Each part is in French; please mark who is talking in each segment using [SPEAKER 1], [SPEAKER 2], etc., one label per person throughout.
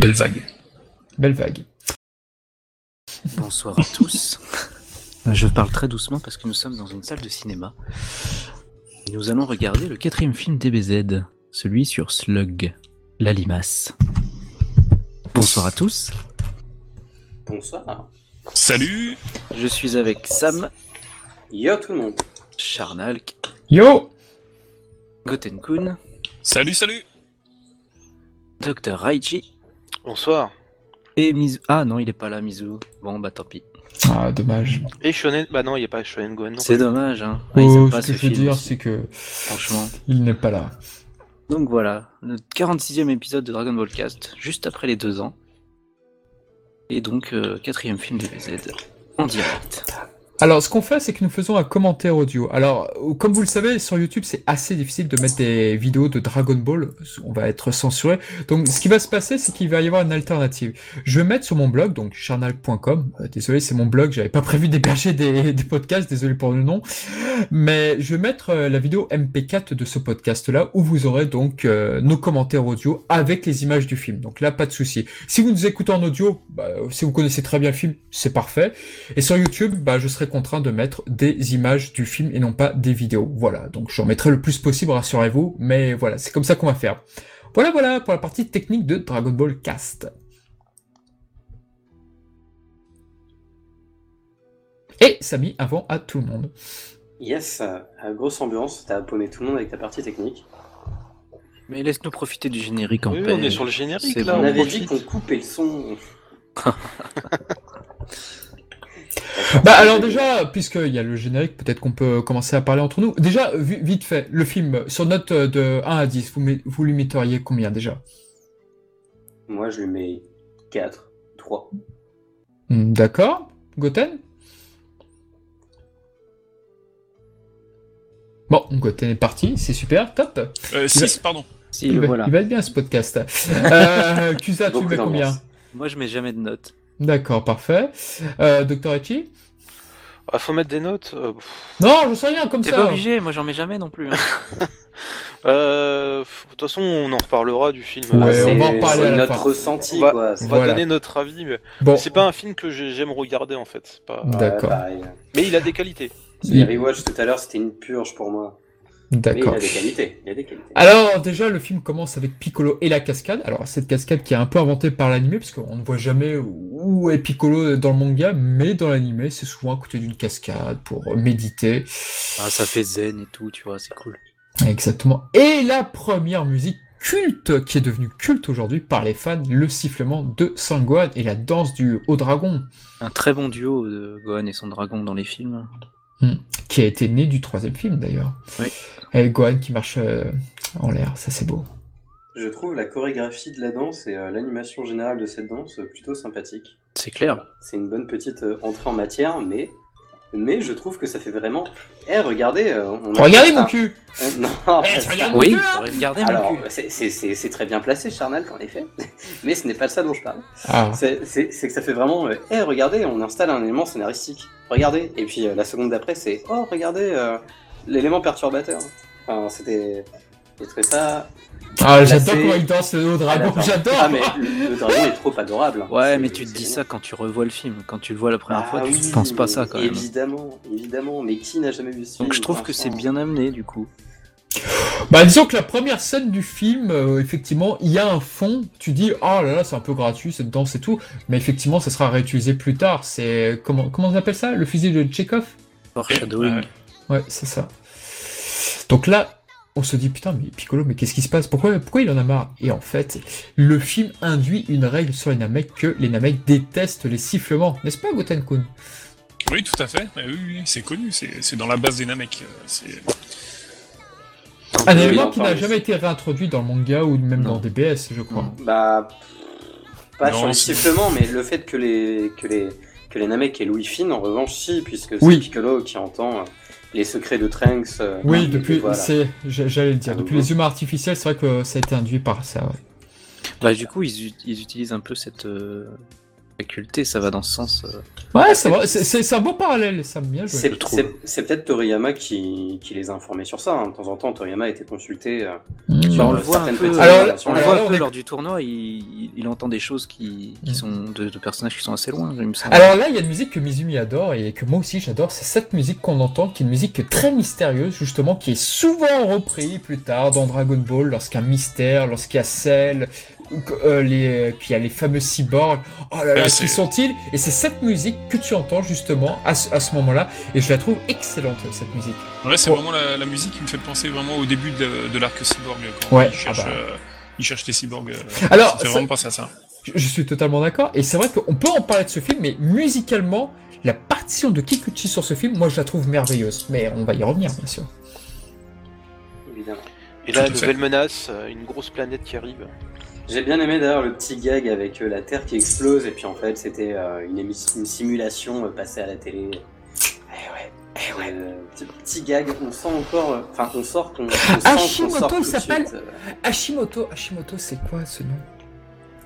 [SPEAKER 1] Belle vague.
[SPEAKER 2] Belle vague.
[SPEAKER 3] Bonsoir à tous. Je parle très doucement parce que nous sommes dans une salle de cinéma. Nous allons regarder le quatrième film DBZ, celui sur Slug, la limace. Bonsoir à tous.
[SPEAKER 4] Bonsoir.
[SPEAKER 1] Salut
[SPEAKER 3] Je suis avec Sam,
[SPEAKER 4] Yo tout le monde.
[SPEAKER 3] Charnalk,
[SPEAKER 2] Yo
[SPEAKER 3] Gotenkun,
[SPEAKER 1] Salut, salut
[SPEAKER 3] Dr. Raichi
[SPEAKER 5] Bonsoir.
[SPEAKER 3] et Mizu. Ah non, il est pas là, Mizu. Bon, bah tant pis.
[SPEAKER 2] Ah, dommage.
[SPEAKER 5] Et Shonen. Bah non, il n'y a pas Shonen Gohan. non
[SPEAKER 3] C'est dommage, hein.
[SPEAKER 2] Oh,
[SPEAKER 3] Ouais, ils aiment
[SPEAKER 2] ce
[SPEAKER 3] pas
[SPEAKER 2] que
[SPEAKER 3] ce
[SPEAKER 2] je veux
[SPEAKER 3] film,
[SPEAKER 2] dire, c'est que
[SPEAKER 3] franchement.
[SPEAKER 2] il n'est pas là.
[SPEAKER 3] Donc voilà, le 46e épisode de Dragon Ball Cast, juste après les deux ans. Et donc, euh, quatrième film de BZ, en direct.
[SPEAKER 2] Alors, ce qu'on fait, c'est que nous faisons un commentaire audio. Alors, euh, comme vous le savez, sur YouTube, c'est assez difficile de mettre des vidéos de Dragon Ball. On va être censuré. Donc, ce qui va se passer, c'est qu'il va y avoir une alternative. Je vais mettre sur mon blog, donc charnal.com. Euh, désolé, c'est mon blog. J'avais pas prévu d'héberger des, des podcasts. Désolé pour le nom. Mais je vais mettre euh, la vidéo MP4 de ce podcast-là, où vous aurez donc euh, nos commentaires audio avec les images du film. Donc là, pas de souci. Si vous nous écoutez en audio, bah, si vous connaissez très bien le film, c'est parfait. Et sur YouTube, bah, je serai contraint de mettre des images du film et non pas des vidéos. Voilà, donc j'en mettrai le plus possible, rassurez-vous, mais voilà, c'est comme ça qu'on va faire. Voilà, voilà, pour la partie technique de Dragon Ball Cast. Et Samy, avant à tout le monde.
[SPEAKER 4] Yes, euh, grosse ambiance, t'as paumé tout le monde avec ta partie technique.
[SPEAKER 3] Mais laisse-nous profiter du générique en
[SPEAKER 5] Oui,
[SPEAKER 3] paix.
[SPEAKER 5] on est sur le générique
[SPEAKER 3] C'est
[SPEAKER 5] là.
[SPEAKER 2] Ah,
[SPEAKER 3] bon.
[SPEAKER 4] on
[SPEAKER 3] on
[SPEAKER 4] avait dit
[SPEAKER 5] profite.
[SPEAKER 4] qu'on coupait le son.
[SPEAKER 2] Bah alors déjà, puisqu'il y a le générique, peut-être qu'on peut commencer à parler entre nous. Déjà, vi- vite fait, le film, sur note euh, de 1 à 10, vous, met- vous lui metteriez combien déjà
[SPEAKER 4] Moi je lui mets 4, 3.
[SPEAKER 2] Hmm, D'accord. Goten Bon, Goten est parti, c'est super, top.
[SPEAKER 1] euh, 6, pardon.
[SPEAKER 3] Si,
[SPEAKER 2] il,
[SPEAKER 3] le
[SPEAKER 2] va,
[SPEAKER 3] voilà.
[SPEAKER 2] il va être bien ce podcast. Euh, Kusa, tu
[SPEAKER 4] Beaucoup
[SPEAKER 2] mets combien
[SPEAKER 4] d'ambiance.
[SPEAKER 3] Moi, je mets jamais de notes.
[SPEAKER 2] D'accord, parfait. Euh, Docteur Echi
[SPEAKER 5] Ah, faut mettre des notes. Euh, pff.
[SPEAKER 2] Non, je sais rien comme
[SPEAKER 3] T'es
[SPEAKER 2] ça.
[SPEAKER 3] pas obligé, moi, j'en mets jamais non plus. hein.
[SPEAKER 5] Euh, pff, De toute façon, on en reparlera du film.
[SPEAKER 2] Ouais,
[SPEAKER 5] Euh,
[SPEAKER 2] on
[SPEAKER 4] Ah, c'est
[SPEAKER 2] va en parler à
[SPEAKER 4] c'est
[SPEAKER 2] la
[SPEAKER 4] notre
[SPEAKER 2] fin.
[SPEAKER 4] ressenti
[SPEAKER 5] On va-
[SPEAKER 4] quoi.
[SPEAKER 5] On
[SPEAKER 4] C'est
[SPEAKER 5] va
[SPEAKER 2] Voilà.
[SPEAKER 5] donner notre avis, mais
[SPEAKER 2] Bon,
[SPEAKER 5] c'est pas un film que j'ai- j'aime regarder en fait. C'est Pas...
[SPEAKER 4] pas
[SPEAKER 2] D'accord.
[SPEAKER 4] pareil.
[SPEAKER 5] Mais il a des qualités.
[SPEAKER 4] Les rewatch tout à l'heure c'était une purge pour moi. bah, Mais il
[SPEAKER 2] d'accord. Ah.
[SPEAKER 4] a des qualités. Il a des qualités.
[SPEAKER 2] Alors déjà le film commence avec Piccolo et la cascade. Alors cette cascade qui est un peu inventée par l'animé parce qu'on ne voit jamais où est Piccolo dans le manga, mais dans l'animé c'est souvent à côté d'une cascade pour méditer.
[SPEAKER 3] Ah, ça fait zen et tout, tu vois, c'est cool.
[SPEAKER 2] Exactement. Et la première musique culte qui est devenue culte aujourd'hui par les fans, le sifflement de Sangohan et la danse du haut dragon
[SPEAKER 3] Un très bon duo de Gohan et son dragon dans les films.
[SPEAKER 2] qui a été né du troisième film d'ailleurs.
[SPEAKER 3] Oui.
[SPEAKER 2] Et Gohan qui marche euh, en l'air, ça c'est beau.
[SPEAKER 4] Je trouve la chorégraphie de la danse et euh, l'animation générale de cette danse euh, plutôt sympathique.
[SPEAKER 3] C'est clair.
[SPEAKER 4] C'est une bonne petite euh, entrée en matière, mais, mais je trouve que ça fait vraiment. Eh, regardez, euh, on a-
[SPEAKER 2] Regardez mon
[SPEAKER 4] Ah,
[SPEAKER 2] cul. Eh,
[SPEAKER 4] euh, Non, parce-
[SPEAKER 2] regarde. hein.
[SPEAKER 3] Oui, regardez mon
[SPEAKER 4] alors
[SPEAKER 3] cul.
[SPEAKER 4] c'est- c'est c'est- c'est très bien placé, Charnal, en effet, mais ce n'est pas de ça dont je parle.
[SPEAKER 2] Ah.
[SPEAKER 4] C'est c'est- c'est que ça fait vraiment. euh, Eh, regardez, on installe un élément scénaristique. Regardez, et puis euh, la seconde d'après, c'est oh, regardez euh, l'élément perturbateur. Enfin, c'était. J'ai trouvé ça.
[SPEAKER 2] Ah, j'adore
[SPEAKER 4] Placé-
[SPEAKER 2] comment il danse le haut dragon,
[SPEAKER 4] Ah,
[SPEAKER 2] j'adore.
[SPEAKER 4] Ah, mais le, le dragon est trop adorable. hein.
[SPEAKER 3] Ouais,
[SPEAKER 4] C'est-
[SPEAKER 3] mais tu te
[SPEAKER 4] c'est
[SPEAKER 3] dis
[SPEAKER 4] bien.
[SPEAKER 3] ça quand tu revois le film. Quand tu le vois la première
[SPEAKER 4] Ah
[SPEAKER 3] fois, tu
[SPEAKER 4] oui,
[SPEAKER 3] ne penses pas ça
[SPEAKER 4] mais
[SPEAKER 3] quand même.
[SPEAKER 4] Évidemment, évidemment, mais qui n'a jamais vu ce film
[SPEAKER 3] Donc je trouve que c'est
[SPEAKER 4] franchement
[SPEAKER 3] bien amené du coup.
[SPEAKER 2] Bah disons que la première scène du film, euh, effectivement, il y a un fond, tu dis oh là là c'est un peu gratuit cette danse et tout, mais effectivement ça sera réutilisé plus tard, c'est comment comment on appelle ça Le fusil de Tchekhov
[SPEAKER 3] Foreshadowing.
[SPEAKER 1] Ouais.
[SPEAKER 2] Ouais c'est ça. Donc là on se dit putain mais Piccolo mais qu'est-ce qui se passe pourquoi, pourquoi il en a marre Et en fait le film induit une règle sur les Namek que les Namek détestent les sifflements, n'est-ce pas Goten-kun
[SPEAKER 1] Oui, tout à fait. Eh oui, oui, c'est connu, c'est c'est dans la base des Namek. euh, c'est-
[SPEAKER 2] Un
[SPEAKER 4] Ah, Oui,
[SPEAKER 2] élément
[SPEAKER 4] on
[SPEAKER 2] Ah, qui
[SPEAKER 4] parle
[SPEAKER 2] n'a
[SPEAKER 4] ici.
[SPEAKER 2] jamais été réintroduit dans le manga ou même
[SPEAKER 3] Non.
[SPEAKER 2] dans DBS je crois.
[SPEAKER 3] Non.
[SPEAKER 4] Bah, pas
[SPEAKER 1] Non,
[SPEAKER 4] sur le
[SPEAKER 1] c'est-
[SPEAKER 4] sifflement, mais le fait que les que les que les Namek et Louis Finn, en revanche, si, puisque c'est
[SPEAKER 2] Oui.
[SPEAKER 4] Piccolo qui entend euh, les secrets de Trunks. euh,
[SPEAKER 2] Oui,
[SPEAKER 4] et
[SPEAKER 2] depuis,
[SPEAKER 4] voilà.
[SPEAKER 2] c'est, j'a- j'allais le dire,
[SPEAKER 4] Ah,
[SPEAKER 2] depuis
[SPEAKER 4] oui.
[SPEAKER 2] les humains artificiels, c'est vrai que ça a été induit par ça. ouais.
[SPEAKER 3] Bah du coup ils, ut- ils utilisent un peu cette euh, faculté, ça va dans ce sens. euh.
[SPEAKER 2] Ouais, ça va, c'est, c'est- c'est un beau parallèle, ça me bien joué.
[SPEAKER 4] C'est
[SPEAKER 3] le trouve.
[SPEAKER 4] c'est- c'est peut-être Toriyama qui, qui les a informés sur ça. hein. De temps en temps, Toriyama a été consulté euh,
[SPEAKER 2] Mm.
[SPEAKER 3] Bah,
[SPEAKER 4] sur
[SPEAKER 3] on le voit un
[SPEAKER 4] certaines
[SPEAKER 3] peu. euh,
[SPEAKER 4] petites
[SPEAKER 2] Alors,
[SPEAKER 4] relations.
[SPEAKER 3] On le
[SPEAKER 2] Alors
[SPEAKER 3] voit
[SPEAKER 2] là,
[SPEAKER 3] un
[SPEAKER 2] on
[SPEAKER 3] peu
[SPEAKER 2] est-
[SPEAKER 3] lors du tournoi, il, il entend des choses qui, qui
[SPEAKER 2] Mm.
[SPEAKER 3] sont de, de personnages qui sont assez loin, il me semble.
[SPEAKER 2] Alors là, il y a une musique que Mizumi adore et que moi aussi j'adore, c'est cette musique qu'on entend, qui est une musique très mystérieuse, justement, qui est souvent reprise plus tard dans Dragon Ball, lorsqu'il y a un mystère, lorsqu'il y a Cell, que- euh, les, qu'il y a les fameux cyborgs. Oh là là,
[SPEAKER 1] Ah,
[SPEAKER 2] qui
[SPEAKER 1] c'est-
[SPEAKER 2] sont-ils Et c'est cette musique que tu entends, justement, à ce, à ce moment-là, et je la trouve excellente, cette musique.
[SPEAKER 1] Ouais, c'est
[SPEAKER 2] Ouais.
[SPEAKER 1] vraiment la, la musique qui me fait penser vraiment au début de, de l'arc cyborg quand
[SPEAKER 2] Ouais,
[SPEAKER 1] il cherche,
[SPEAKER 2] ah bah.
[SPEAKER 1] euh, il cherche les cyborgs. euh,
[SPEAKER 2] Alors,
[SPEAKER 1] ça fait
[SPEAKER 2] ça-
[SPEAKER 1] vraiment penser à ça.
[SPEAKER 2] Je- Je suis totalement d'accord. Et c'est vrai qu'on peut en parler de ce film, mais musicalement, la partition de Kikuchi sur ce film, moi, je la trouve merveilleuse. Mais on va y revenir, bien sûr.
[SPEAKER 4] Évidemment.
[SPEAKER 5] Et là,
[SPEAKER 1] Tout à fait.
[SPEAKER 5] nouvelle menace, euh, une grosse planète qui arrive.
[SPEAKER 4] J'ai bien aimé d'ailleurs le petit gag avec euh, la Terre qui explose, et puis en fait, c'était euh, une, émission- une simulation euh, passée à la télé. Eh ouais. petit, petit gag, on sent encore, euh, enfin on sort qu'on on sent qu'on
[SPEAKER 2] Ah, Hashimoto,
[SPEAKER 4] sort tout
[SPEAKER 2] il
[SPEAKER 4] de
[SPEAKER 2] s'appelle
[SPEAKER 4] suite, euh,
[SPEAKER 2] Hashimoto, Hashimoto, c'est quoi ce nom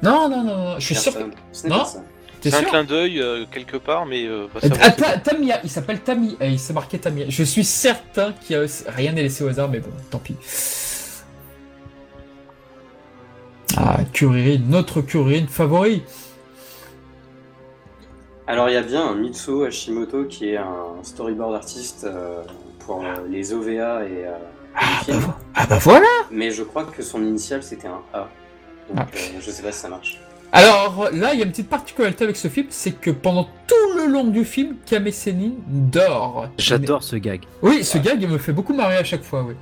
[SPEAKER 2] Non, non, non, non, je suis sûr.
[SPEAKER 4] personne. Ce n'est
[SPEAKER 2] Non.
[SPEAKER 4] pas ça.
[SPEAKER 2] T'es
[SPEAKER 5] C'est un
[SPEAKER 2] sûr
[SPEAKER 5] clin d'œil euh, quelque part, mais euh, pas
[SPEAKER 2] Euh,
[SPEAKER 5] savoir
[SPEAKER 2] ah,
[SPEAKER 5] c'est quoi.
[SPEAKER 2] Ta- Tamiya, il s'appelle Tamiya, eh, il s'est marqué Tamiya. Je suis certain qu'il y a... Rien n'est laissé au hasard, mais bon, tant pis. Ah, Kuririn, notre Kuririn favori
[SPEAKER 4] Alors il y a bien un Mitsuo Hashimoto qui est un storyboard artiste euh, pour euh, les OVA et euh, les films,
[SPEAKER 2] Ah bah voilà
[SPEAKER 4] mais je crois que son initiale c'était un A. Donc
[SPEAKER 2] Ah.
[SPEAKER 4] euh, je sais pas si ça marche.
[SPEAKER 2] Alors là, il y a une petite particularité avec ce film, c'est que pendant tout le long du film, Kame Sennin dort.
[SPEAKER 3] J'adore ce gag.
[SPEAKER 2] Mais- Oui, ce gag il me fait beaucoup marrer à chaque fois, oui.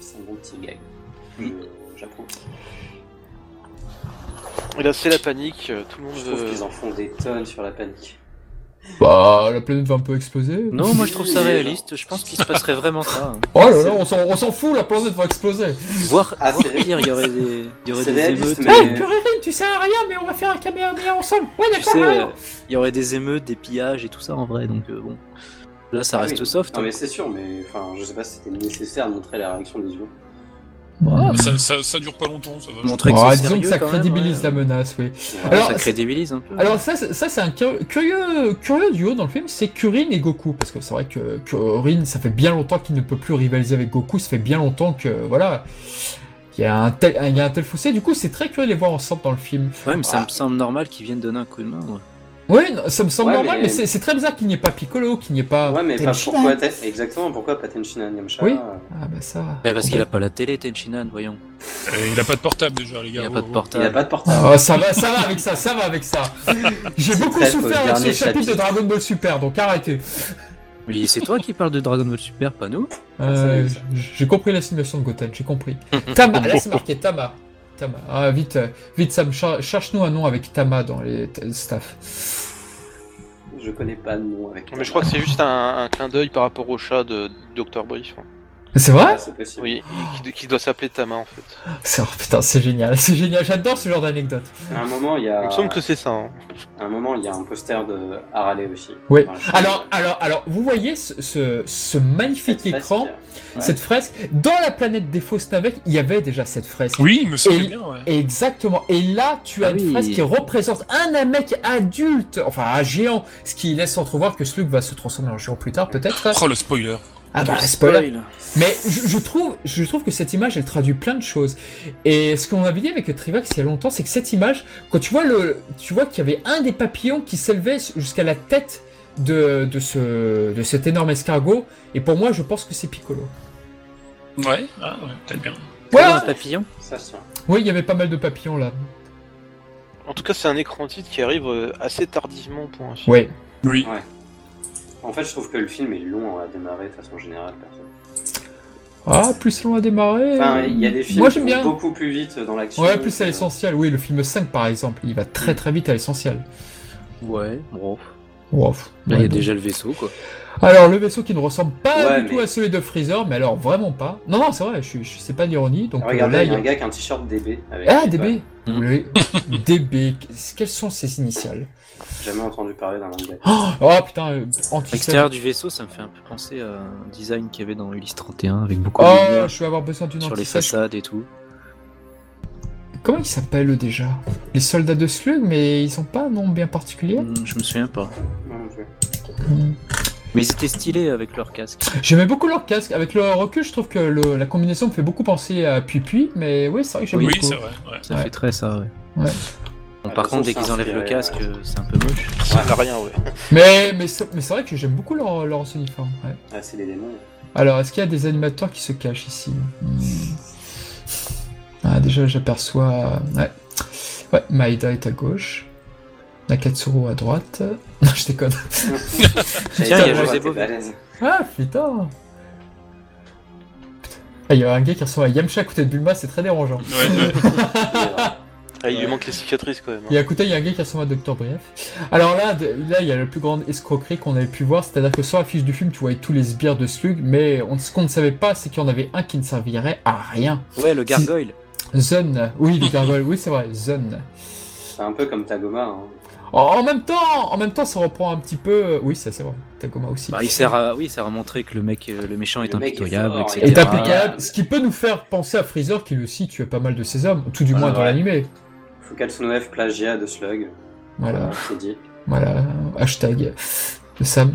[SPEAKER 4] C'est un bon petit gag.
[SPEAKER 3] Mm.
[SPEAKER 4] Euh, J'approuve.
[SPEAKER 5] Et là, c'est la panique, euh, tout le monde
[SPEAKER 4] Je trouve
[SPEAKER 5] veut.
[SPEAKER 4] qu'ils en font des tonnes sur la panique.
[SPEAKER 2] Bah, la planète va un peu exploser.
[SPEAKER 3] Non, moi je trouve ça
[SPEAKER 4] Oui,
[SPEAKER 3] réaliste. Je pense qu'il se passerait vraiment ça. hein.
[SPEAKER 2] Oh là là, on s'en- on s'en fout, la planète va exploser.
[SPEAKER 3] Voir,
[SPEAKER 4] Ah,
[SPEAKER 3] voir
[SPEAKER 4] c'est-
[SPEAKER 3] pire, il y aurait des, il y aurait
[SPEAKER 4] C'est
[SPEAKER 3] des émeutes.
[SPEAKER 4] réaliste, mais-
[SPEAKER 3] euh,
[SPEAKER 2] Hey, Kuririn, Ah, tu sais à rien, mais on va faire un caméra ensemble. Ouais,
[SPEAKER 3] Tu
[SPEAKER 2] d'accord,
[SPEAKER 3] sais,
[SPEAKER 2] ouais.
[SPEAKER 3] euh, il y aurait des émeutes, des pillages et tout ça en vrai. Donc euh, bon, là ça
[SPEAKER 4] Ah
[SPEAKER 3] reste
[SPEAKER 4] oui.
[SPEAKER 3] soft.
[SPEAKER 4] Non
[SPEAKER 3] hein.
[SPEAKER 4] mais c'est sûr, mais enfin je sais pas si c'était nécessaire de montrer la réaction des gens.
[SPEAKER 2] Ouais.
[SPEAKER 1] Ça, ça, ça dure pas longtemps, ça va.
[SPEAKER 3] Montrer que
[SPEAKER 2] Ouais,
[SPEAKER 3] c'est
[SPEAKER 2] Oh, disons
[SPEAKER 3] sérieux
[SPEAKER 2] que ça
[SPEAKER 3] quand même,
[SPEAKER 2] crédibilise
[SPEAKER 3] ouais.
[SPEAKER 2] la menace, oui.
[SPEAKER 4] Ouais.
[SPEAKER 2] Alors,
[SPEAKER 3] ça crédibilise un peu.
[SPEAKER 2] Alors ça, c'est- ça c'est un cur- curieux, curieux duo dans le film, c'est Kurin et Goku, parce que c'est vrai que Kurin, ça fait bien longtemps qu'il ne peut plus rivaliser avec Goku, ça fait bien longtemps que voilà, il y a un tel, il y a un tel fossé. Du coup, c'est très curieux de les voir ensemble dans le film.
[SPEAKER 3] ouais, mais ça
[SPEAKER 2] ah.
[SPEAKER 3] me semble normal qu'ils viennent donner un coup de main. ouais.
[SPEAKER 2] Oui, non, ça me semble
[SPEAKER 4] Ouais,
[SPEAKER 2] normal, mais,
[SPEAKER 4] mais-
[SPEAKER 2] c'est c'est très bizarre qu'il n'y ait pas Piccolo, qu'il n'y ait pas.
[SPEAKER 4] ouais mais pas
[SPEAKER 2] Tenchi.
[SPEAKER 4] pourquoi Te- exactement pourquoi pas Tenshinhan Yamcha
[SPEAKER 2] Oui.
[SPEAKER 4] euh,
[SPEAKER 2] Ah bah ça.
[SPEAKER 3] Bah, parce qu'il a pas la télé, Tenchinan, voyons.
[SPEAKER 1] Euh, il a pas de portable déjà, les
[SPEAKER 3] Il
[SPEAKER 1] gars.
[SPEAKER 3] n'y a
[SPEAKER 1] oh,
[SPEAKER 3] pas de
[SPEAKER 4] Il
[SPEAKER 1] oh.
[SPEAKER 4] a
[SPEAKER 3] portable.
[SPEAKER 4] pas de portable.
[SPEAKER 2] Oh, ça va, ça va avec ça, ça va avec ça. J'ai beaucoup
[SPEAKER 4] très
[SPEAKER 2] souffert
[SPEAKER 4] beau,
[SPEAKER 2] avec ce
[SPEAKER 4] dernier
[SPEAKER 2] chapitre de
[SPEAKER 4] chapitre.
[SPEAKER 2] Dragon Ball Super, donc arrêtez.
[SPEAKER 3] Mais c'est toi qui parles de Dragon Ball Super, pas nous.
[SPEAKER 2] Euh, j'ai compris l'assimilation de Goten, j'ai compris. Tama, là c'est marqué Tama. Tama. Ah, vite, euh, vite Sam, char- cherche-nous un nom avec Tama dans les t- staff.
[SPEAKER 4] Je connais pas le nom avec.
[SPEAKER 5] Mais je crois que c'est juste un, un clin d'œil par rapport au chat de Dr. Brief. hein.
[SPEAKER 2] C'est vrai
[SPEAKER 4] c'est possible.
[SPEAKER 5] Oui, il- qui, qui doit s'appeler Tama en fait.
[SPEAKER 2] C'est- oh, Putain, c'est génial, c'est génial, j'adore ce genre d'anecdote.
[SPEAKER 4] À un moment il y
[SPEAKER 5] Il
[SPEAKER 4] a.
[SPEAKER 5] me semble que c'est ça. hein.
[SPEAKER 4] À un moment, il y a un poster de Harale aussi.
[SPEAKER 2] Oui.
[SPEAKER 4] Dans la chambre.
[SPEAKER 2] Alors, alors, alors, vous voyez ce, ce, ce magnifique
[SPEAKER 4] Cette fresque,
[SPEAKER 2] écran,
[SPEAKER 4] ouais.
[SPEAKER 2] cette fresque, dans la planète des fausses navettes, il y avait déjà cette fresque.
[SPEAKER 1] Oui, il me semble
[SPEAKER 2] Et-
[SPEAKER 1] bien, ouais.
[SPEAKER 2] Exactement. Et là, tu as
[SPEAKER 3] Ah
[SPEAKER 2] une
[SPEAKER 3] oui.
[SPEAKER 2] fresque qui représente un mec adulte, enfin un géant, ce qui laisse entrevoir que Slug va se transformer en géant plus tard, peut-être.
[SPEAKER 1] Oh le spoiler.
[SPEAKER 2] Ah bah, spoiler. Mais je, je trouve, je trouve que cette image, elle traduit plein de choses. Et ce qu'on avait dit avec Trivax il y a longtemps, c'est que cette image, quand tu vois le, tu vois qu'il y avait un des papillons qui s'élevait jusqu'à la tête de, de ce, de cet énorme escargot. Et pour moi, je pense que c'est Piccolo.
[SPEAKER 1] Ouais, ah, ouais peut-être bien.
[SPEAKER 3] Voilà.
[SPEAKER 2] Voilà.
[SPEAKER 3] papillon.
[SPEAKER 4] Ça se tient.
[SPEAKER 2] Oui, il y avait pas mal de papillons là.
[SPEAKER 5] En tout cas, c'est un écran titre qui arrive euh, assez tardivement pour un film.
[SPEAKER 2] Oui.
[SPEAKER 1] Oui.
[SPEAKER 4] En fait, je trouve que le film est long à démarrer de façon générale. perso.
[SPEAKER 2] Ah, plus long à démarrer.
[SPEAKER 4] Enfin, il y a des films
[SPEAKER 2] Moi,
[SPEAKER 4] qui
[SPEAKER 2] j'aime
[SPEAKER 4] vont
[SPEAKER 2] bien.
[SPEAKER 4] beaucoup plus vite dans l'action.
[SPEAKER 2] Ouais, plus à
[SPEAKER 4] que-
[SPEAKER 2] l'essentiel. Oui, le film 5 par exemple, il va très très vite à l'essentiel.
[SPEAKER 3] Ouais, bon.
[SPEAKER 2] Wow.
[SPEAKER 3] Là, il y
[SPEAKER 2] Ouais,
[SPEAKER 3] a
[SPEAKER 2] donc.
[SPEAKER 3] déjà le vaisseau, quoi.
[SPEAKER 2] Alors, le vaisseau qui ne ressemble pas
[SPEAKER 4] Ouais,
[SPEAKER 2] du
[SPEAKER 4] mais-
[SPEAKER 2] tout à celui de Freezer, mais alors vraiment pas. Non, non, c'est vrai, je, je c'est pas de l'ironie. Donc,
[SPEAKER 4] Ah,
[SPEAKER 2] euh,
[SPEAKER 4] Regardez,
[SPEAKER 2] là,
[SPEAKER 4] il y a un
[SPEAKER 2] il y
[SPEAKER 4] gars qui a un t-shirt DB. Avec
[SPEAKER 2] a. Ah,
[SPEAKER 4] des
[SPEAKER 2] DB
[SPEAKER 3] Mm.
[SPEAKER 2] Oui. DB, qu'est- quelles sont ses initiales
[SPEAKER 4] pattes. J'ai Jamais entendu parler d'un manga.
[SPEAKER 2] Oh putain, euh, anti
[SPEAKER 3] L'extérieur du vaisseau, ça me fait un peu penser à un design qu'il y avait dans Ulysse 31 avec beaucoup de
[SPEAKER 2] Oh,
[SPEAKER 3] lumière
[SPEAKER 2] je vais avoir besoin d'une
[SPEAKER 3] sur les
[SPEAKER 2] anti
[SPEAKER 3] façades et tout.
[SPEAKER 2] Comment ils s'appellent eux, déjà Les soldats de Slug, mais ils ont pas un nom bien particulier
[SPEAKER 3] Hmm, Je me souviens pas.
[SPEAKER 4] Non, non plus.
[SPEAKER 2] Mm.
[SPEAKER 3] Mais ils étaient stylés avec leur casque.
[SPEAKER 2] J'aimais beaucoup leur casque. Avec le recul, je trouve que le- la combinaison me fait beaucoup penser à Pui-Pui, mais oui, c'est vrai que j'aime
[SPEAKER 1] Oui,
[SPEAKER 2] beaucoup.
[SPEAKER 1] c'est vrai. ouais.
[SPEAKER 3] Ça
[SPEAKER 2] Ouais.
[SPEAKER 3] fait très ça, ouais.
[SPEAKER 2] Ouais.
[SPEAKER 3] Bon,
[SPEAKER 4] Ah,
[SPEAKER 3] par
[SPEAKER 4] le
[SPEAKER 3] contre, dès
[SPEAKER 4] son,
[SPEAKER 3] qu'ils
[SPEAKER 4] c'est
[SPEAKER 3] enlèvent le
[SPEAKER 4] inspiré,
[SPEAKER 3] casque,
[SPEAKER 4] ouais.
[SPEAKER 3] euh, c'est un peu moche.
[SPEAKER 5] Ça n'a rien, ouais.
[SPEAKER 2] Mais, mais, c'est- mais c'est vrai que j'aime beaucoup leur, leurs uniformes. ouais.
[SPEAKER 4] Ah, c'est les démons.
[SPEAKER 2] Alors, est-ce qu'il y a des animateurs qui se cachent ici Hmm. Ah, déjà, j'aperçois. Ouais. ouais, Maïda est à gauche. Nakatsuru à droite. Non, je déconne.
[SPEAKER 4] J'allais
[SPEAKER 3] Tiens,
[SPEAKER 4] dire,
[SPEAKER 2] il y a
[SPEAKER 4] ouais,
[SPEAKER 3] José
[SPEAKER 4] t'es
[SPEAKER 3] Bové.
[SPEAKER 4] balèze.
[SPEAKER 2] Ah, putain Ah, il y a un gars qui ressemble à Yamcha à côté de Bulma, c'est très dérangeant.
[SPEAKER 1] Ouais, ouais.
[SPEAKER 5] Ah, il lui
[SPEAKER 2] Ouais.
[SPEAKER 5] manque les cicatrices quand même. hein.
[SPEAKER 2] Et à côté, il y a un gars qui ressemble à Dr. Brief. Alors là, de- là, il y a la plus grande escroquerie qu'on avait pu voir, c'est-à-dire que sur la fiche du film, tu voyais tous les sbires de Slug, mais on, ce qu'on ne savait pas, c'est qu'il y en avait un qui ne servirait à rien.
[SPEAKER 3] Ouais, le gargoyle.
[SPEAKER 2] Zun. Oui, les gargoyles, oui, c'est vrai, Zun.
[SPEAKER 4] C'est un peu comme Tagoma. hein.
[SPEAKER 2] En, en même temps, en même temps, ça reprend un petit peu... euh, Oui, ça, c'est vrai. Tagoma aussi.
[SPEAKER 3] Bah, il sert à, oui, il sert à montrer que le mec, euh, le méchant est
[SPEAKER 4] Le mec est
[SPEAKER 3] impitoyable,
[SPEAKER 4] fort,
[SPEAKER 2] est
[SPEAKER 3] etc.
[SPEAKER 2] impeccable, ce qui peut nous faire penser à Freezer qui lui aussi tue pas mal de ses hommes, tout du
[SPEAKER 4] Voilà,
[SPEAKER 2] moins dans
[SPEAKER 4] ouais.
[SPEAKER 2] l'animé.
[SPEAKER 4] Fukatsu no F, plagiat de Slug. Euh,
[SPEAKER 2] Voilà,
[SPEAKER 4] C'est dit.
[SPEAKER 2] voilà, hashtag Sam.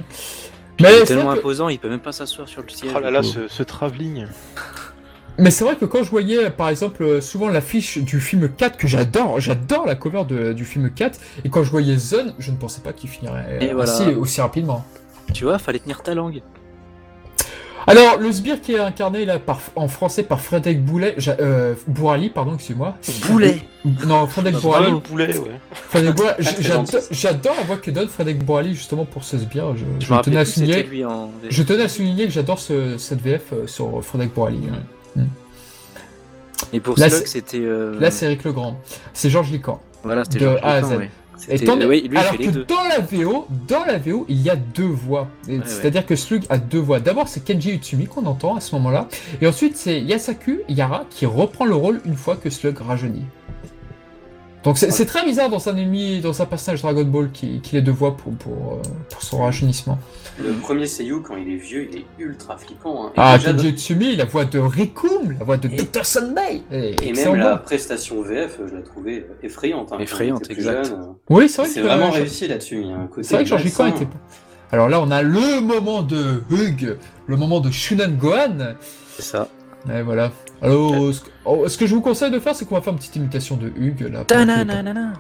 [SPEAKER 3] Il
[SPEAKER 2] Mais
[SPEAKER 3] est
[SPEAKER 2] c'est
[SPEAKER 3] tellement
[SPEAKER 2] vrai que-
[SPEAKER 3] imposant, il peut même pas s'asseoir sur le siège.
[SPEAKER 5] Oh là là,
[SPEAKER 3] du coup.
[SPEAKER 5] ce, ce travelling.
[SPEAKER 2] Mais c'est vrai que quand je voyais, par exemple, euh, souvent l'affiche du film 4, que j'adore, j'adore la cover de- du film 4, et quand je voyais Zone, je ne pensais pas qu'il finirait
[SPEAKER 3] Et
[SPEAKER 2] euh,
[SPEAKER 3] voilà.
[SPEAKER 2] ainsi, aussi rapidement.
[SPEAKER 3] Tu vois, fallait tenir ta langue.
[SPEAKER 2] Alors, le sbire qui est incarné là par, en français par Frédéric Boulet, j'a- euh, Bourali, pardon, excusez-moi.
[SPEAKER 3] Boulet
[SPEAKER 2] Non, Frédéric
[SPEAKER 5] Ah,
[SPEAKER 2] Bourali.
[SPEAKER 5] le poulet, ouais.
[SPEAKER 2] Frédéric Bourali, j-
[SPEAKER 4] Ah, c'est
[SPEAKER 2] j'adore-
[SPEAKER 4] gentil.
[SPEAKER 2] J'adore la voix que donne Frédéric Bourali justement pour ce sbire. Je, je
[SPEAKER 3] Je me
[SPEAKER 2] tenais
[SPEAKER 3] rappelle
[SPEAKER 2] à
[SPEAKER 3] plus c'était
[SPEAKER 2] souligner.
[SPEAKER 3] lui en...
[SPEAKER 2] Je tenais à souligner que j'adore ce- cette VF euh, sur Frédéric Bourali. ouais.
[SPEAKER 3] Mm. Et pour
[SPEAKER 2] Là,
[SPEAKER 3] Slug,
[SPEAKER 2] c'est-
[SPEAKER 3] c'était... euh,
[SPEAKER 2] Là, c'est Eric Legrand. C'est Georges Lican.
[SPEAKER 3] Voilà, c'était
[SPEAKER 2] de
[SPEAKER 3] Georges
[SPEAKER 2] A à
[SPEAKER 3] Lupin,
[SPEAKER 2] Z.
[SPEAKER 3] ouais.
[SPEAKER 2] Et
[SPEAKER 3] C'était- euh,
[SPEAKER 2] tandis-
[SPEAKER 3] Oui, lui, il
[SPEAKER 2] Alors
[SPEAKER 3] fait les
[SPEAKER 2] que
[SPEAKER 3] deux.
[SPEAKER 2] dans la VO, dans la VO, il y a deux voix. Et
[SPEAKER 3] Ouais,
[SPEAKER 2] C'est-à-dire que Slug a deux voix. D'abord, c'est Kenji Utsumi qu'on entend à ce moment-là, et ensuite c'est Yasaku Yara qui reprend le rôle une fois que Slug rajeunit. Donc c'est c'est très bizarre dans un ennemi, dans un personnage Dragon Ball qui, qui ait deux voix pour pour, euh, pour son rajeunissement.
[SPEAKER 4] Le premier Seiyu, quand il est vieux, il est ultra flippant. hein. Et
[SPEAKER 2] Ah,
[SPEAKER 4] déjà,
[SPEAKER 2] Kenji Utsumi, la voix de Rikum, la voix de Dr. Sunday.
[SPEAKER 4] Et
[SPEAKER 2] excellent
[SPEAKER 4] même la
[SPEAKER 2] voix.
[SPEAKER 4] prestation VF, je la trouvais effrayante. hein,
[SPEAKER 3] Effrayante,
[SPEAKER 4] quand j'étais plus
[SPEAKER 3] exact.
[SPEAKER 4] jeune.
[SPEAKER 2] Oui, c'est vrai.
[SPEAKER 4] C'est
[SPEAKER 2] que- euh,
[SPEAKER 4] vraiment réussi là-dessus. il y a un côté
[SPEAKER 2] C'est vrai que Georges Coin
[SPEAKER 4] malsain.
[SPEAKER 2] était pas. Alors là, on a le moment de Hug, le moment de Shunan Gohan.
[SPEAKER 3] C'est ça.
[SPEAKER 2] Ouais, voilà. Alors, euh, ce que, oh, ce que je vous conseille de faire, c'est qu'on va faire une petite imitation de Hug là. pour que-
[SPEAKER 3] Ta-na-na-na-na.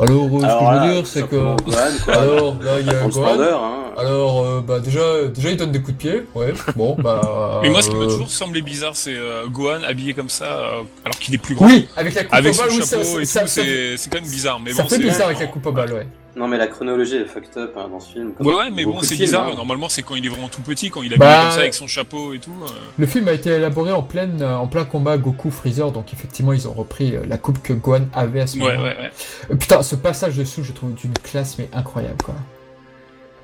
[SPEAKER 2] Alors, euh, ce
[SPEAKER 4] Alors
[SPEAKER 2] que je
[SPEAKER 4] là,
[SPEAKER 2] veux dire, c'est que.
[SPEAKER 4] simplement Gohan, quoi.
[SPEAKER 2] Alors, là, il y
[SPEAKER 4] Dans
[SPEAKER 2] a
[SPEAKER 4] le
[SPEAKER 2] Gohan.
[SPEAKER 4] splendeur, hein.
[SPEAKER 2] Alors, euh, bah, déjà, déjà, il donne des coups de pied. Ouais, bon, bah.
[SPEAKER 1] Mais moi, ce qui m'a
[SPEAKER 2] euh,
[SPEAKER 1] toujours semblé bizarre, c'est euh, Gohan habillé comme ça, euh, alors qu'il est plus grand.
[SPEAKER 2] Oui, avec la coupe
[SPEAKER 1] Avec
[SPEAKER 2] au
[SPEAKER 1] son
[SPEAKER 2] bal, oui, ça,
[SPEAKER 1] chapeau et
[SPEAKER 2] ça,
[SPEAKER 1] tout,
[SPEAKER 2] ça-
[SPEAKER 1] c'est c'est quand même bizarre. Mais
[SPEAKER 2] ça
[SPEAKER 1] bon,
[SPEAKER 2] fait
[SPEAKER 1] c'est-
[SPEAKER 2] bizarre avec la coupe au bal, ouais.
[SPEAKER 4] Non, mais la chronologie est fucked up hein, dans ce film. comme
[SPEAKER 1] Ouais, ouais, mais bon,
[SPEAKER 4] beaucoup de
[SPEAKER 1] c'est
[SPEAKER 4] films,
[SPEAKER 1] bizarre.
[SPEAKER 4] hein.
[SPEAKER 1] Normalement, c'est quand il est vraiment tout petit, quand il est habillé
[SPEAKER 2] Bah,
[SPEAKER 1] comme ça
[SPEAKER 2] ouais.
[SPEAKER 1] avec son chapeau et tout. euh.
[SPEAKER 2] Le film a été élaboré en, pleine, en plein combat Goku-Freezer, donc effectivement, ils ont repris euh, la coupe que Gohan avait à ce
[SPEAKER 1] Ouais,
[SPEAKER 2] moment-là.
[SPEAKER 1] ouais, ouais.
[SPEAKER 2] Euh, Putain, ce passage dessous, je trouve d'une classe mais incroyable quoi.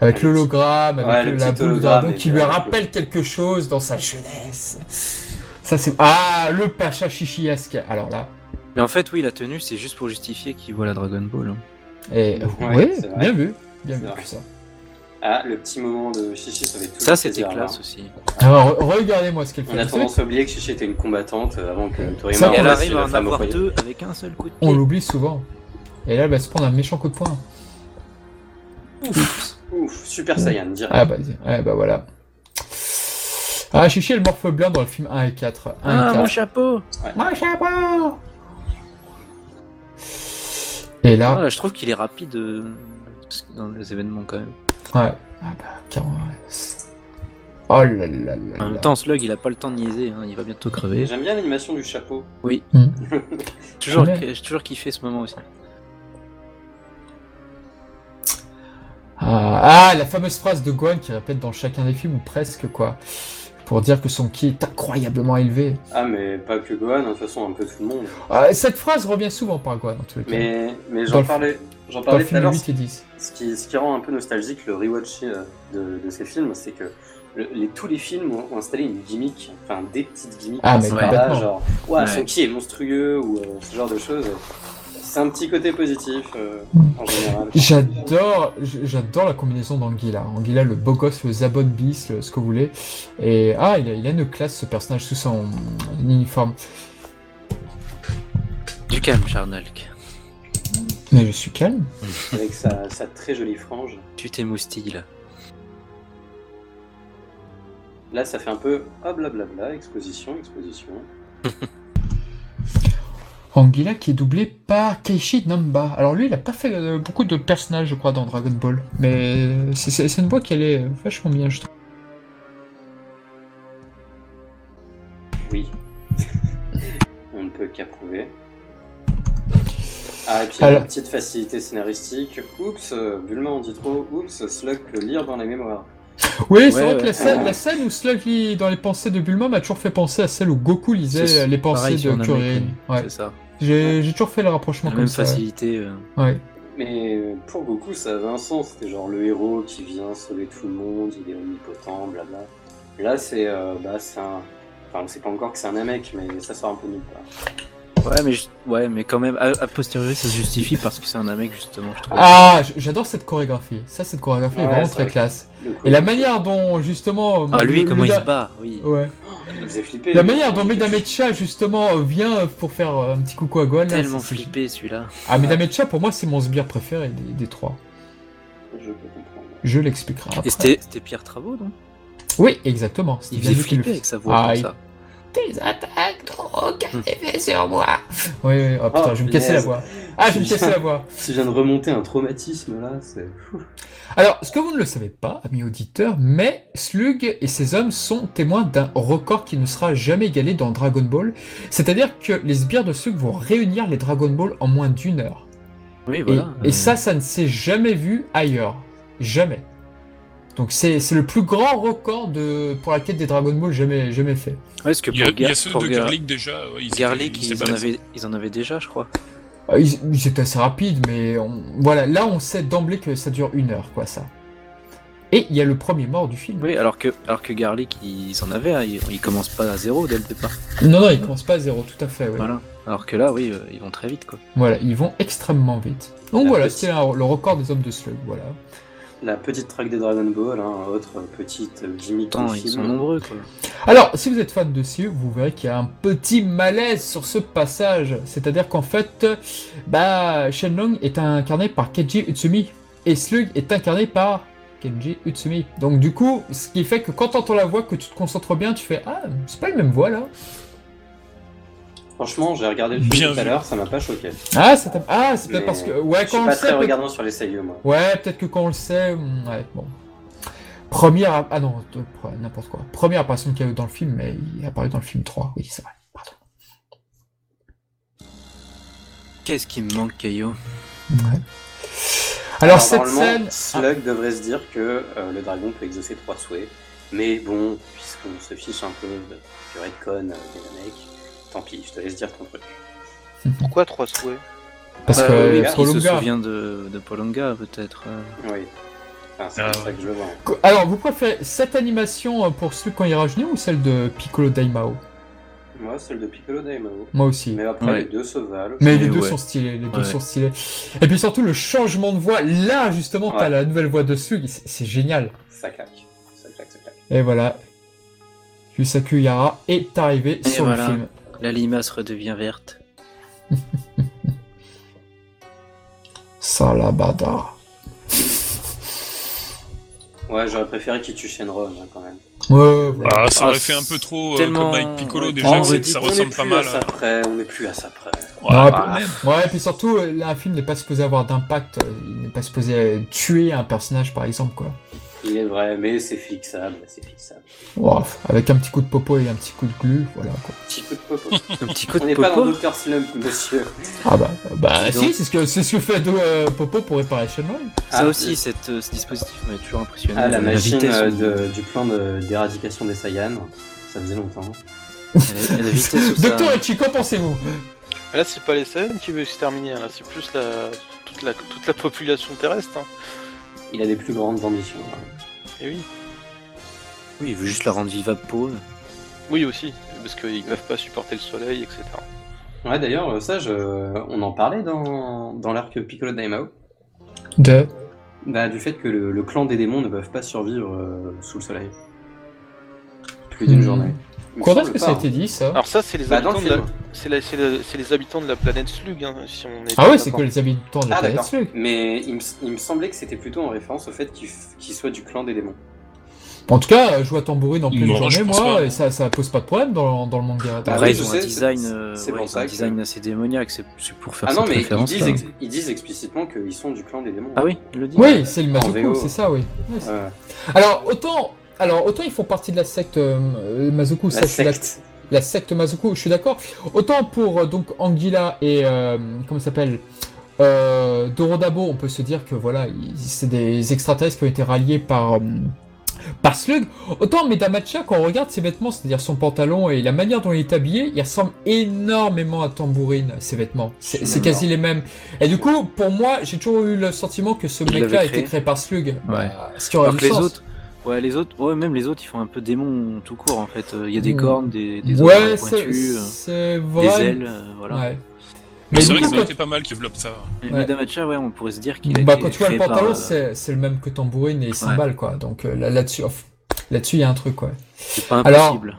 [SPEAKER 2] Avec
[SPEAKER 4] Ouais,
[SPEAKER 2] l'hologramme,
[SPEAKER 4] ouais,
[SPEAKER 2] avec
[SPEAKER 4] le
[SPEAKER 2] le- la
[SPEAKER 4] petit
[SPEAKER 2] boule de
[SPEAKER 4] hologramme,
[SPEAKER 2] dragon
[SPEAKER 4] et
[SPEAKER 2] qui
[SPEAKER 4] le-
[SPEAKER 2] lui rappelle quelque chose dans sa jeunesse. Ça c'est ah le pacha chichiesque. Alors là,
[SPEAKER 3] Mais en fait, oui, la tenue, c'est juste pour justifier qu'il voit la Dragon Ball. hein.
[SPEAKER 2] et
[SPEAKER 4] Ouais,
[SPEAKER 2] ouais,
[SPEAKER 4] c'est vrai.
[SPEAKER 2] eh, bien vu, bien
[SPEAKER 4] C'est
[SPEAKER 2] vu
[SPEAKER 4] vrai.
[SPEAKER 2] tout ça.
[SPEAKER 4] Ah, le petit moment de Chichi, ça avait tout
[SPEAKER 3] Ça,
[SPEAKER 4] le
[SPEAKER 3] c'était
[SPEAKER 4] plaisir,
[SPEAKER 3] classe
[SPEAKER 4] hein.
[SPEAKER 3] aussi.
[SPEAKER 2] Alors re- regardez-moi ce qu'elle
[SPEAKER 4] On a
[SPEAKER 2] fait. Vous savez,
[SPEAKER 4] tendance à oublier que Chichi était une combattante euh, avant que
[SPEAKER 2] Ça,
[SPEAKER 4] Toriyama
[SPEAKER 3] Et elle
[SPEAKER 2] on a-
[SPEAKER 4] remplace
[SPEAKER 3] arrive à
[SPEAKER 4] la
[SPEAKER 3] en
[SPEAKER 4] femme au
[SPEAKER 3] avoir
[SPEAKER 4] foyer.
[SPEAKER 3] deux avec un seul coup de
[SPEAKER 2] On
[SPEAKER 3] pied.
[SPEAKER 2] l'oublie souvent. Et là, elle va se prendre un méchant coup de poing.
[SPEAKER 4] Ouf, Super Saiyan, direct.
[SPEAKER 2] Ah bah, ouais, bah voilà. Ah, Chichi, elle morphe bien dans le film 1 et 4. 1 et
[SPEAKER 3] Ah,
[SPEAKER 2] 4.
[SPEAKER 3] mon chapeau
[SPEAKER 2] Mon chapeau Et là,
[SPEAKER 3] Ah, là, Je trouve qu'il est rapide euh, dans les événements quand même.
[SPEAKER 2] Ouais. Ah bah, carrément, ouais. C'est- Oh là là là
[SPEAKER 3] En
[SPEAKER 2] là.
[SPEAKER 3] même temps, Slug, il a pas le temps de niaiser, hein, il va bientôt crever.
[SPEAKER 4] J'aime bien l'animation du chapeau.
[SPEAKER 3] Toujours,
[SPEAKER 2] Ouais.
[SPEAKER 3] J'ai toujours kiffé ce moment aussi.
[SPEAKER 2] Ah, ah, la fameuse phrase de Gohan qui répète dans chacun des films, ou presque, quoi. Pour dire que son ki est incroyablement élevé.
[SPEAKER 4] Ah, mais pas que Gohan, de toute façon, un peu tout le monde.
[SPEAKER 2] Ah, cette phrase revient souvent par Gohan, en tous les cas.
[SPEAKER 4] Mais, mais
[SPEAKER 2] Dans
[SPEAKER 4] j'en
[SPEAKER 2] le-
[SPEAKER 4] parlais, j'en
[SPEAKER 2] dans le
[SPEAKER 4] parlais tout à
[SPEAKER 2] film
[SPEAKER 4] l'heure.
[SPEAKER 2] 8 et 10.
[SPEAKER 4] Ce qui, ce qui rend un peu nostalgique le rewatch euh, de, de ces films, c'est que le- les, tous les films ont, ont installé une gimmick, enfin des petites gimmicks.
[SPEAKER 2] Ah,
[SPEAKER 4] comme
[SPEAKER 2] mais
[SPEAKER 4] ça,
[SPEAKER 2] complètement.
[SPEAKER 4] genre, Ouah,
[SPEAKER 3] Ouais.
[SPEAKER 4] son ki est monstrueux ou euh, ce genre de choses. C'est un petit côté positif euh,
[SPEAKER 2] Mmh.
[SPEAKER 4] en général.
[SPEAKER 2] J'adore, j- j'adore la combinaison d'Anguilla. Anguilla, le beau gosse, le Zabon bis, le- ce que vous voulez. Et ah, il a, il a une classe ce personnage sous son uniforme.
[SPEAKER 3] Du calme, Charnalk.
[SPEAKER 2] Mais je suis calme.
[SPEAKER 4] Avec sa, sa très jolie frange.
[SPEAKER 3] Tu t'émoustilles là.
[SPEAKER 4] Là, ça fait un peu ah blablabla, exposition, exposition.
[SPEAKER 2] Anguilla qui est doublé par Keishi Namba. Alors lui, il a pas fait euh, beaucoup de personnages, je crois, dans Dragon Ball. Mais euh, c'est- c'est c'est une voix qui elle est euh, vachement bien, je trouve.
[SPEAKER 4] Oui. On ne peut qu'approuver. Ah, et puis
[SPEAKER 2] Alors-
[SPEAKER 4] une petite facilité scénaristique. Oups, euh, Bulma on dit trop. Oups, Slug peut lire dans les mémoires.
[SPEAKER 2] Oui, c'est
[SPEAKER 3] Ouais,
[SPEAKER 2] vrai que
[SPEAKER 3] ouais.
[SPEAKER 2] la scène, la scène où Slug lit dans les pensées de Bulma m'a toujours fait penser à celle où Goku lisait
[SPEAKER 3] C'est-
[SPEAKER 2] euh, les
[SPEAKER 3] Pareil
[SPEAKER 2] pensées
[SPEAKER 3] sur
[SPEAKER 2] de
[SPEAKER 3] Namek,
[SPEAKER 2] Kuririn.
[SPEAKER 3] euh,
[SPEAKER 2] Ouais.
[SPEAKER 3] C'est ça.
[SPEAKER 2] J'ai j'ai toujours fait le rapprochement
[SPEAKER 3] La
[SPEAKER 2] comme
[SPEAKER 3] même
[SPEAKER 2] ça. ouais.
[SPEAKER 3] facilité. euh,
[SPEAKER 2] Ouais.
[SPEAKER 4] Mais euh, pour Goku, ça avait un sens. C'était genre le héros qui vient sauver tout le monde, il est omnipotent, blabla. Là, c'est euh, bah, c'est un. Enfin, on sait pas encore que c'est un Namek, mais ça sort un peu nulle part.
[SPEAKER 3] Ouais, mais, je- ouais, mais quand même, a, a posteriori, ça se justifie parce que c'est un Namek, justement, je trouve.
[SPEAKER 2] Ah, j- j'adore cette chorégraphie. Ça, cette chorégraphie est
[SPEAKER 4] Ouais,
[SPEAKER 2] vraiment
[SPEAKER 4] c'est
[SPEAKER 2] très
[SPEAKER 4] vrai.
[SPEAKER 2] classe.
[SPEAKER 4] Le coup,
[SPEAKER 2] Et la manière dont, justement...
[SPEAKER 3] Ah, lui,
[SPEAKER 2] Lu-
[SPEAKER 3] comment il
[SPEAKER 2] Luda-
[SPEAKER 3] se bat, oui.
[SPEAKER 2] Ouais.
[SPEAKER 4] il me faisait flipper.
[SPEAKER 2] La manière dont Medamecha, justement, euh, vient pour faire euh, un petit coucou à Gohan. là,
[SPEAKER 3] Tellement
[SPEAKER 2] c'est-
[SPEAKER 3] flippé, celui-là.
[SPEAKER 2] Ah, Medamecha, pour moi, c'est mon sbire préféré des, des trois.
[SPEAKER 4] Je peux comprendre.
[SPEAKER 2] Je l'expliquerai
[SPEAKER 3] Et
[SPEAKER 2] après.
[SPEAKER 3] c'était c'était Pierre Travaux, non
[SPEAKER 2] Oui, exactement. C'était
[SPEAKER 3] Il
[SPEAKER 2] bien
[SPEAKER 3] faisait
[SPEAKER 2] lui qui le
[SPEAKER 3] flipper
[SPEAKER 2] faisait.
[SPEAKER 3] avec sa voix
[SPEAKER 2] Ah,
[SPEAKER 3] comme
[SPEAKER 2] il-
[SPEAKER 3] ça.
[SPEAKER 2] Tes attaques trop
[SPEAKER 3] Hmm.
[SPEAKER 2] calées sur moi. Oui, oui. Oh putain,
[SPEAKER 4] Oh,
[SPEAKER 2] je vais me casser la
[SPEAKER 4] punaise.
[SPEAKER 2] voix. Ah, je vais me casser la voix.
[SPEAKER 4] Si je viens de remonter un traumatisme là, c'est.
[SPEAKER 2] Alors, ce que vous ne le savez pas, amis auditeurs, mais Slug et ses hommes sont témoins d'un record qui ne sera jamais égalé dans Dragon Ball. C'est-à-dire que les sbires de Slug vont réunir les Dragon Ball en moins d'une heure.
[SPEAKER 3] Oui,
[SPEAKER 2] Et,
[SPEAKER 3] voilà.
[SPEAKER 2] et ça, ça ne s'est jamais vu ailleurs. Jamais. Donc c'est c'est le plus grand record de, pour la quête des Dragon Ball jamais, jamais fait.
[SPEAKER 3] Ouais, parce que
[SPEAKER 1] Il y a,
[SPEAKER 3] pour,
[SPEAKER 1] il y a
[SPEAKER 3] Gar-
[SPEAKER 1] ceux
[SPEAKER 3] pour
[SPEAKER 1] de
[SPEAKER 3] Gar-
[SPEAKER 1] Garlic déjà. ouais, ils étaient-
[SPEAKER 3] Garlic,
[SPEAKER 1] ils
[SPEAKER 3] ils,
[SPEAKER 1] étaient
[SPEAKER 3] en
[SPEAKER 1] pas-
[SPEAKER 3] avaient, ils en avaient déjà, je crois.
[SPEAKER 2] Ah, Ils, ils étaient assez rapides, mais on- voilà, là on sait d'emblée que ça dure une heure, quoi, ça. Et il y a le premier mort du film.
[SPEAKER 3] Oui, alors que, alors que Garlic, ils en avaient, hein, ils, ils commencent pas à zéro dès le départ.
[SPEAKER 2] Non, non, ils commencent pas à zéro, tout à fait. ouais. Voilà.
[SPEAKER 3] Voilà. Alors que là, oui, euh, ils vont très vite, quoi.
[SPEAKER 2] ils vont extrêmement vite. Donc
[SPEAKER 4] La
[SPEAKER 2] voilà,
[SPEAKER 4] petite-
[SPEAKER 2] c'est un- le record des hommes de Slug, voilà.
[SPEAKER 4] La petite track des Dragon Ball, hein, autre petite euh, gimmick
[SPEAKER 3] Tant,
[SPEAKER 4] du
[SPEAKER 3] ils sont
[SPEAKER 2] hein.
[SPEAKER 4] film.
[SPEAKER 3] nombreux, quoi.
[SPEAKER 2] Alors, si vous êtes fan de Slug, vous verrez qu'il y a un petit malaise sur ce passage. C'est-à-dire qu'en fait, bah, Shenlong est incarné par Keiji Utsumi et Slug est incarné par Kenji Utsumi. Donc du coup, ce qui fait que quand t'entends la voix, que tu te concentres bien, tu fais ah, c'est pas la même voix là.
[SPEAKER 4] Franchement, j'ai regardé le film
[SPEAKER 1] Bien
[SPEAKER 4] tout à
[SPEAKER 1] vu.
[SPEAKER 4] l'heure, ça m'a pas choqué.
[SPEAKER 2] Ah, ça t'a- ah, c'est peut-être
[SPEAKER 4] Mais
[SPEAKER 2] parce que ouais,
[SPEAKER 4] Je suis
[SPEAKER 2] quand on le
[SPEAKER 4] pas
[SPEAKER 2] sait,
[SPEAKER 4] très
[SPEAKER 2] peut-être-
[SPEAKER 4] regardant sur les seiyuu, moi.
[SPEAKER 2] Ouais, peut-être que quand on le sait, mm, ouais, bon. Première, ah non, de- ouais, n'importe quoi. Première apparition de K.O. dans le film, mais il est apparu dans le film 3, oui, c'est vrai. Pardon.
[SPEAKER 3] Qu'est-ce qui me manque, Kaio
[SPEAKER 2] Ouais. Alors, cette
[SPEAKER 4] normalement,
[SPEAKER 2] scène,
[SPEAKER 4] Slug devrait se dire que euh, le dragon peut exaucer trois souhaits. Mais bon, puisqu'on se fiche un peu de du redcon euh, des mecs, tant pis, je te laisse dire ton truc.
[SPEAKER 5] Pourquoi trois souhaits
[SPEAKER 2] parce
[SPEAKER 3] Bah,
[SPEAKER 2] que
[SPEAKER 3] oui,
[SPEAKER 2] parce
[SPEAKER 3] parce
[SPEAKER 2] que
[SPEAKER 3] qu'il se
[SPEAKER 2] Olunga-
[SPEAKER 3] souvient de, de Polonga, peut-être. euh.
[SPEAKER 4] Oui. Enfin, c'est
[SPEAKER 1] Ah,
[SPEAKER 4] comme ça
[SPEAKER 1] ouais.
[SPEAKER 4] que je le vois. hein.
[SPEAKER 2] Qu- Alors, vous préférez cette animation euh, pour Slug quand il est rajeuni ou celle de Piccolo Daimao
[SPEAKER 4] Moi, celle de Piccolo Daimao.
[SPEAKER 2] Moi aussi.
[SPEAKER 4] Mais après,
[SPEAKER 3] Ouais.
[SPEAKER 4] les deux se valent.
[SPEAKER 2] Mais
[SPEAKER 3] Mais
[SPEAKER 2] les deux
[SPEAKER 3] ouais.
[SPEAKER 2] sont stylés, les deux
[SPEAKER 3] Ouais.
[SPEAKER 2] sont stylés. Et puis surtout le changement de voix, là justement, t'as
[SPEAKER 4] Ouais.
[SPEAKER 2] la nouvelle voix de Slug, c'est c'est génial.
[SPEAKER 4] Ça claque. Ça claque, ça claque.
[SPEAKER 2] Et voilà. Yusaku Yara est arrivé
[SPEAKER 3] Et
[SPEAKER 2] sur
[SPEAKER 3] voilà.
[SPEAKER 2] le film.
[SPEAKER 3] La limace redevient verte.
[SPEAKER 2] Salabada.
[SPEAKER 4] Ouais, j'aurais préféré qu'il tue Shenron, hein, quand même.
[SPEAKER 2] Ouais, voilà.
[SPEAKER 1] Ah, ça
[SPEAKER 3] Ah,
[SPEAKER 1] aurait fait un peu trop euh,
[SPEAKER 3] tellement-
[SPEAKER 1] comme avec Piccolo
[SPEAKER 3] ouais,
[SPEAKER 1] déjà,
[SPEAKER 3] on
[SPEAKER 1] que c'est-
[SPEAKER 3] redit-
[SPEAKER 1] ça
[SPEAKER 4] On est
[SPEAKER 1] ressemble
[SPEAKER 4] plus
[SPEAKER 1] pas mal. hein.
[SPEAKER 4] à ça
[SPEAKER 1] à-
[SPEAKER 4] près, on n'est plus à ça près.
[SPEAKER 1] Ouais,
[SPEAKER 2] Ah,
[SPEAKER 1] quand même.
[SPEAKER 2] Ouais, et puis surtout, euh, là, un film n'est pas supposé avoir d'impact. euh, Il n'est pas supposé euh, tuer un personnage, par exemple, quoi.
[SPEAKER 4] Il est vrai, mais c'est fixable, c'est fixable.
[SPEAKER 2] Ouah, avec un petit coup de popo et un petit coup de glu, voilà, quoi.
[SPEAKER 4] Petit coup de popo.
[SPEAKER 3] Un petit coup de
[SPEAKER 4] On n'est pas dans
[SPEAKER 3] popo.
[SPEAKER 4] Doctor Slump, monsieur.
[SPEAKER 2] Ah bah, bah
[SPEAKER 3] Dis
[SPEAKER 2] si,
[SPEAKER 3] donc.
[SPEAKER 2] c'est ce que, c'est ce que fait euh, Popo pour réparer Shenlong.
[SPEAKER 3] Ça
[SPEAKER 4] Ah,
[SPEAKER 3] aussi, cette, euh, ce dispositif m'a toujours impressionné.
[SPEAKER 4] Ah, la machine
[SPEAKER 3] vitesse,
[SPEAKER 4] euh,
[SPEAKER 3] où-
[SPEAKER 4] de- du plan de- d'éradication des Saiyans. Ça faisait longtemps.
[SPEAKER 3] la- la vitesse où ça-
[SPEAKER 2] Docteur Echi, qu'en pensez-vous
[SPEAKER 5] Ah, Là, c'est pas les Saiyans qui veulent exterminer, hein, là, c'est plus la... Toute, la... toute la population terrestre. Hein.
[SPEAKER 4] Il a des plus grandes ambitions. hein.
[SPEAKER 5] Et oui.
[SPEAKER 3] Oui, il veut juste la rendre vivable pour eux.
[SPEAKER 5] Oui, aussi, parce qu'ils peuvent pas supporter le soleil, etc.
[SPEAKER 4] Ouais, d'ailleurs, euh, ça, je... on en parlait dans, dans l'arc Piccolo Daimao.
[SPEAKER 2] De...
[SPEAKER 4] Bah, du fait que le, le clan des démons ne peuvent pas survivre euh, sous le soleil. Plus
[SPEAKER 2] Hmm.
[SPEAKER 4] d'une journée. Il me
[SPEAKER 2] Quand est-ce
[SPEAKER 4] semble
[SPEAKER 2] que
[SPEAKER 4] pas,
[SPEAKER 2] ça a
[SPEAKER 4] hein.
[SPEAKER 2] été dit, ça
[SPEAKER 5] Alors, ça, c'est les,
[SPEAKER 4] Bah, dans
[SPEAKER 5] habitants
[SPEAKER 4] le
[SPEAKER 5] de la...
[SPEAKER 4] film.
[SPEAKER 5] c'est la- c'est la- c'est les habitants de la planète Slug. Hein, si on est
[SPEAKER 2] Ah ouais,
[SPEAKER 5] d'accord.
[SPEAKER 2] c'est que les habitants de la
[SPEAKER 4] Ah,
[SPEAKER 2] planète
[SPEAKER 4] d'accord.
[SPEAKER 2] Slug.
[SPEAKER 4] Mais il me, il me semblait que c'était plutôt en référence au fait qu'il f- qu'il soit du clan des démons.
[SPEAKER 2] En tout cas, euh, je vois tambourine en pleine
[SPEAKER 1] Non, je
[SPEAKER 2] journée,
[SPEAKER 1] pense
[SPEAKER 2] moi,
[SPEAKER 1] pas.
[SPEAKER 2] et ça, ça pose pas de problème dans, dans le manga.
[SPEAKER 4] Bah
[SPEAKER 3] Après,
[SPEAKER 4] oui,
[SPEAKER 3] ils
[SPEAKER 4] je
[SPEAKER 3] ont un
[SPEAKER 4] sais, c'est-
[SPEAKER 3] design,
[SPEAKER 4] c'est-
[SPEAKER 3] euh,
[SPEAKER 4] c'est
[SPEAKER 3] ouais,
[SPEAKER 4] pour
[SPEAKER 3] ils ont un
[SPEAKER 4] ça que-
[SPEAKER 3] design assez démoniaque, c'est c'est pour faire
[SPEAKER 4] Ah non,
[SPEAKER 3] cette
[SPEAKER 4] mais ils
[SPEAKER 3] référence.
[SPEAKER 4] disent, ex- ils disent explicitement qu'ils sont du clan des démons. Euh,
[SPEAKER 3] Ah oui, il le dit.
[SPEAKER 2] Oui, c'est le
[SPEAKER 4] En VO.
[SPEAKER 2] Mazuko, c'est ça, oui. Ouais, c'est-
[SPEAKER 4] Ouais.
[SPEAKER 2] Alors, autant, alors, autant ils font partie de la secte euh, euh, Mazuko, ça,
[SPEAKER 4] La
[SPEAKER 2] je suis d'ac-
[SPEAKER 4] secte.
[SPEAKER 2] la secte Mazuko, je suis d'accord. Autant pour euh, donc Anguilla et euh, comment ça s'appelle euh, Dorodabo, on peut se dire que voilà, ils- c'est des extraterrestres qui ont été ralliés par euh, par Slug. Autant Metamacha, quand on regarde ses vêtements, c'est-à-dire son pantalon et la manière dont il est habillé, il ressemble énormément à Tambourine, ses vêtements. C'est
[SPEAKER 4] Je suis
[SPEAKER 2] c'est quasi les mêmes. Et du coup, pour moi, j'ai toujours eu le sentiment que ce
[SPEAKER 3] Il
[SPEAKER 2] mec-là a
[SPEAKER 3] l'avait
[SPEAKER 2] été
[SPEAKER 3] créé.
[SPEAKER 2] créé par Slug. Bah,
[SPEAKER 3] Ouais.
[SPEAKER 2] Ce qui aurait
[SPEAKER 3] Alors
[SPEAKER 2] du
[SPEAKER 3] que les
[SPEAKER 2] sens.
[SPEAKER 3] autres, ouais, les autres, ouais, même les autres, ils font un peu démon tout court en fait. Euh, Il y a des
[SPEAKER 2] Mm.
[SPEAKER 3] cornes, des, des
[SPEAKER 2] ouais,
[SPEAKER 3] oreilles
[SPEAKER 2] c'est
[SPEAKER 3] pointues, euh,
[SPEAKER 2] c'est
[SPEAKER 3] des
[SPEAKER 2] vrai.
[SPEAKER 3] ailes, euh, voilà.
[SPEAKER 2] Ouais.
[SPEAKER 1] Mais c'est
[SPEAKER 2] du
[SPEAKER 1] vrai que
[SPEAKER 2] coup,
[SPEAKER 1] ça
[SPEAKER 2] quand-
[SPEAKER 1] aurait été pas mal qu'ils développent ça.
[SPEAKER 3] Mais
[SPEAKER 2] Ouais.
[SPEAKER 3] Madamacha, ouais, on pourrait se dire qu'il a
[SPEAKER 2] Bah,
[SPEAKER 3] été
[SPEAKER 2] quand tu vois le
[SPEAKER 3] créé par,
[SPEAKER 2] pantalon,
[SPEAKER 3] euh,
[SPEAKER 2] c'est c'est le même que tambourine et cymbale, quoi. Donc euh, là- là-dessus, off. là-dessus, il y a un truc, quoi.
[SPEAKER 3] C'est pas
[SPEAKER 2] Alors-
[SPEAKER 3] impossible.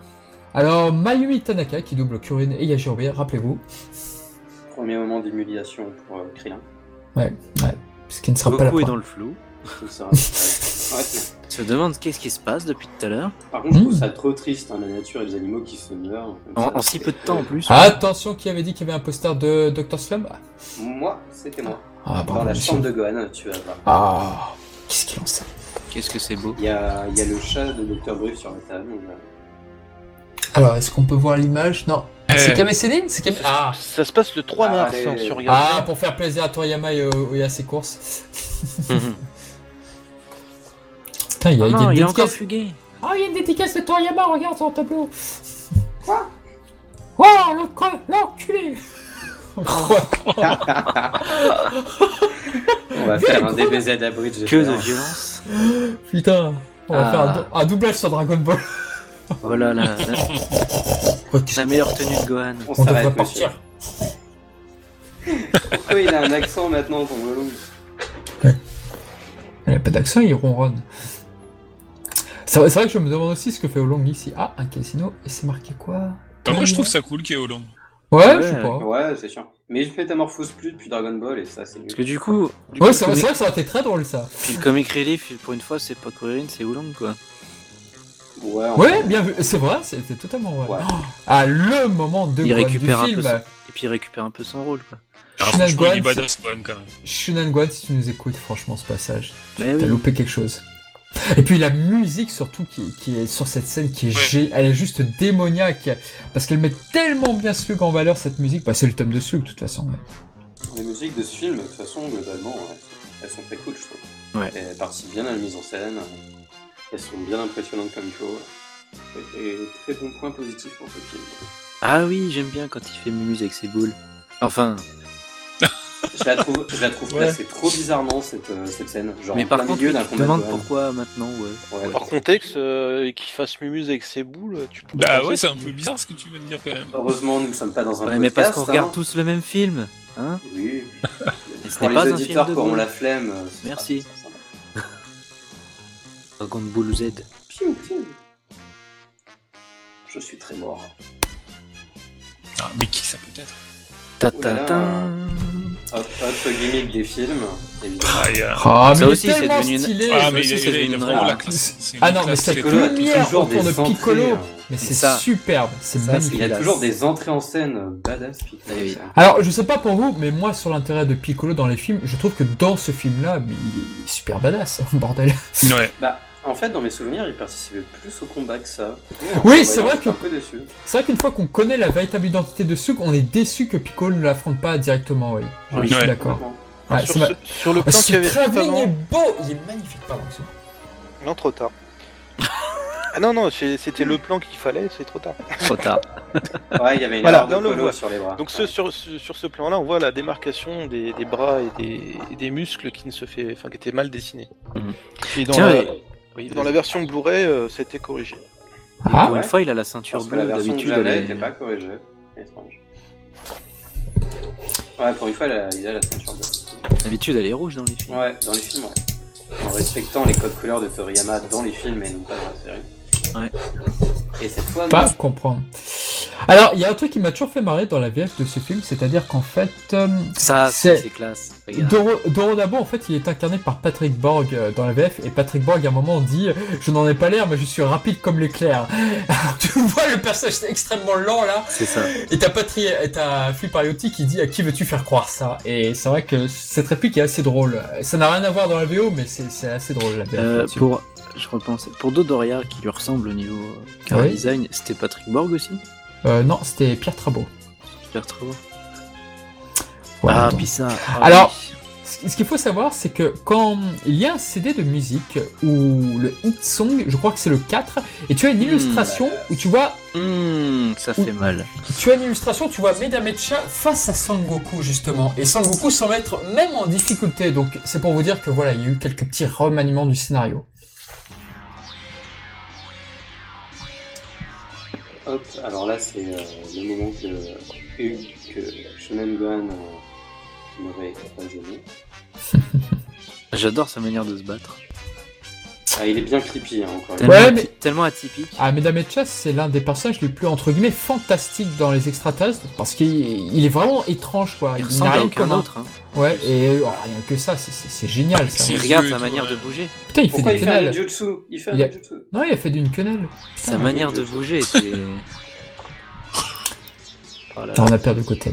[SPEAKER 2] Alors, Mayumi Tanaka, qui double Kurin et Yajirobe, rappelez-vous,
[SPEAKER 4] Premier moment d'humiliation pour euh, Krillin.
[SPEAKER 2] ce qui ne sera pas la
[SPEAKER 3] Goku est
[SPEAKER 2] première.
[SPEAKER 3] dans le flou.
[SPEAKER 4] Tout ça. Ouais. Ouais.
[SPEAKER 3] Il se demande qu'est-ce qui se passe depuis tout à l'heure.
[SPEAKER 4] Par contre, je trouve
[SPEAKER 2] Mm.
[SPEAKER 4] ça trop triste, hein, la nature et les animaux qui se meurent. comme
[SPEAKER 3] Hmm. En,
[SPEAKER 4] ça.
[SPEAKER 3] en si peu de temps en plus.
[SPEAKER 2] Ah. Attention, qui avait dit qu'il y avait un poster de Dr. Slum
[SPEAKER 4] Moi, c'était moi.
[SPEAKER 2] Ah,
[SPEAKER 4] Dans
[SPEAKER 3] Oh,
[SPEAKER 2] bravo,
[SPEAKER 4] la
[SPEAKER 2] monsieur.
[SPEAKER 4] chambre de Gohan, tu vas voir.
[SPEAKER 2] Ah, qu'est-ce qu'il en sait
[SPEAKER 3] Qu'est-ce que c'est beau.
[SPEAKER 4] Il y a, il y a le chat de Dr. Brief sur la table. donc, euh,
[SPEAKER 2] Alors, est-ce qu'on peut voir l'image Non.
[SPEAKER 3] Euh.
[SPEAKER 1] Eh.
[SPEAKER 2] C'est Kame Sennin C'est Kame- Ah
[SPEAKER 5] Ça se passe le 3 mars,
[SPEAKER 4] Allez.
[SPEAKER 5] hein, si on regarde.
[SPEAKER 2] Ah,
[SPEAKER 5] bien.
[SPEAKER 2] pour faire plaisir à Toriyama et, euh, et à ses courses. Putain, il y a,
[SPEAKER 3] Ah
[SPEAKER 2] il y a
[SPEAKER 3] non,
[SPEAKER 2] une
[SPEAKER 3] il est encore
[SPEAKER 2] dédicace.
[SPEAKER 3] fugué.
[SPEAKER 2] Oh, il y a une dédicace de Toriyama, regarde sur le tableau. Quoi Oh, l'autre con- l'enculé
[SPEAKER 4] On va faire un DBZ à Bridge.
[SPEAKER 3] Que de
[SPEAKER 4] j'espère.
[SPEAKER 3] violence.
[SPEAKER 2] Putain, on va
[SPEAKER 3] Ah.
[SPEAKER 2] faire un, dou- un doublage sur Dragon Ball.
[SPEAKER 3] Voilà la, la- la meilleure tenue de Gohan.
[SPEAKER 4] On
[SPEAKER 2] On devrait
[SPEAKER 4] s'arrête, monsieur.
[SPEAKER 2] partir.
[SPEAKER 4] Pourquoi il a un accent maintenant, ton melon
[SPEAKER 2] Il a Eh, pas d'accent, il ronronne. C'est vrai, c'est vrai que je me demande aussi ce que fait Oolong ici. Ah, un casino, et c'est marqué quoi
[SPEAKER 1] Enfin, moi, je trouve ça cool qu'il y ait Olong.
[SPEAKER 2] Ouais,
[SPEAKER 3] Ouais,
[SPEAKER 2] je sais pas.
[SPEAKER 4] Ouais, c'est chiant. Mais je métamorphose plus depuis Dragon Ball et ça, c'est
[SPEAKER 3] Parce que
[SPEAKER 4] nul.
[SPEAKER 3] du coup, du
[SPEAKER 2] Ouais,
[SPEAKER 3] coup,
[SPEAKER 2] c'est vrai,
[SPEAKER 3] le
[SPEAKER 2] c'est
[SPEAKER 3] comic,
[SPEAKER 2] vrai que ça aurait été très drôle ça.
[SPEAKER 3] puis le comic relief, pour une fois, c'est pas Kuririn, c'est Oolong quoi.
[SPEAKER 4] Ouais, on-
[SPEAKER 2] Ouais, bien vu, c'est vrai, c'était totalement vrai.
[SPEAKER 4] Ouais.
[SPEAKER 2] Oh, ah, le moment de
[SPEAKER 3] Il
[SPEAKER 2] Gohan
[SPEAKER 3] récupère un
[SPEAKER 2] du
[SPEAKER 3] peu
[SPEAKER 2] film.
[SPEAKER 3] son- Et puis il récupère un peu son rôle quoi.
[SPEAKER 1] Alors,
[SPEAKER 2] Final
[SPEAKER 1] Ah, franchement, il est
[SPEAKER 2] Gohan,
[SPEAKER 1] badass Gohan, quand même.
[SPEAKER 2] Shunan Gohan, si tu nous écoutes, franchement, ce passage.
[SPEAKER 3] Mais
[SPEAKER 2] T'as
[SPEAKER 3] oui.
[SPEAKER 2] loupé quelque chose. Et puis la musique surtout qui, qui est sur cette scène qui est
[SPEAKER 1] Ouais.
[SPEAKER 2] gé- elle est juste démoniaque parce qu'elle met tellement bien Slug en valeur cette musique. Bah, c'est le thème de Slug de toute façon. mais-
[SPEAKER 3] Oh.
[SPEAKER 4] Les musiques de ce film, de toute façon, globalement, ouais, elles sont très cool, je trouve.
[SPEAKER 3] Ouais.
[SPEAKER 4] Elles participent bien à la mise en scène. euh, Elles sont bien impressionnantes comme il faut. Et très bon point positif pour ce film.
[SPEAKER 3] Ah oui, j'aime bien quand il fait mumuse avec ses boules. Enfin,
[SPEAKER 4] Je la trouve, je la trouve
[SPEAKER 1] Ouais.
[SPEAKER 4] placée trop bizarrement, cette, euh, cette scène. Genre,
[SPEAKER 3] mais
[SPEAKER 4] en
[SPEAKER 3] par
[SPEAKER 4] plein
[SPEAKER 3] contre,
[SPEAKER 4] milieu
[SPEAKER 3] tu
[SPEAKER 4] d'un
[SPEAKER 3] te
[SPEAKER 4] combat de
[SPEAKER 3] demandes
[SPEAKER 4] Gohan.
[SPEAKER 3] pourquoi maintenant, ouais.
[SPEAKER 2] Ah,
[SPEAKER 4] Ouais.
[SPEAKER 5] Par contexte, euh, qu'il fasse mumuse avec ses boules, tu peux.
[SPEAKER 1] Bah
[SPEAKER 5] penser
[SPEAKER 1] ouais,
[SPEAKER 5] que-
[SPEAKER 1] c'est un peu bizarre ce que tu viens de dire, quand même.
[SPEAKER 4] Heureusement, nous ne sommes pas dans un
[SPEAKER 3] Ouais,
[SPEAKER 4] podcast.
[SPEAKER 3] mais parce qu'on
[SPEAKER 4] hein.
[SPEAKER 3] regarde tous le même film, hein
[SPEAKER 4] Oui.
[SPEAKER 3] ce
[SPEAKER 4] Pour
[SPEAKER 3] n'est
[SPEAKER 4] les
[SPEAKER 3] pas un film
[SPEAKER 4] auditeurs
[SPEAKER 3] de
[SPEAKER 4] qui auront
[SPEAKER 3] Gohan.
[SPEAKER 4] la flemme. euh, c'est
[SPEAKER 3] Merci.
[SPEAKER 4] pas- c'est sympa.
[SPEAKER 3] Dragon Ball Z.
[SPEAKER 4] Piou, piou. Je suis très mort.
[SPEAKER 1] Ah, mais qui ça peut être
[SPEAKER 3] Ta
[SPEAKER 4] Ouh là là.
[SPEAKER 3] ta ta.
[SPEAKER 4] Hop, hop, gimmick des films, évidemment.
[SPEAKER 1] Ah, il y a-
[SPEAKER 2] Ah, mais
[SPEAKER 3] Ça
[SPEAKER 2] il est
[SPEAKER 3] aussi, c'est
[SPEAKER 2] tellement
[SPEAKER 3] devenu une-
[SPEAKER 2] stylé.
[SPEAKER 1] Ah,
[SPEAKER 3] je
[SPEAKER 1] mais
[SPEAKER 3] sais,
[SPEAKER 1] il a-
[SPEAKER 3] c'est
[SPEAKER 1] il a- il a
[SPEAKER 3] une
[SPEAKER 1] vraiment
[SPEAKER 4] vraie-
[SPEAKER 1] la classe. C'est une
[SPEAKER 2] Ah non, mais
[SPEAKER 1] classe,
[SPEAKER 2] cette
[SPEAKER 1] c'est-
[SPEAKER 4] Piccolo a
[SPEAKER 2] lumière
[SPEAKER 4] toujours
[SPEAKER 2] autour
[SPEAKER 4] des
[SPEAKER 2] de
[SPEAKER 4] entrées,
[SPEAKER 2] Piccolo.
[SPEAKER 4] hein.
[SPEAKER 2] Mais c'est
[SPEAKER 3] ça.
[SPEAKER 2] superbe, c'est
[SPEAKER 3] Ça,
[SPEAKER 2] magnifique.
[SPEAKER 4] Il a toujours des entrées en scène euh, badass Piccolo.
[SPEAKER 3] Eh oui.
[SPEAKER 2] Alors, je sais pas pour vous, mais moi, sur l'intérêt de Piccolo dans les films, je trouve que dans ce film-là, mais il est super badass, bordel.
[SPEAKER 1] Ouais.
[SPEAKER 4] Bah, en fait, dans mes souvenirs, il participait plus au combat que ça.
[SPEAKER 2] Oui,
[SPEAKER 4] En
[SPEAKER 2] c'est
[SPEAKER 4] voyant,
[SPEAKER 2] vrai
[SPEAKER 4] je suis
[SPEAKER 2] que-
[SPEAKER 4] un peu déçu.
[SPEAKER 2] C'est vrai qu'une fois qu'on connaît la véritable identité de Slug, on est déçu que Piccolo ne l'affronte pas directement, oui. Oui,
[SPEAKER 1] Oui.
[SPEAKER 2] je suis
[SPEAKER 1] Ouais.
[SPEAKER 2] d'accord.
[SPEAKER 4] Complètement.
[SPEAKER 2] Ouais,
[SPEAKER 5] sur,
[SPEAKER 2] c'est ma-
[SPEAKER 5] ce- sur le
[SPEAKER 2] Ah,
[SPEAKER 5] plan
[SPEAKER 2] Ce
[SPEAKER 5] qu'il y avait juste
[SPEAKER 2] travelling est
[SPEAKER 5] avant.
[SPEAKER 2] beau, il est magnifique, pardon. excuse-moi.
[SPEAKER 5] Non, trop tard. Ah non, non, c'est- c'était le plan qu'il fallait, c'est trop tard.
[SPEAKER 3] Trop tard.
[SPEAKER 4] Ouais, il y avait une
[SPEAKER 5] Voilà,
[SPEAKER 4] barre de
[SPEAKER 5] on le
[SPEAKER 4] polo
[SPEAKER 5] voit.
[SPEAKER 4] sur les bras.
[SPEAKER 5] Donc ce, sur, ce- sur ce plan-là, on voit la démarcation des, des bras et des, et des muscles qui ne se fait, enfin qui étaient mal dessinés.
[SPEAKER 3] Mhm.
[SPEAKER 5] Et dans,
[SPEAKER 3] Tiens,
[SPEAKER 5] la,
[SPEAKER 3] et- oui,
[SPEAKER 5] dans la version Blu-ray, euh, c'était corrigé.
[SPEAKER 2] Ah,
[SPEAKER 3] pour
[SPEAKER 4] ouais.
[SPEAKER 3] une fois, il a la ceinture
[SPEAKER 4] Parce que la
[SPEAKER 3] bleue
[SPEAKER 4] version que
[SPEAKER 3] d'habitude.
[SPEAKER 4] j'avais
[SPEAKER 3] elle est-
[SPEAKER 4] n'était pas corrigée. Étrange. Ouais, pour une fois, la- il a la ceinture bleue.
[SPEAKER 3] D'habitude, elle est rouge dans les films.
[SPEAKER 4] Ouais, dans les films, ouais. En respectant les codes couleurs de Toriyama dans les films et non pas dans la série.
[SPEAKER 3] Ouais.
[SPEAKER 4] Et cette fois,
[SPEAKER 2] Pas comprendre. Alors, il y a un truc qui m'a toujours fait marrer dans la VF de ce film, c'est-à-dire qu'en fait, euh,
[SPEAKER 3] Ça,
[SPEAKER 2] C'est-
[SPEAKER 3] c'est c'est classe. Regarde.
[SPEAKER 2] Doro, Doro Dabo, en fait, il est incarné par Patrick Borg euh, dans la VF, et Patrick Borg, à un moment, dit « Je n'en ai pas l'air, mais je suis rapide comme l'éclair. » Alors, tu vois, le personnage c'est extrêmement lent, là,
[SPEAKER 3] C'est ça.
[SPEAKER 2] et t'as Patri- et t'as Philippe Ariotti qui dit « À qui veux-tu faire croire ça ?» Et c'est vrai que cette réplique est assez drôle. Ça n'a rien à voir dans la VO, mais c'est c'est assez drôle, la VF.
[SPEAKER 3] Euh,
[SPEAKER 2] là-dessus.
[SPEAKER 3] pour, je repense, pour Dodoria qui lui ressemble au niveau euh, car
[SPEAKER 2] Ouais.
[SPEAKER 3] design, c'était Patrick Borg aussi.
[SPEAKER 2] Euh, non, c'était Pierre Trabot.
[SPEAKER 3] Super trop.
[SPEAKER 2] Voilà,
[SPEAKER 3] ah,
[SPEAKER 2] donc.
[SPEAKER 3] puis ça. ah
[SPEAKER 2] Alors,
[SPEAKER 3] oui.
[SPEAKER 2] Ce ce qu'il faut savoir, c'est que quand il y a un CD de musique ou le hit song, je crois que c'est le 4, et tu as une illustration où tu vois,
[SPEAKER 3] Hmm, ça fait mal.
[SPEAKER 2] tu as une illustration, tu vois Medamecha face à Sangoku justement, et Sangoku sans mettre même en difficulté. Donc c'est pour vous dire que voilà, il y a eu quelques petits remaniements du scénario.
[SPEAKER 4] Hop, alors là, c'est euh, le moment que, Hugh- que Shonen Gohan euh, n'aurait pas aimé.
[SPEAKER 3] J'adore sa manière de se battre.
[SPEAKER 4] Ah, il est bien creepy, hein, encore une
[SPEAKER 3] Tellement,
[SPEAKER 4] fois.
[SPEAKER 2] Ouais,
[SPEAKER 3] ati-
[SPEAKER 2] mais-
[SPEAKER 3] tellement atypique.
[SPEAKER 2] Ah, Medamecha, c'est l'un des personnages les plus entre guillemets fantastiques dans les extraterrestres parce qu'il il est vraiment étrange quoi.
[SPEAKER 3] il
[SPEAKER 2] n'a
[SPEAKER 3] ressemble
[SPEAKER 2] rien
[SPEAKER 3] à
[SPEAKER 2] de
[SPEAKER 3] aucun
[SPEAKER 2] commun.
[SPEAKER 3] autre. hein.
[SPEAKER 2] Ouais, et oh, rien que ça, c'est- c'est c'est génial ça.
[SPEAKER 1] C'est-
[SPEAKER 3] Il regarde
[SPEAKER 1] vieux et
[SPEAKER 3] sa
[SPEAKER 1] tout,
[SPEAKER 3] manière
[SPEAKER 1] ouais.
[SPEAKER 3] de bouger.
[SPEAKER 2] Putain, il fait
[SPEAKER 4] Pourquoi
[SPEAKER 2] des
[SPEAKER 4] il fait un
[SPEAKER 2] quenelles.
[SPEAKER 4] jutsu Il fait
[SPEAKER 2] Il y
[SPEAKER 4] un
[SPEAKER 2] a-
[SPEAKER 4] jutsu.
[SPEAKER 2] Non, il a fait d'une quenelle.
[SPEAKER 3] Sa manière de bouger, c'est. Oh Voilà.
[SPEAKER 2] Putain, Euh, on a perdu côté.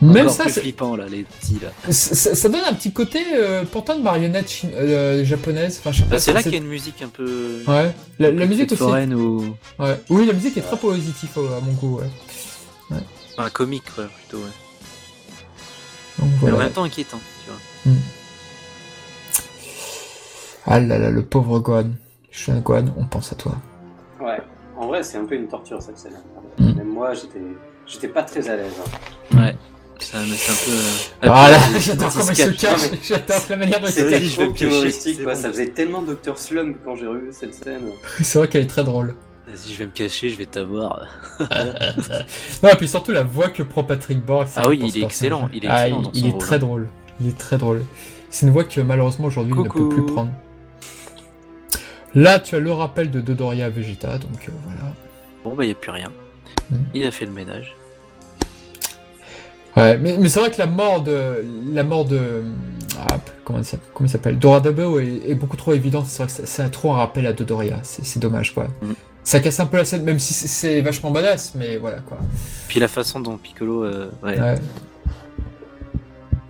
[SPEAKER 2] Même
[SPEAKER 3] Encore
[SPEAKER 2] ça,
[SPEAKER 3] plus
[SPEAKER 2] c'est-
[SPEAKER 3] flippant là, les petits là.
[SPEAKER 2] ça, ça donne un petit côté euh, pourtant de marionnette chine- euh, japonaise. Enfin, je sais pas
[SPEAKER 3] Bah, c'est
[SPEAKER 2] si
[SPEAKER 3] là qu'il y a une musique un peu.
[SPEAKER 2] Ouais. La, la musique aussi.
[SPEAKER 3] foraine ou
[SPEAKER 2] Ouais. Oui, la musique est très positive euh, à mon goût. Ouais.
[SPEAKER 3] enfin, comique quoi, plutôt. Ouais.
[SPEAKER 2] Donc
[SPEAKER 3] Mais en
[SPEAKER 2] voilà.
[SPEAKER 3] même temps inquiétant. Tu vois.
[SPEAKER 2] Ah là là, le pauvre Gohan. Je suis un Gohan, on pense à toi.
[SPEAKER 4] Ouais. En vrai, c'est un peu une torture, cette scène.
[SPEAKER 2] Mm.
[SPEAKER 4] Même moi, j'étais j'étais pas très à l'aise. hein.
[SPEAKER 3] Ouais. Ça, mais c'est un peu. euh,
[SPEAKER 2] Voilà,
[SPEAKER 3] appuyé,
[SPEAKER 2] Ah j'adore
[SPEAKER 3] petit
[SPEAKER 2] comment il se
[SPEAKER 3] sketch.
[SPEAKER 2] cache. J'adore la manière dont il se
[SPEAKER 4] C'était
[SPEAKER 2] cache.
[SPEAKER 3] dit, je vais
[SPEAKER 4] trop
[SPEAKER 3] me cacher,
[SPEAKER 4] humoristique,
[SPEAKER 3] c'est
[SPEAKER 4] quoi.
[SPEAKER 3] bon.
[SPEAKER 4] Ça faisait tellement Dr. Slump quand j'ai revu cette scène.
[SPEAKER 2] C'est vrai qu'elle est très drôle.
[SPEAKER 3] Vas-y, je vais me cacher, je vais t'avoir.
[SPEAKER 2] Non, et puis surtout la voix que prend Patrick Borg. c'est
[SPEAKER 3] Ah oui,
[SPEAKER 2] pour
[SPEAKER 3] il
[SPEAKER 2] ce
[SPEAKER 3] est
[SPEAKER 2] personnage.
[SPEAKER 3] excellent, il est
[SPEAKER 2] Ah,
[SPEAKER 3] excellent dans
[SPEAKER 2] il
[SPEAKER 3] son
[SPEAKER 2] est
[SPEAKER 3] rôle. hein.
[SPEAKER 2] très drôle. Il est très drôle. C'est une voix que malheureusement aujourd'hui il ne peut
[SPEAKER 3] Coucou.
[SPEAKER 2] plus prendre. Là, tu as le rappel de Dodoria Vegeta, donc euh, voilà.
[SPEAKER 3] Bon bah y a plus rien.
[SPEAKER 2] Mm.
[SPEAKER 3] Il a fait le ménage.
[SPEAKER 2] Ouais, mais, mais c'est vrai que la mort de. La mort de. ah, comment il s'appelle- comment il s'appelle Doradabo est, est beaucoup trop évidente. C'est vrai que c'est- c'est un- trop un rappel à Dodoria. C'est c'est dommage, quoi.
[SPEAKER 3] Mm.
[SPEAKER 2] Ça casse un peu la scène, même si c'est- c'est vachement badass, mais voilà, quoi.
[SPEAKER 3] Puis la façon dont Piccolo, euh, ouais,
[SPEAKER 2] Ouais.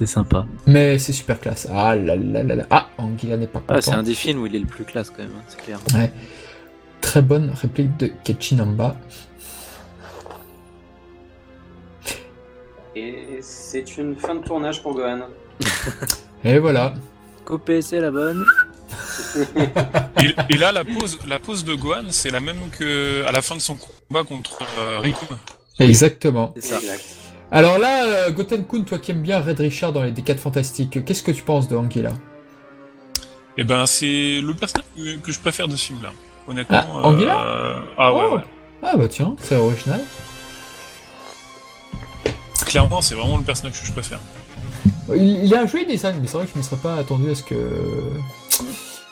[SPEAKER 3] c'est sympa.
[SPEAKER 2] Mais c'est super classe. Ah là là là là. Ah, Anguilla n'est pas content.
[SPEAKER 3] Ah, c'est un des films où il est le plus classe quand même, hein, c'est clair.
[SPEAKER 2] Très bonne réplique de Ketchinamba.
[SPEAKER 4] Et c'est une fin de tournage pour Gohan.
[SPEAKER 2] Et voilà.
[SPEAKER 3] Copé, c'est la bonne.
[SPEAKER 1] Et, et là, la pose, la pose de Gohan, c'est la même que à la fin de son combat contre euh, Rikun.
[SPEAKER 2] Exactement.
[SPEAKER 3] C'est ça.
[SPEAKER 4] Exact.
[SPEAKER 2] Alors là, euh, Gotenkun, toi qui aimes bien Red Richard dans les Décades Fantastiques, qu'est-ce que tu penses de Anguilla
[SPEAKER 1] Et ben, c'est le personnage que, que je préfère de ce film-là.
[SPEAKER 2] Ah,
[SPEAKER 1] Honnêtement.
[SPEAKER 2] Anguilla
[SPEAKER 1] euh, Ah ouais,
[SPEAKER 2] Oh.
[SPEAKER 1] ouais.
[SPEAKER 2] Ah bah tiens, c'est original.
[SPEAKER 1] Clairement, c'est vraiment le personnage que je préfère.
[SPEAKER 2] Il, il a un joli design, mais c'est vrai que je ne me serais pas attendu à ce que.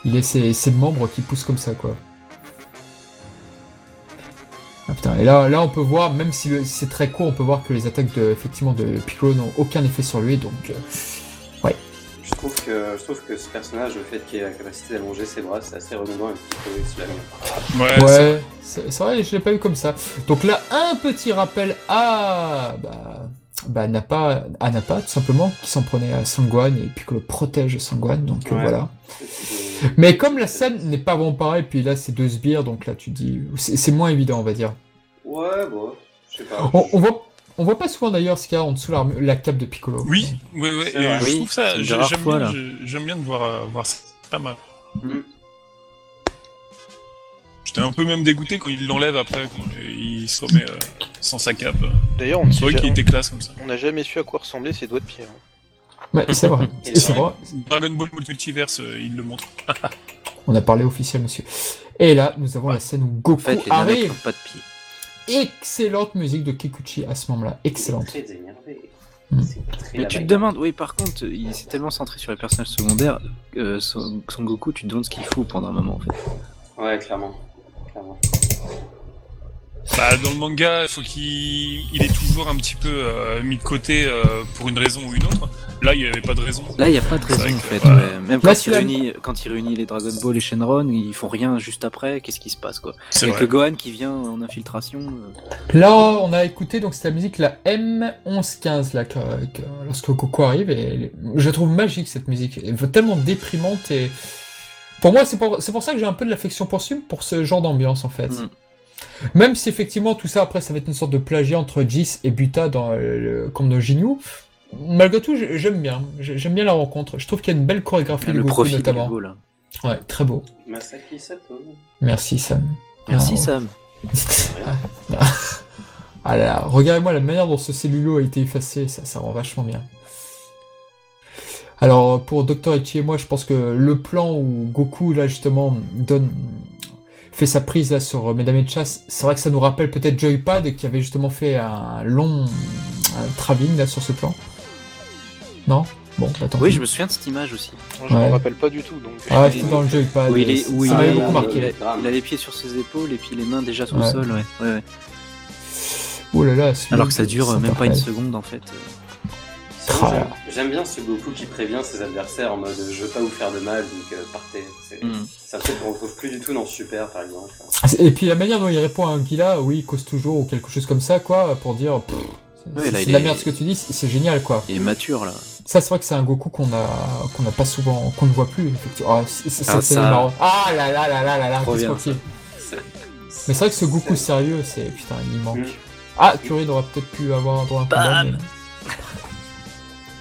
[SPEAKER 2] Il ait ses, ses membres qui poussent comme ça, quoi. Ah putain, et là, là on peut voir, même si le- c'est très court, on peut voir que les attaques de, effectivement, de Piccolo n'ont aucun effet sur lui, donc. euh,
[SPEAKER 4] Je trouve que, je trouve que ce personnage, le fait qu'il ait la capacité d'allonger ses bras, c'est assez redondant et petit peu sous la main.
[SPEAKER 1] Ouais. c'est-
[SPEAKER 2] Ouais, c'est c'est vrai, je l'ai pas eu comme ça. Donc là, un petit rappel à bah, bah Nappa, à Nappa, tout simplement, qui s'en prenait à Sangwan et puis que le protège Sangwan, donc euh,
[SPEAKER 4] Ouais.
[SPEAKER 2] voilà.
[SPEAKER 4] C'est-
[SPEAKER 2] Mais comme la scène n'est pas vraiment pareille, puis là c'est deux sbires, donc là tu dis, c'est c'est moins évident, on va dire.
[SPEAKER 4] Ouais, bon, je sais pas.
[SPEAKER 3] Oh,
[SPEAKER 2] On, on voit, on voit pas souvent d'ailleurs ce qu'il y a en dessous la, la cape de Piccolo.
[SPEAKER 1] Oui, oui, oui.
[SPEAKER 4] C'est
[SPEAKER 1] et
[SPEAKER 4] vrai.
[SPEAKER 1] Je
[SPEAKER 3] Oui,
[SPEAKER 1] trouve
[SPEAKER 3] c'est
[SPEAKER 1] ça,
[SPEAKER 3] une
[SPEAKER 1] j'ai-
[SPEAKER 3] rare
[SPEAKER 1] j'aime
[SPEAKER 3] fois,
[SPEAKER 1] bien,
[SPEAKER 3] là.
[SPEAKER 1] j'ai- j'aime bien de voir, euh, voir ça. C'est Pas mal.
[SPEAKER 4] Mm.
[SPEAKER 1] J'étais un peu même dégoûté quand il l'enlève après, quand il se remet euh, sans sa cape.
[SPEAKER 5] D'ailleurs, on ne
[SPEAKER 1] C'est
[SPEAKER 5] sait
[SPEAKER 1] vrai qu'il
[SPEAKER 5] jamais-
[SPEAKER 1] était classe comme ça.
[SPEAKER 5] on n'a jamais su à quoi ressemblaient ses doigts de pied. hein.
[SPEAKER 2] Ouais, c'est vrai.
[SPEAKER 4] Et
[SPEAKER 2] c'est vrai.
[SPEAKER 1] Dragon Ball Multiverse, euh, il le montre.
[SPEAKER 2] On a parlé officiel, monsieur. Et là, nous avons la scène où
[SPEAKER 3] En
[SPEAKER 2] Goku
[SPEAKER 3] fait, les navettes
[SPEAKER 2] arrive.
[SPEAKER 3] n'ont pas de pied.
[SPEAKER 2] Excellente musique de Kikuchi à ce moment-là. Excellente.
[SPEAKER 4] C'est très énervé.
[SPEAKER 2] Mm.
[SPEAKER 4] C'est très
[SPEAKER 3] Hmm. Mais
[SPEAKER 4] la
[SPEAKER 3] tu te
[SPEAKER 4] bagarre.
[SPEAKER 3] demandes, oui, par contre, il s'est tellement centré sur les personnages secondaires, euh, Son, Son Goku, tu te demandes ce qu'il fout pendant un moment en fait.
[SPEAKER 4] Ouais, clairement. clairement.
[SPEAKER 1] Bah, dans le manga, il faut qu'il il est toujours un petit peu euh, mis de côté euh, pour une raison ou une autre. Là, il n'y avait pas de raison.
[SPEAKER 3] Là, il n'y a pas de
[SPEAKER 1] C'est vrai
[SPEAKER 3] raison en
[SPEAKER 1] que,
[SPEAKER 3] fait.
[SPEAKER 1] ouais.
[SPEAKER 3] ouais. Même quand,
[SPEAKER 2] si
[SPEAKER 3] il
[SPEAKER 2] la-
[SPEAKER 3] réunit, quand il réunit les Dragon Ball et Shenron, ils font rien juste après. Qu'est-ce qui se passe quoi
[SPEAKER 1] C'est
[SPEAKER 3] Avec
[SPEAKER 1] vrai.
[SPEAKER 3] le Gohan qui vient en infiltration. euh,
[SPEAKER 2] Là, on a écouté donc c'est la musique la M1115 là que- que- lorsque Coco arrive et elle est- je la trouve magique cette musique, elle est tellement déprimante et pour moi c'est pour, c'est pour ça que j'ai un peu de l'affection pour Sum pour ce genre d'ambiance en fait.
[SPEAKER 3] Mm.
[SPEAKER 2] Même si effectivement tout ça après ça va être une sorte de plagiat entre Jis et Buta dans euh, le camp de Ginyu, malgré tout j'ai- j'aime bien, J'ai- j'aime bien la rencontre, je trouve qu'il y a une belle chorégraphie de
[SPEAKER 3] Ah, le
[SPEAKER 2] Goku
[SPEAKER 3] profil du
[SPEAKER 2] notamment. Ah,
[SPEAKER 3] Go, là.
[SPEAKER 2] Ouais, très beau.
[SPEAKER 4] Masaki Sato.
[SPEAKER 2] Merci Sam.
[SPEAKER 3] Merci
[SPEAKER 2] Ah,
[SPEAKER 3] Sam.
[SPEAKER 2] Ah là là, regardez-moi la manière dont ce cellulo a été effacé, ça, ça rend vachement bien. Alors pour Dr. Echi et moi, je pense que le plan où Goku là justement donne fait sa prise là sur euh, Mesdames et Chasse, c'est vrai que ça nous rappelle peut-être Joypad qui avait justement fait un long euh, travelling là sur ce plan. Non Bon, attends.
[SPEAKER 3] Oui, je me souviens de cette image aussi.
[SPEAKER 5] Moi, Je
[SPEAKER 2] Ouais.
[SPEAKER 5] me rappelle pas du tout. Donc...
[SPEAKER 2] Ah, c'est dans le Joypad.
[SPEAKER 3] Où il est, où
[SPEAKER 2] ça
[SPEAKER 3] il
[SPEAKER 4] m'avait
[SPEAKER 2] m'avait
[SPEAKER 3] est-
[SPEAKER 2] beaucoup
[SPEAKER 4] euh,
[SPEAKER 2] marqué.
[SPEAKER 3] il a, il a les pieds sur ses épaules et puis les mains déjà sur le
[SPEAKER 2] Ouais.
[SPEAKER 3] sol. Ouais. Ouais, ouais.
[SPEAKER 2] Oh là là, celui-
[SPEAKER 3] Alors que ça dure euh, même pas une
[SPEAKER 2] parfait.
[SPEAKER 3] seconde en fait. Ah
[SPEAKER 4] Sinon,
[SPEAKER 2] Oh.
[SPEAKER 4] j'aime- J'aime bien ce Goku qui prévient ses adversaires en mode je veux pas vous faire de mal donc euh, partez. C'est
[SPEAKER 3] Mm.
[SPEAKER 4] c'est un truc qu'on retrouve plus du tout dans Super par exemple.
[SPEAKER 2] Et puis la manière dont il répond à Anguilla, oui, il cause toujours ou quelque chose comme ça, quoi, pour dire. pff, c'est
[SPEAKER 3] Ouais, là,
[SPEAKER 2] c'est
[SPEAKER 3] il
[SPEAKER 2] de la
[SPEAKER 3] est-
[SPEAKER 2] merde ce que tu dis, c'est c'est génial, quoi.
[SPEAKER 3] Et mature là.
[SPEAKER 2] Ça, c'est vrai que c'est un Goku qu'on a, qu'on n'a pas souvent, qu'on ne voit plus. effectivement. Ah, c'est- c'est
[SPEAKER 3] Ah,
[SPEAKER 2] c'est
[SPEAKER 3] ça-
[SPEAKER 2] marrant. Ah là là là là là là,
[SPEAKER 3] Trop
[SPEAKER 2] qu'est-ce
[SPEAKER 3] bien,
[SPEAKER 2] qu'on kiffe.
[SPEAKER 4] C'est-
[SPEAKER 2] Mais c'est vrai que ce Goku sérieux, c'est putain, il manque.
[SPEAKER 4] Mm.
[SPEAKER 2] Ah, Curie aurait peut-être pu avoir un droit à un combat, mais-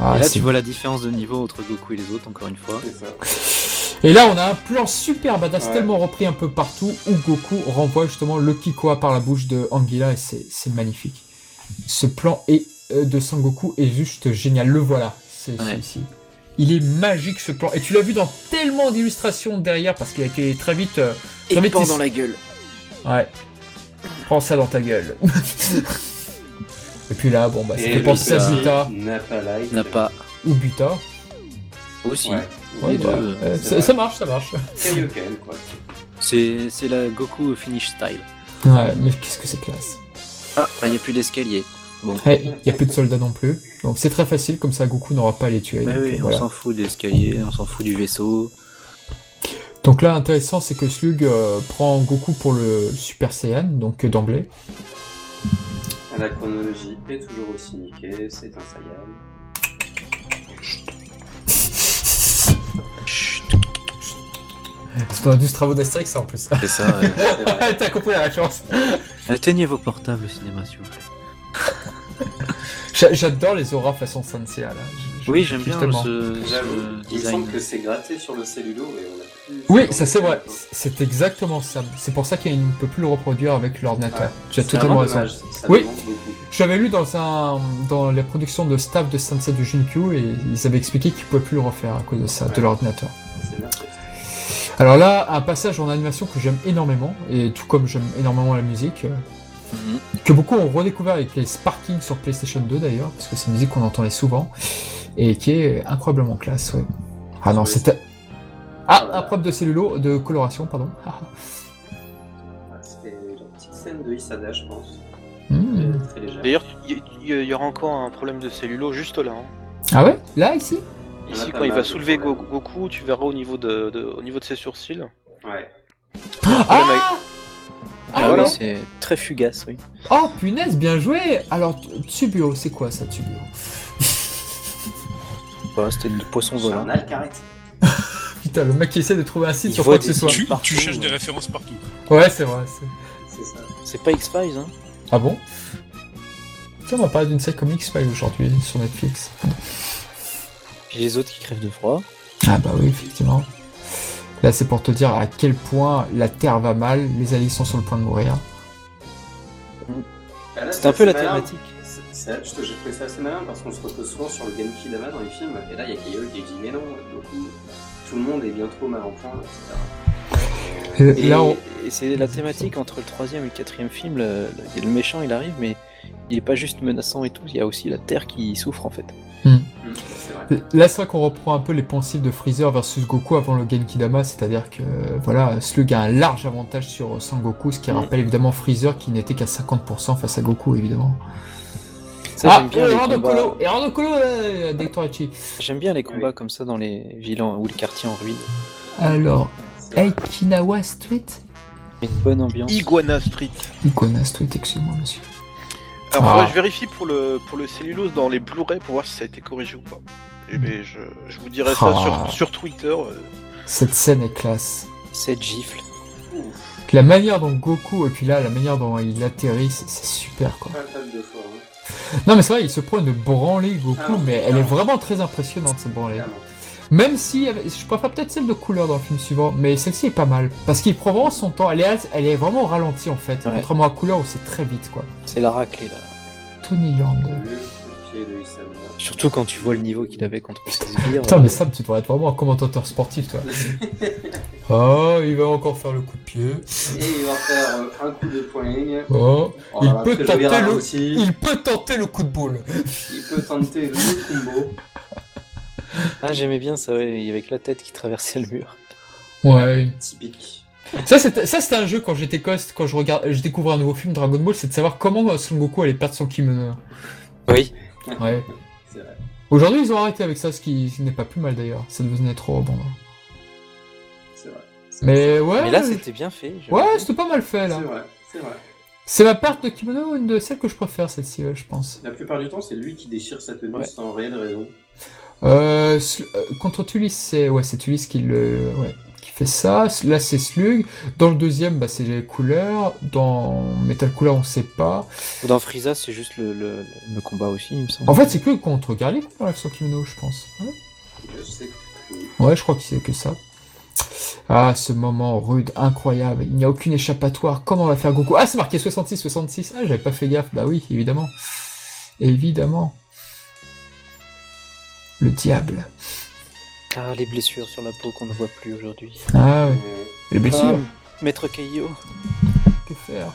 [SPEAKER 2] Ah,
[SPEAKER 3] et là,
[SPEAKER 2] c'est-
[SPEAKER 3] tu vois la différence de niveau entre Goku et les autres, encore une fois.
[SPEAKER 4] C'est ça.
[SPEAKER 2] Et là, on a un plan super badass
[SPEAKER 4] Ouais.
[SPEAKER 2] tellement repris un peu partout où Goku renvoie justement le Kikoa par la bouche de Anguilla et c'est c'est magnifique. Ce plan est, euh, de Sangoku est juste génial. Le voilà, c'est
[SPEAKER 3] Ouais.
[SPEAKER 2] celui-ci. Il est magique ce plan. Et tu l'as vu dans tellement d'illustrations derrière parce qu'il a été très vite. euh, très vite
[SPEAKER 3] pend
[SPEAKER 2] il-
[SPEAKER 3] gueule.
[SPEAKER 2] Ouais. Prends ça dans ta gueule. et puis là, bon, bah,
[SPEAKER 4] Et
[SPEAKER 2] c'était pensé à
[SPEAKER 4] Buta.
[SPEAKER 2] Buta
[SPEAKER 4] Nappa Light.
[SPEAKER 3] N'a pas
[SPEAKER 2] ou Buta.
[SPEAKER 3] aussi.
[SPEAKER 4] Ouais.
[SPEAKER 2] Ouais,
[SPEAKER 3] Les
[SPEAKER 2] bah,
[SPEAKER 3] deux,
[SPEAKER 2] euh,
[SPEAKER 4] c'est
[SPEAKER 2] ça-
[SPEAKER 4] vrai.
[SPEAKER 2] ça marche, ça marche.
[SPEAKER 4] Kaioken quoi.
[SPEAKER 3] C'est c'est la Goku finish style.
[SPEAKER 2] Ouais, mais qu'est-ce que c'est classe.
[SPEAKER 3] Ah, il n'y a plus d'escalier.
[SPEAKER 2] Il n'y a plus de soldats non plus. Donc c'est très facile, comme ça Goku n'aura pas à les tuer.
[SPEAKER 3] Mais
[SPEAKER 2] donc,
[SPEAKER 3] Bah
[SPEAKER 2] euh,
[SPEAKER 3] oui,
[SPEAKER 2] voilà.
[SPEAKER 3] on s'en fout des escaliers, on s'en fout du vaisseau.
[SPEAKER 2] Donc là, intéressant, c'est que Slug euh, prend Goku pour le Super Saiyan, donc euh, d'emblée.
[SPEAKER 4] La chronologie est toujours aussi niquée, c'est un Saiyan.
[SPEAKER 2] C'est pas 12 travaux d'Astérix, ça en plus.
[SPEAKER 3] C'est ça. ouais.
[SPEAKER 4] C'est vrai.
[SPEAKER 2] T'as compris la référence.
[SPEAKER 3] Atteignez vos portables au cinéma, s'il vous plaît.
[SPEAKER 2] J'a- J'adore les auras façon Sancia là. Je- je-
[SPEAKER 3] Oui,
[SPEAKER 2] je
[SPEAKER 3] j'aime
[SPEAKER 2] kiffe
[SPEAKER 3] bien
[SPEAKER 2] tellement.
[SPEAKER 3] ce,
[SPEAKER 4] J'avoue,
[SPEAKER 3] ce
[SPEAKER 4] il me semble
[SPEAKER 3] design.
[SPEAKER 4] que c'est gratté sur le cellulo et on a plus.
[SPEAKER 2] Oui, ça c'est vrai. C'est exactement ça. C'est pour ça qu'il ne peut plus le reproduire avec l'ordinateur. Tu as
[SPEAKER 4] C'est
[SPEAKER 2] totalement
[SPEAKER 4] vraiment
[SPEAKER 2] raison.
[SPEAKER 4] dommage, ça
[SPEAKER 2] Oui.
[SPEAKER 4] me manque beaucoup.
[SPEAKER 2] J'avais lu dans un dans les productions de staff de Sunset du Jinkyu et ils avaient expliqué qu'ils pouvaient plus le refaire à cause de ça, de
[SPEAKER 4] Ouais.
[SPEAKER 2] l'ordinateur.
[SPEAKER 4] C'est bien.
[SPEAKER 2] Alors là, un passage en animation que j'aime énormément, et tout comme j'aime énormément la musique, euh,
[SPEAKER 3] Mhm.
[SPEAKER 2] que beaucoup ont redécouvert avec les Sparking sur PlayStation 2 d'ailleurs, parce que c'est une musique qu'on entendait souvent, et qui est incroyablement classe, ouais. Ah non,
[SPEAKER 4] Oui.
[SPEAKER 2] c'était... Ah,
[SPEAKER 4] Voilà.
[SPEAKER 2] un propre de cellulo, de coloration, pardon. Ah, ah.
[SPEAKER 4] Ah, C'était la petite scène de Isada, je pense.
[SPEAKER 2] Hmm.
[SPEAKER 4] Très légère.
[SPEAKER 5] D'ailleurs, il y, il y aura encore un problème de cellulo juste là. hein.
[SPEAKER 2] Ah ouais Là, ici
[SPEAKER 4] Il y en a
[SPEAKER 5] Ici,
[SPEAKER 4] pas
[SPEAKER 5] quand il
[SPEAKER 4] mal,
[SPEAKER 5] va
[SPEAKER 4] ce
[SPEAKER 5] soulever Go-
[SPEAKER 4] problème.
[SPEAKER 5] Goku, tu verras au niveau de, de- au niveau de ses sourcils.
[SPEAKER 4] Ouais.
[SPEAKER 2] Ah
[SPEAKER 3] Ah
[SPEAKER 2] Ah
[SPEAKER 5] voilà.
[SPEAKER 3] oui,
[SPEAKER 2] non.
[SPEAKER 3] c'est très fugace, oui.
[SPEAKER 2] Oh punaise, bien joué Alors, t- Tsubio, c'est quoi ça, Tsubio
[SPEAKER 3] Voilà, Bah, C'était du poisson
[SPEAKER 4] C'est
[SPEAKER 3] volant.
[SPEAKER 4] un alcarite.
[SPEAKER 2] Putain, le mec qui essaie de trouver un site
[SPEAKER 3] Il
[SPEAKER 2] sur
[SPEAKER 3] voit
[SPEAKER 2] quoi que ce
[SPEAKER 3] des
[SPEAKER 2] soit.
[SPEAKER 1] Tu,
[SPEAKER 3] Partout,
[SPEAKER 1] tu cherches
[SPEAKER 3] ouais.
[SPEAKER 1] des
[SPEAKER 2] euh,
[SPEAKER 1] références partout.
[SPEAKER 2] Ouais, c'est vrai. c'est-
[SPEAKER 4] C'est ça.
[SPEAKER 3] C'est pas X-Files, hein
[SPEAKER 2] Ah bon Tiens, on va parler d'une série comme X-Files aujourd'hui sur Netflix.
[SPEAKER 3] Puis les autres qui crèvent de froid.
[SPEAKER 2] Ah bah oui, effectivement. Là, c'est pour te dire à quel point la Terre va mal, les alliés sont sur le point de mourir.
[SPEAKER 4] Ah, là,
[SPEAKER 3] C'est un peu la
[SPEAKER 4] malin.
[SPEAKER 3] thématique.
[SPEAKER 4] C'est- c'est- je- J'ai trouvé ça assez malin parce qu'on se repose souvent sur le Genki Dama dans les films. Et là, il y a Keio qui dit Mais non, Goku, tout le monde est bien trop mal en point, etc.
[SPEAKER 2] Euh,
[SPEAKER 3] Et,
[SPEAKER 2] Là, on-
[SPEAKER 3] et c'est la thématique entre le troisième et le quatrième film. Le, le- le méchant, il arrive, mais il est pas juste menaçant et tout. Il y a aussi la Terre qui souffre, en fait.
[SPEAKER 2] Hmm.
[SPEAKER 4] Hmm. Mm, c'est vrai.
[SPEAKER 2] Là, c'est vrai qu'on reprend un peu les pensives de Freezer versus Goku avant le Genkidama, c'est-à-dire que euh, voilà, Slug a un large avantage sur euh, Sangoku, ce qui rappelle évidemment Freezer qui n'était qu'à 50% face à Goku, évidemment.
[SPEAKER 3] Ça,
[SPEAKER 2] ah,
[SPEAKER 3] j'aime bien,
[SPEAKER 2] et
[SPEAKER 3] les
[SPEAKER 2] Rando
[SPEAKER 3] combats-
[SPEAKER 2] Colo, et Rando Colo, euh, Dektorachi.
[SPEAKER 3] j'aime bien les combats
[SPEAKER 4] Oui.
[SPEAKER 3] comme ça dans les villes en- ou les quartiers en ruine.
[SPEAKER 2] Alors,
[SPEAKER 4] C'est vrai.
[SPEAKER 2] Aikinawa Street
[SPEAKER 3] Une bonne ambiance.
[SPEAKER 5] Iguana Street.
[SPEAKER 2] Iguana Street, excusez-moi, monsieur.
[SPEAKER 5] Alors,
[SPEAKER 2] Ah.
[SPEAKER 5] faudrait que je vérifie pour le, pour le cellulose dans les Blu-ray pour voir si ça a été corrigé ou pas. Et ben, je, je vous dirai ça
[SPEAKER 2] Ah.
[SPEAKER 5] sur, sur Twitter. euh.
[SPEAKER 2] Cette scène est classe.
[SPEAKER 3] Cette gifle.
[SPEAKER 2] La manière dont Goku, et puis là, la manière dont il atterrit, c'est c'est super, quoi.
[SPEAKER 4] Pas le top de fois, hein,
[SPEAKER 2] Non, mais c'est vrai, il se prend une branlée, Goku,
[SPEAKER 4] Ah,
[SPEAKER 2] mais elle est
[SPEAKER 4] clairement.
[SPEAKER 2] vraiment très impressionnante, cette branlée.
[SPEAKER 4] clairement.
[SPEAKER 2] Même si, elle- je préfère peut-être celle de couleur dans le film suivant, mais celle-ci est pas mal. Parce qu'il prend vraiment son temps, elle est, as- elle est vraiment ralentie en fait,
[SPEAKER 3] Ouais.
[SPEAKER 2] contrairement à couleur où c'est très vite quoi.
[SPEAKER 3] C'est la raclée là.
[SPEAKER 2] Tony Land.
[SPEAKER 4] Le pied de Isabella.
[SPEAKER 3] Surtout quand tu vois le niveau qu'il avait contre euh, ses sbires.
[SPEAKER 2] Putain, mais Sam, tu devrais être vraiment un commentateur sportif toi. Oh, il va encore faire le coup de pied.
[SPEAKER 4] Et il va faire euh, un coup de poing.
[SPEAKER 2] Oh,
[SPEAKER 4] Oh
[SPEAKER 2] Il
[SPEAKER 4] là là,
[SPEAKER 2] peut
[SPEAKER 4] que je
[SPEAKER 2] taper
[SPEAKER 4] regarde
[SPEAKER 2] le-
[SPEAKER 4] aussi.
[SPEAKER 2] il peut tenter le coup de boule.
[SPEAKER 4] Il peut tenter le combo.
[SPEAKER 3] Ah, j'aimais bien ça, ouais, il y avait que la tête qui traversait le mur.
[SPEAKER 2] Ouais.
[SPEAKER 4] Typique.
[SPEAKER 2] Ça, c'était ça, c'était un jeu quand j'étais coste, quand je regarde, je découvrais un nouveau film Dragon Ball, c'est de savoir comment euh, Son Goku allait perdre son kimono.
[SPEAKER 3] Oui.
[SPEAKER 2] Ouais.
[SPEAKER 4] C'est vrai.
[SPEAKER 2] Aujourd'hui, ils ont arrêté avec ça, ce qui, ce qui n'est pas plus mal d'ailleurs. Ça devenait trop rebondant.
[SPEAKER 4] C'est vrai. C'est vrai.
[SPEAKER 2] Mais ouais.
[SPEAKER 3] Mais là, c'était bien fait. je-
[SPEAKER 2] Ouais, c'était pas mal fait
[SPEAKER 4] C'est
[SPEAKER 2] là.
[SPEAKER 4] vrai. C'est vrai.
[SPEAKER 2] C'est ma perte de kimono, une de celles que je préfère, celle-ci, ouais, je pense.
[SPEAKER 4] La plupart du temps, c'est lui qui déchire sa tenue
[SPEAKER 3] Ouais.
[SPEAKER 4] sans réelle raison.
[SPEAKER 2] Euh, Sl- euh, contre Tulis, c'est ouais, c'est Tulis qui le, ouais, qui fait ça. S- Là, c'est Slug. Dans le deuxième, bah, c'est les couleurs. Dans Metal Couleur, on sait pas.
[SPEAKER 3] Dans Frieza, c'est juste le, le- le combat aussi, il me semble.
[SPEAKER 2] En fait, c'est que contre Garlic qu'on enlève son kimono, je pense. Ouais.
[SPEAKER 4] Je sais plus.
[SPEAKER 2] Ouais, je crois que c'est que ça. Ah, ce moment rude, incroyable. Il n'y a aucune échappatoire. Comment on va faire Goku Ah, c'est marqué 66, 66. Ah, j'avais pas fait gaffe. Bah oui, évidemment. Évidemment. Le diable.
[SPEAKER 3] Ah, les blessures sur la peau qu'on ne voit plus aujourd'hui.
[SPEAKER 2] Ah ouais.
[SPEAKER 4] Mais-
[SPEAKER 2] Les blessures.
[SPEAKER 3] Ah, Maître Caillot.
[SPEAKER 2] Que faire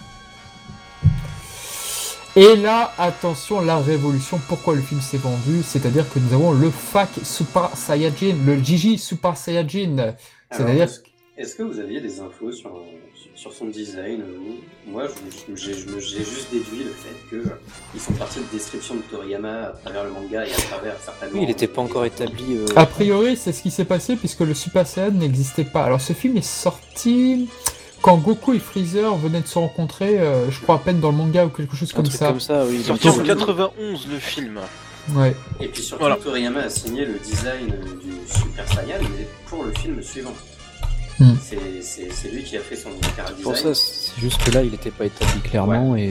[SPEAKER 2] Et là, attention, la révolution. Pourquoi le film s'est vendu C'est-à-dire que nous avons le FAC Super Saiyajin, le Gigi Super
[SPEAKER 3] Ah
[SPEAKER 2] Saiyajin.
[SPEAKER 4] Alors,
[SPEAKER 2] C'est-à-dire-
[SPEAKER 4] est-ce- Est-ce que vous aviez des infos sur, sur son design vous Moi, je- j'ai je me- j'ai juste déduit le fait que euh, ils sont partis de description de Toriyama à travers le manga et à travers certainement.
[SPEAKER 3] Oui, il n'était pas encore établi. euh,
[SPEAKER 2] A priori, c'est ce qui s'est passé puisque le Super Saiyan n'existait pas. Alors, ce film est sorti quand Goku et Freezer venaient de se rencontrer, euh, je crois à peine dans le manga ou quelque chose
[SPEAKER 3] un
[SPEAKER 2] comme
[SPEAKER 3] truc
[SPEAKER 2] ça.
[SPEAKER 3] comme ça, oui.
[SPEAKER 5] Sorti en
[SPEAKER 3] Donc,
[SPEAKER 5] 91, le film.
[SPEAKER 2] Ouais.
[SPEAKER 4] Et puis surtout,
[SPEAKER 5] Voilà.
[SPEAKER 4] Toriyama a signé le design euh, du Super Saiyan mais pour le film suivant.
[SPEAKER 2] Hmm.
[SPEAKER 4] C'est- C'est c'est lui qui a fait son
[SPEAKER 3] c'est Pour
[SPEAKER 4] design.
[SPEAKER 3] ça, c'est juste que là, il n'était pas établi clairement. Et...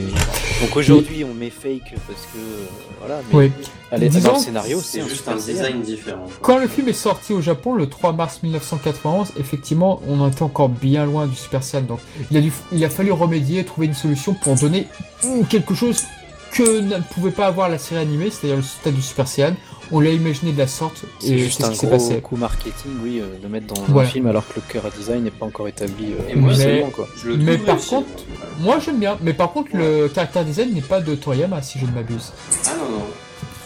[SPEAKER 3] Donc aujourd'hui, on met fake parce que. euh, voilà, mais
[SPEAKER 2] Oui.
[SPEAKER 3] à la-
[SPEAKER 2] Disons
[SPEAKER 3] dans le scénario, c'est
[SPEAKER 4] C'est juste un
[SPEAKER 3] Super
[SPEAKER 4] design différent. quoi.
[SPEAKER 2] Quand le film est sorti au Japon le 3 mars 1991, effectivement, on en était encore bien loin du Super Saiyan. Donc, il a, dû- il a fallu remédier, trouver une solution pour donner mm, quelque chose que ne pouvait pas avoir la série animée, c'est-à-dire le stade du Super Saiyan. On l'a imaginé de la sorte
[SPEAKER 3] C'est
[SPEAKER 2] et
[SPEAKER 3] juste
[SPEAKER 2] c'est ce
[SPEAKER 3] un
[SPEAKER 2] qui s'est
[SPEAKER 3] gros
[SPEAKER 2] passé.
[SPEAKER 3] coup marketing, oui, euh, de mettre dans
[SPEAKER 2] Voilà.
[SPEAKER 3] un film alors que le cœur à design n'est pas encore établi. euh,
[SPEAKER 4] Et moi,
[SPEAKER 3] officiellement, quoi.
[SPEAKER 4] Je le
[SPEAKER 2] Mais
[SPEAKER 4] trouve
[SPEAKER 2] par
[SPEAKER 4] réussi,
[SPEAKER 2] contre-
[SPEAKER 4] moi.
[SPEAKER 2] Moi, j'aime bien, mais par contre, le caractère design n'est pas de Toriyama, si je ne m'abuse.
[SPEAKER 4] Ah non, non.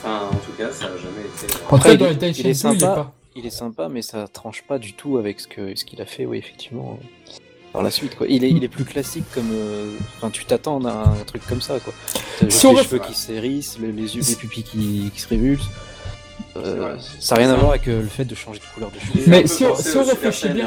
[SPEAKER 4] Enfin, en tout cas, ça n'a jamais été. euh,
[SPEAKER 2] En tout
[SPEAKER 3] Après,
[SPEAKER 2] cas,
[SPEAKER 3] il
[SPEAKER 2] dans
[SPEAKER 3] est-
[SPEAKER 2] les
[SPEAKER 3] il est
[SPEAKER 2] Daishin Blue, il est
[SPEAKER 3] sympa.
[SPEAKER 2] pas.
[SPEAKER 3] Il est sympa, mais ça tranche pas du tout avec ce que ce qu'il a fait, oui, effectivement. euh, Par la suite, quoi. Il est, il est plus classique comme. euh, Enfin, tu t'attends à un truc comme ça, quoi. T'as juste
[SPEAKER 2] Si on
[SPEAKER 3] les
[SPEAKER 2] ref-
[SPEAKER 3] cheveux qui s'hérissent, les, les yeux, les pupilles qui, qui se révulsent. Euh,
[SPEAKER 4] C'est vrai.
[SPEAKER 3] ça n'a rien à voir avec euh, le fait de changer de couleur de cheveux.
[SPEAKER 2] Mais si on- si on réfléchit bien-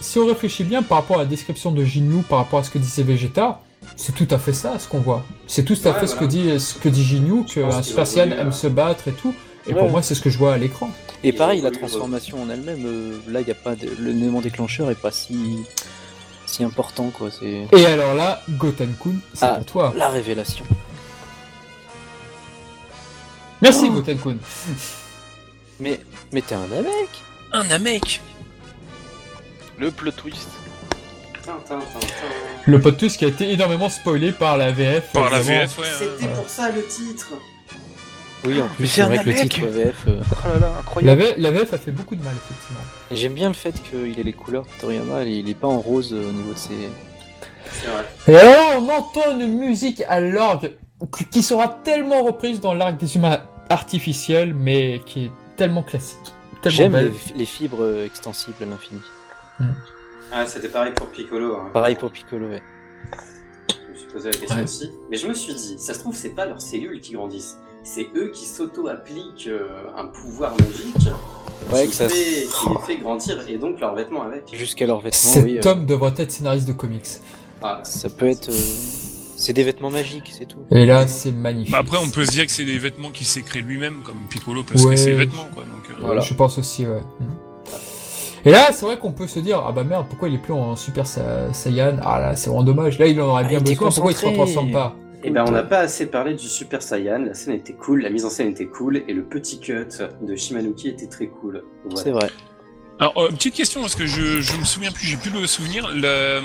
[SPEAKER 2] Si on réfléchit bien par rapport à la description de Ginyu, par rapport à ce que disait Vegeta, c'est tout à fait ça ce qu'on voit. C'est tout à
[SPEAKER 4] Ouais,
[SPEAKER 2] fait ce, que
[SPEAKER 4] voilà.
[SPEAKER 2] dit, ce que dit Ginyu,
[SPEAKER 4] Je pense
[SPEAKER 2] qu'un
[SPEAKER 4] qu'il
[SPEAKER 2] Super
[SPEAKER 4] a
[SPEAKER 2] Saiyan
[SPEAKER 4] voulu,
[SPEAKER 2] aime
[SPEAKER 4] euh,
[SPEAKER 2] se battre et tout. Et
[SPEAKER 3] Ouais.
[SPEAKER 2] pour moi, c'est ce que je vois à l'écran.
[SPEAKER 3] Et
[SPEAKER 4] Ils
[SPEAKER 3] pareil,
[SPEAKER 4] ont
[SPEAKER 3] la
[SPEAKER 4] voulu-
[SPEAKER 3] transformation en elle-même, euh, là, il y a pas de- le élément déclencheur est pas si si important, quoi. C'est
[SPEAKER 2] Et alors là, Gotenkun, c'est
[SPEAKER 3] Ah.
[SPEAKER 2] pour toi.
[SPEAKER 3] la révélation.
[SPEAKER 2] Merci
[SPEAKER 3] Oh.
[SPEAKER 2] Gotenkun.
[SPEAKER 3] Mais mais t'es un avec.
[SPEAKER 5] Un amec Le plot twist.
[SPEAKER 2] Le potus qui a été énormément spoilé par la VF.
[SPEAKER 1] Par la
[SPEAKER 2] évidemment.
[SPEAKER 1] VF, ouais. hein.
[SPEAKER 4] pour ça le titre.
[SPEAKER 3] Oui,
[SPEAKER 2] Ah,
[SPEAKER 3] en
[SPEAKER 5] Mais
[SPEAKER 3] plus,
[SPEAKER 5] c'est
[SPEAKER 3] c'est
[SPEAKER 5] un
[SPEAKER 3] vrai que le
[SPEAKER 5] Namek
[SPEAKER 3] titre VF. euh,
[SPEAKER 5] Oh là là,
[SPEAKER 2] La
[SPEAKER 5] incroyable.
[SPEAKER 2] VF, la VF a fait beaucoup de mal, effectivement.
[SPEAKER 3] Et J'aime bien le fait qu'il ait les couleurs de Toriyama, il est pas en rose euh, au niveau de ses.
[SPEAKER 4] C'est vrai.
[SPEAKER 2] Et alors, on entend une musique à l'orgue qui sera tellement reprise dans l'arc des humains artificielle, mais qui est tellement classique. Tellement
[SPEAKER 3] J'aime
[SPEAKER 2] belle.
[SPEAKER 3] les, les fibres euh, extensibles à l'infini.
[SPEAKER 4] Ah, c'était pareil pour Piccolo. hein.
[SPEAKER 3] Pareil pour Piccolo. ouais.
[SPEAKER 4] Je me suis posé la question
[SPEAKER 2] Ouais.
[SPEAKER 4] aussi. Mais je me suis dit, ça se trouve, c'est pas leurs cellules qui grandissent. C'est eux qui s'auto-appliquent euh, un pouvoir magique
[SPEAKER 3] Ouais,
[SPEAKER 4] qui,
[SPEAKER 3] que ça-
[SPEAKER 4] fait- qui les fait grandir et donc leurs vêtements avec.
[SPEAKER 3] Jusqu'à leurs vêtements,
[SPEAKER 2] Cet
[SPEAKER 3] oui. euh,
[SPEAKER 2] homme devrait être scénariste de comics.
[SPEAKER 4] Ah,
[SPEAKER 3] ça peut être. euh, C'est des vêtements magiques, c'est tout.
[SPEAKER 2] Et là, c'est magnifique.
[SPEAKER 1] Bah, après, on peut se dire que c'est des vêtements qu'il s'est créé lui-même, comme Piccolo peut se
[SPEAKER 2] Ouais.
[SPEAKER 1] créer ses vêtements, quoi. Donc, euh,
[SPEAKER 4] Voilà.
[SPEAKER 2] Je pense aussi, ouais. Mm. Et là, c'est vrai qu'on peut se dire, ah bah merde, pourquoi il est plus en Super Sa- Saiyan Ah là, c'est vraiment dommage. Là, il en aurait
[SPEAKER 3] Ah,
[SPEAKER 2] bien
[SPEAKER 3] il était
[SPEAKER 2] besoin. Pourquoi il se
[SPEAKER 3] concentré.
[SPEAKER 2] transforme pas
[SPEAKER 4] Et ben, on n'a pas assez parlé du Super Saiyan. La scène était cool, la mise en scène était cool et le petit cut de Shimanuki était très cool. Voilà.
[SPEAKER 3] C'est vrai.
[SPEAKER 1] Alors, euh, petite question, parce que je, je me souviens plus, j'ai plus le souvenir. Le,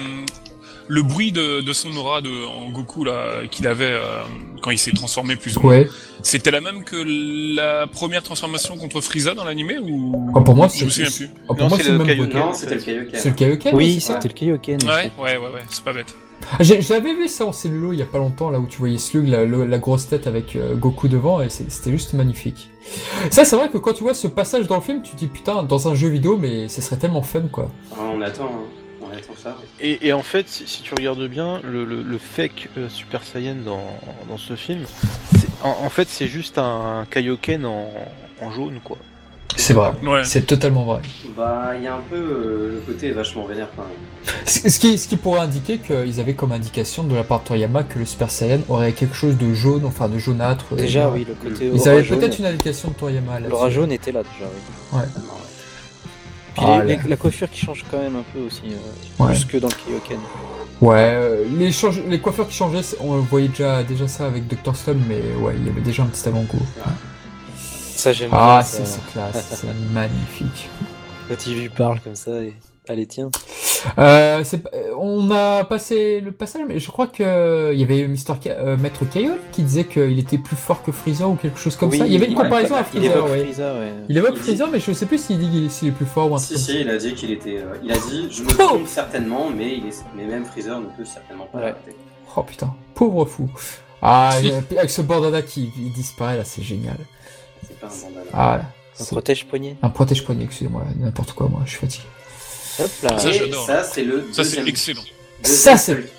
[SPEAKER 1] le bruit de, de son aura de, en Goku, là, qu'il avait euh, quand il s'est transformé plus ou moins,
[SPEAKER 2] Ouais.
[SPEAKER 1] c'était la même que la première transformation contre Frieza dans l'animé ou...
[SPEAKER 2] Ah, pour moi,
[SPEAKER 1] je me
[SPEAKER 2] c'est-
[SPEAKER 1] souviens plus.
[SPEAKER 2] Ah, pour
[SPEAKER 5] Non,
[SPEAKER 2] moi,
[SPEAKER 5] c'est
[SPEAKER 2] c'est le
[SPEAKER 5] le
[SPEAKER 2] même
[SPEAKER 5] caillou.
[SPEAKER 2] bruit.
[SPEAKER 4] Non,
[SPEAKER 5] Ok,
[SPEAKER 4] c'était le
[SPEAKER 5] c'est-
[SPEAKER 4] Kaioken.
[SPEAKER 2] C'est le Kaioken
[SPEAKER 3] Oui,
[SPEAKER 2] c'est ça
[SPEAKER 3] c'était le Kaioken.
[SPEAKER 1] Ouais, ouais, ouais, ouais, c'est pas bête.
[SPEAKER 2] Ah, J'ai- J'avais vu ça en cellulo il y a pas longtemps, là où tu voyais Slug, la, le- la grosse tête avec euh, Goku devant, et c'est- c'était juste magnifique. Ça, c'est vrai que quand tu vois ce passage dans le film, tu te dis putain, dans un jeu vidéo, mais ce serait tellement fun quoi.
[SPEAKER 4] Ah, on attend, hein. on attend ça.
[SPEAKER 5] Et, et en fait, si, si tu regardes bien, le, le- le fake euh, Super Saiyan dans, dans ce film, c'est- en, en fait, c'est juste un Kaioken en, en jaune, quoi.
[SPEAKER 2] C'est vrai.
[SPEAKER 1] Ouais.
[SPEAKER 2] C'est totalement vrai.
[SPEAKER 4] Bah, il y a un peu euh, le côté vachement vénère quand même.
[SPEAKER 2] Ce ce qui, ce qui pourrait indiquer qu'ils avaient comme indication de la part de Toriyama que le Super Saiyan aurait quelque chose de jaune, enfin de jaunâtre. euh,
[SPEAKER 3] Déjà,
[SPEAKER 2] genre.
[SPEAKER 3] oui, le côté
[SPEAKER 2] Ils
[SPEAKER 3] aura
[SPEAKER 2] avaient
[SPEAKER 3] jaune.
[SPEAKER 2] peut-être une indication de Toriyama là.
[SPEAKER 3] L'aura jaune était là déjà, oui.
[SPEAKER 4] Non, ouais.
[SPEAKER 3] Puis
[SPEAKER 2] Ah,
[SPEAKER 3] les-
[SPEAKER 2] là.
[SPEAKER 3] les- la coiffure qui change quand même un peu aussi, euh,
[SPEAKER 2] Ouais.
[SPEAKER 3] plus que dans le Kyoken.
[SPEAKER 2] Ouais, euh, les, change- les coiffeurs qui changeaient, c'est- on voyait déjà, déjà ça avec Dr. Slum, mais ouais, il y avait déjà un petit avant-goût.
[SPEAKER 3] Ça j'aime
[SPEAKER 2] Ah,
[SPEAKER 3] bien,
[SPEAKER 2] c'est
[SPEAKER 3] ça.
[SPEAKER 2] c'est classe, c'est magnifique.
[SPEAKER 3] Quand il lui parle comme ça, et... allez tiens.
[SPEAKER 2] Euh, c'est pas- euh, on a passé le passage, mais je crois que euh, il y avait Mister Ca- euh, Maître Kayol qui disait qu'il était plus fort que Freezer ou quelque chose comme
[SPEAKER 3] Oui,
[SPEAKER 2] ça. Il y avait une
[SPEAKER 4] ouais,
[SPEAKER 2] comparaison à
[SPEAKER 3] Il
[SPEAKER 2] Freezer,
[SPEAKER 3] évoque
[SPEAKER 2] ouais.
[SPEAKER 3] Frieza, ouais.
[SPEAKER 2] Il évoque
[SPEAKER 4] Il dit-
[SPEAKER 2] Freezer, mais je sais plus s'il dit qu'il- s'il est plus fort ou un truc.
[SPEAKER 4] Si,
[SPEAKER 2] comme
[SPEAKER 4] si, il a dit qu'il était. euh, il a dit, je me
[SPEAKER 2] Oh
[SPEAKER 4] trompe certainement, mais, il est, mais même Freezer ne peut certainement pas
[SPEAKER 3] Ouais.
[SPEAKER 4] l'arrêter.
[SPEAKER 2] ça. Oh putain, pauvre fou. Ah, et avec ce bandana qui il disparaît là, c'est génial.
[SPEAKER 4] C'est pas un bandana.
[SPEAKER 2] Ah,
[SPEAKER 3] Un
[SPEAKER 2] c'est-
[SPEAKER 3] protège-poignet.
[SPEAKER 2] un protège-poignet, excusez-moi, n'importe quoi, moi, je suis fatigué.
[SPEAKER 3] Hop là.
[SPEAKER 1] Ça,
[SPEAKER 4] Et
[SPEAKER 1] j'adore.
[SPEAKER 4] Ça, c'est le
[SPEAKER 1] Ça, c'est
[SPEAKER 4] deuxième,
[SPEAKER 1] excellent.
[SPEAKER 4] deuxième
[SPEAKER 2] Ça, c'est-
[SPEAKER 4] seul-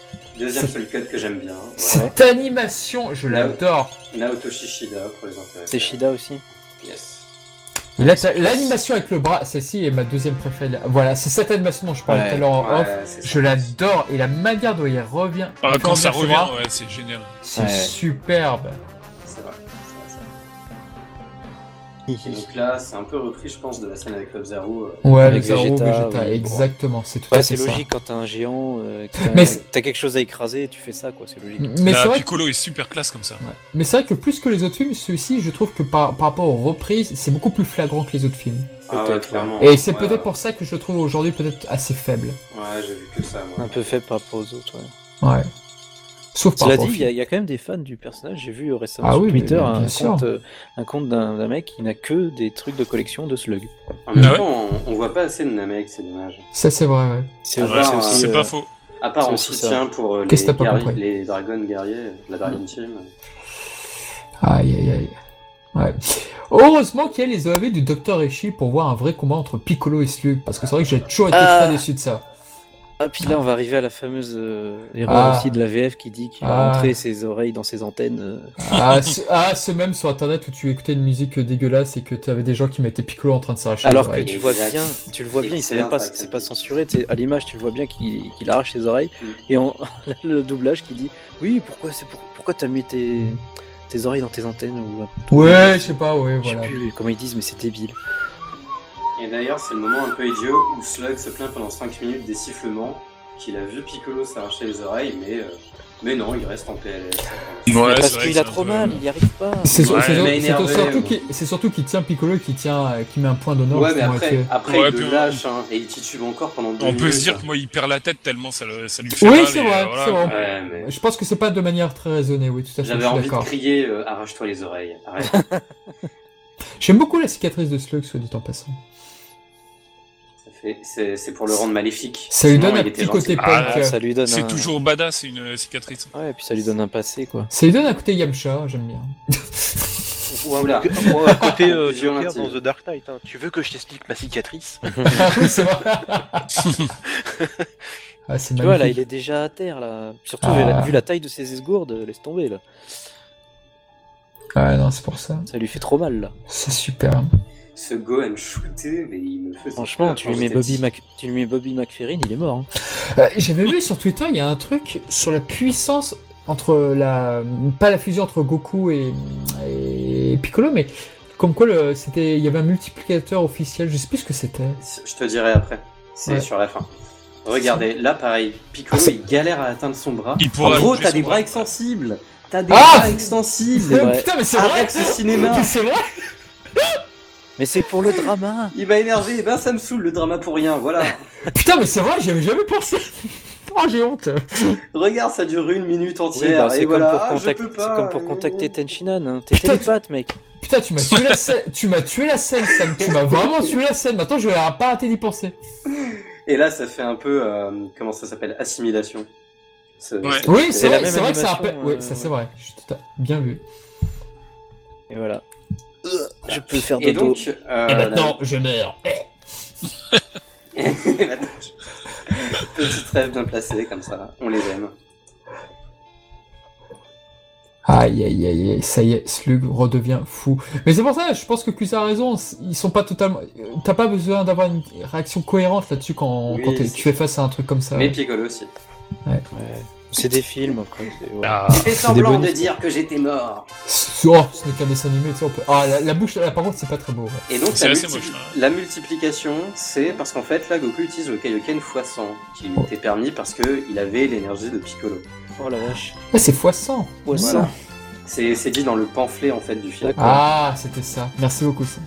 [SPEAKER 4] deuxième seul cut que j'aime bien. Voilà.
[SPEAKER 2] Cette animation, je l'adore.
[SPEAKER 4] Naoto Shishida pour les intérêts.
[SPEAKER 3] C'est Shida aussi.
[SPEAKER 4] Yes.
[SPEAKER 2] Et là, t'as l'animation avec le bras, celle-ci est ma deuxième préférée. Voilà, c'est cette animation dont je parlais
[SPEAKER 3] Ouais,
[SPEAKER 2] tout à l'heure en off.
[SPEAKER 4] Ouais, c'est ça.
[SPEAKER 2] Oh, Je l'adore et la manière dont il revient.
[SPEAKER 1] Ah,
[SPEAKER 2] quand
[SPEAKER 1] quand ça
[SPEAKER 2] on
[SPEAKER 1] revient,
[SPEAKER 2] verra,
[SPEAKER 1] ouais, c'est génial.
[SPEAKER 2] C'est
[SPEAKER 3] Ouais.
[SPEAKER 2] superbe.
[SPEAKER 4] C'est vrai. c'est vrai, c'est vrai. Et donc là, c'est un peu repris, je pense, de la scène avec Love Zero. euh,
[SPEAKER 2] Ouais,
[SPEAKER 3] Avec
[SPEAKER 2] avec Zaro,
[SPEAKER 3] Vegeta,
[SPEAKER 2] Vegeta,
[SPEAKER 3] oui.
[SPEAKER 2] exactement, c'est tout à
[SPEAKER 3] Ouais,
[SPEAKER 2] fait
[SPEAKER 3] c'est
[SPEAKER 2] ça.
[SPEAKER 3] logique quand t'as un géant, euh, que t'as-
[SPEAKER 2] Mais c'est- Mm.
[SPEAKER 3] t'as quelque chose à écraser, tu fais ça quoi, c'est logique.
[SPEAKER 2] Mais
[SPEAKER 1] La
[SPEAKER 2] c'est vrai, que-
[SPEAKER 1] Piccolo est super classe comme ça.
[SPEAKER 2] ouais. Mais c'est vrai que plus que les autres films, celui-ci, je trouve que par, par rapport aux reprises, c'est beaucoup plus flagrant que les autres films.
[SPEAKER 4] Ah ouais,
[SPEAKER 3] Peut-être,
[SPEAKER 4] clairement.
[SPEAKER 2] Et c'est
[SPEAKER 4] Ouais,
[SPEAKER 2] peut-être pour ça que je le trouve aujourd'hui peut-être assez faible.
[SPEAKER 4] Ouais, j'ai vu que ça, moi.
[SPEAKER 3] Un peu faible par rapport aux autres. Ouais.
[SPEAKER 2] Ouais. Sauf par
[SPEAKER 3] Cela
[SPEAKER 2] rapport
[SPEAKER 3] dit,
[SPEAKER 2] au
[SPEAKER 3] il y, a-
[SPEAKER 2] film.
[SPEAKER 3] il y a quand même des fans du personnage. J'ai vu euh, récemment
[SPEAKER 2] Ah
[SPEAKER 3] sur
[SPEAKER 2] oui, mais
[SPEAKER 3] Twitter
[SPEAKER 2] bien
[SPEAKER 3] un
[SPEAKER 2] sûr.
[SPEAKER 3] compte, euh, un compte d'un d'un mec qui n'a que des trucs de collection de Slug.
[SPEAKER 4] En même
[SPEAKER 1] Ah ouais.
[SPEAKER 4] temps, on, on voit pas assez de Namek, c'est dommage.
[SPEAKER 2] Ça, c'est vrai, ouais.
[SPEAKER 3] C'est
[SPEAKER 4] Ah
[SPEAKER 1] Ouais,
[SPEAKER 4] bah,
[SPEAKER 1] c'est-
[SPEAKER 4] aussi,
[SPEAKER 1] c'est
[SPEAKER 3] euh,
[SPEAKER 1] pas faux.
[SPEAKER 4] À part
[SPEAKER 3] C'est
[SPEAKER 4] en
[SPEAKER 3] aussi ça.
[SPEAKER 4] soutien pour euh, les,
[SPEAKER 2] Qu'est-ce que t'as pas
[SPEAKER 4] guerri-
[SPEAKER 2] compris
[SPEAKER 4] les Dragon guerriers, la Dragon Team.
[SPEAKER 2] Aïe, aïe, aïe. Ouais. Heureusement qu'il y a les OAV du Dr. Echi pour voir un vrai combat entre Piccolo et Slug, parce que c'est vrai que j'ai toujours été
[SPEAKER 3] Ah.
[SPEAKER 2] très déçu de ça.
[SPEAKER 3] Ah, puis là, on va arriver à la fameuse euh, erreur
[SPEAKER 2] Ah.
[SPEAKER 3] aussi de la VF qui dit qu'il
[SPEAKER 2] Ah.
[SPEAKER 3] a rentré ses oreilles dans ses antennes. euh.
[SPEAKER 2] Ah, ce, ah, ce même sur internet où tu écoutais une musique dégueulasse et que tu avais des gens qui mettaient Piccolo en train de s'arracher.
[SPEAKER 3] Alors
[SPEAKER 2] les
[SPEAKER 3] que
[SPEAKER 2] oreilles.
[SPEAKER 3] tu
[SPEAKER 4] exact.
[SPEAKER 3] vois bien, tu le vois bien, il sait même pas,
[SPEAKER 4] Excellent,
[SPEAKER 3] c'est pas censuré. tu sais, À l'image, tu le vois bien qu'il qu'il arrache ses oreilles.
[SPEAKER 4] Mm.
[SPEAKER 3] Et en, le doublage qui dit Oui, pourquoi, c'est pour- pourquoi t'as mis tes, tes oreilles dans tes antennes ou,
[SPEAKER 2] Ouais, je sais pas, ouais,
[SPEAKER 3] Je sais
[SPEAKER 2] voilà.
[SPEAKER 3] plus comment ils disent, mais c'est débile.
[SPEAKER 4] Et d'ailleurs, c'est le moment un peu idiot où Slug se plaint pendant 5 minutes des sifflements, qu'il a vu Piccolo s'arracher les oreilles, mais, euh, mais non, il reste en PLS.
[SPEAKER 1] Ouais,
[SPEAKER 3] Mais
[SPEAKER 1] c'est
[SPEAKER 3] parce
[SPEAKER 1] vrai
[SPEAKER 3] qu'il
[SPEAKER 1] que
[SPEAKER 3] a
[SPEAKER 1] c'est un
[SPEAKER 3] trop
[SPEAKER 1] peu- euh,
[SPEAKER 3] mal, il n'y arrive pas.
[SPEAKER 2] C'est sur-
[SPEAKER 1] Ouais,
[SPEAKER 2] c'est
[SPEAKER 1] il
[SPEAKER 2] sur-
[SPEAKER 4] m'a
[SPEAKER 2] c'est
[SPEAKER 4] énervé,
[SPEAKER 2] surtout
[SPEAKER 4] ouais.
[SPEAKER 2] qui c'est surtout qu'il tient Piccolo qui tient euh, qui met un point d'honneur.
[SPEAKER 4] ouais,
[SPEAKER 2] parce
[SPEAKER 4] mais
[SPEAKER 2] qu'on
[SPEAKER 4] après,
[SPEAKER 2] aurait fait-
[SPEAKER 4] après
[SPEAKER 1] Ouais,
[SPEAKER 4] il le
[SPEAKER 1] puis on-
[SPEAKER 4] lâche, hein, et il titube encore pendant 2
[SPEAKER 1] On
[SPEAKER 4] minutes.
[SPEAKER 1] peut se dire que moi, il perd la tête tellement ça, le- ça lui fait
[SPEAKER 2] Oui,
[SPEAKER 1] mal,
[SPEAKER 2] c'est
[SPEAKER 1] et,
[SPEAKER 2] vrai,
[SPEAKER 1] euh, voilà.
[SPEAKER 2] c'est vrai.
[SPEAKER 4] Ouais, mais
[SPEAKER 2] Je pense que c'est pas de manière très raisonnée, oui, tout à fait. Je
[SPEAKER 4] J'avais
[SPEAKER 2] suis
[SPEAKER 4] envie de
[SPEAKER 2] d'accord.
[SPEAKER 4] crier euh, arrache-toi les oreilles. Arrête.
[SPEAKER 2] J'aime beaucoup la cicatrice de Slug, soit dit en passant.
[SPEAKER 4] Ça fait- c'est c'est pour le rendre maléfique.
[SPEAKER 2] Ça lui
[SPEAKER 4] Sinon,
[SPEAKER 2] donne un
[SPEAKER 4] il était
[SPEAKER 2] petit
[SPEAKER 4] gentil.
[SPEAKER 2] côté punk.
[SPEAKER 1] Ah,
[SPEAKER 3] Ah, ça lui donne
[SPEAKER 1] C'est
[SPEAKER 3] un...
[SPEAKER 1] toujours badass, une euh, cicatrice.
[SPEAKER 3] Ouais, et puis ça lui donne un passé, quoi.
[SPEAKER 2] Ça lui donne un côté Yamcha, j'aime bien.
[SPEAKER 5] ou un,
[SPEAKER 4] Oula.
[SPEAKER 5] ou un côté euh,
[SPEAKER 4] Violentine.
[SPEAKER 5] Joker dans The Dark Knight. hein. Tu veux que je t'explique ma cicatrice
[SPEAKER 2] Oui, c'est vrai. ah, c'est
[SPEAKER 3] Tu vois, là,
[SPEAKER 2] magnifique.
[SPEAKER 3] il est déjà à terre, là. Surtout,
[SPEAKER 2] Ah.
[SPEAKER 3] vu, la, vu la taille de ses esgourdes, laisse tomber, là.
[SPEAKER 2] Ah non, c'est pour ça.
[SPEAKER 3] Ça lui fait trop mal, là.
[SPEAKER 2] C'est super.
[SPEAKER 4] Ce go and shooter, mais il me faisait
[SPEAKER 3] Franchement,
[SPEAKER 4] peur
[SPEAKER 3] tu
[SPEAKER 4] quand
[SPEAKER 3] lui mets
[SPEAKER 4] j'étais
[SPEAKER 3] Bobby,
[SPEAKER 4] petit.
[SPEAKER 3] Mac... tu lui mets Bobby McFerrin, il est mort. hein.
[SPEAKER 2] Euh, J'avais vu sur Twitter, il y a un truc sur la puissance entre la. Pas la fusion entre Goku et, et Piccolo, mais comme quoi le- c'était, il y avait un multiplicateur officiel, je sais plus ce que c'était.
[SPEAKER 4] Je te dirai après. C'est
[SPEAKER 2] Ouais.
[SPEAKER 4] sur la fin. Regardez, là pareil, Piccolo
[SPEAKER 2] Ah, c'est-
[SPEAKER 4] il galère à atteindre son bras.
[SPEAKER 1] Il
[SPEAKER 4] En
[SPEAKER 1] pourra
[SPEAKER 4] gros,
[SPEAKER 1] bouger
[SPEAKER 4] t'as
[SPEAKER 1] son
[SPEAKER 4] des
[SPEAKER 1] bras.
[SPEAKER 4] bras extensibles. T'as des
[SPEAKER 2] Ah
[SPEAKER 4] bras extensibles.
[SPEAKER 3] vrai.
[SPEAKER 2] Putain, mais c'est vrai!
[SPEAKER 4] Arrête ce cinéma.
[SPEAKER 2] Mais C'est vrai!
[SPEAKER 3] Mais c'est pour le drama
[SPEAKER 4] Il m'a énervé, et ben ça me saoule le drama pour rien, voilà.
[SPEAKER 2] Putain, mais c'est vrai, j'y avais jamais pensé! Oh, j'ai honte!
[SPEAKER 4] Regarde, ça dure une minute
[SPEAKER 3] Oui,
[SPEAKER 4] entière.
[SPEAKER 3] bah,
[SPEAKER 4] et
[SPEAKER 3] C'est
[SPEAKER 4] voilà,
[SPEAKER 3] comme, pour
[SPEAKER 4] Ah, je
[SPEAKER 3] contact-
[SPEAKER 4] peux
[SPEAKER 3] c'est
[SPEAKER 4] pas. oh.
[SPEAKER 3] comme pour contacter Tenchinan. Hein. T'es
[SPEAKER 2] Putain,
[SPEAKER 3] télépathe, mec.
[SPEAKER 2] Putain, tu m'as tué la scène, tu m'as tué la scène, Sam, tu m'as vraiment tué la scène, maintenant je vais pas arrêter d'y penser.
[SPEAKER 4] Et là, ça fait un peu, euh, comment ça s'appelle, assimilation. Ce-
[SPEAKER 1] Ouais.
[SPEAKER 4] ce-
[SPEAKER 2] Oui, c'est
[SPEAKER 3] la
[SPEAKER 2] vrai,
[SPEAKER 3] même
[SPEAKER 2] c'est vrai que ça
[SPEAKER 3] animation,
[SPEAKER 2] rappelle. Oui,
[SPEAKER 3] euh,
[SPEAKER 2] ça c'est vrai, je suis tout à- bien vu.
[SPEAKER 3] Et voilà. Je peux faire
[SPEAKER 4] Et
[SPEAKER 3] dodo.
[SPEAKER 4] donc, euh,
[SPEAKER 2] Et maintenant, je meurs.
[SPEAKER 4] la- Et maintenant, je- Petite rêve bien placée, comme ça, on les aime.
[SPEAKER 2] Aïe aïe aïe aïe, ça y est, Slug redevient fou. Mais c'est pour ça, je pense que Cusa a raison, c- ils sont pas totalement. euh, T'as pas besoin d'avoir une réaction cohérente là-dessus quand,
[SPEAKER 4] Oui,
[SPEAKER 2] quand t'es-
[SPEAKER 4] c'est-
[SPEAKER 2] tu fais face à un truc comme ça.
[SPEAKER 4] Mais Piccolo aussi.
[SPEAKER 3] Ouais. C'est des films, quoi. C'est- ouais.
[SPEAKER 1] Ah,
[SPEAKER 4] Fais
[SPEAKER 2] des
[SPEAKER 4] semblant
[SPEAKER 2] bonus.
[SPEAKER 4] de dire que j'étais mort.
[SPEAKER 2] S- Oh, ce n'est qu'un dessin animé, tu sais, on peut- Ah, la, la bouche là, par contre, c'est pas très beau. ouais.
[SPEAKER 4] Et donc,
[SPEAKER 1] C'est
[SPEAKER 4] la,
[SPEAKER 1] assez
[SPEAKER 4] multipli-
[SPEAKER 1] moche, hein. là.
[SPEAKER 4] la multiplication, c'est parce qu'en fait, là, Goku utilise le Kaioken x100, qui lui était permis parce qu'il avait l'énergie de Piccolo.
[SPEAKER 3] Oh la vache.
[SPEAKER 2] Ah, c'est x100.
[SPEAKER 3] Poisson.
[SPEAKER 4] Voilà. C'est c'est dit dans le pamphlet, en fait, du film.
[SPEAKER 3] D'accord.
[SPEAKER 2] Ah, c'était ça. Merci beaucoup, Sam.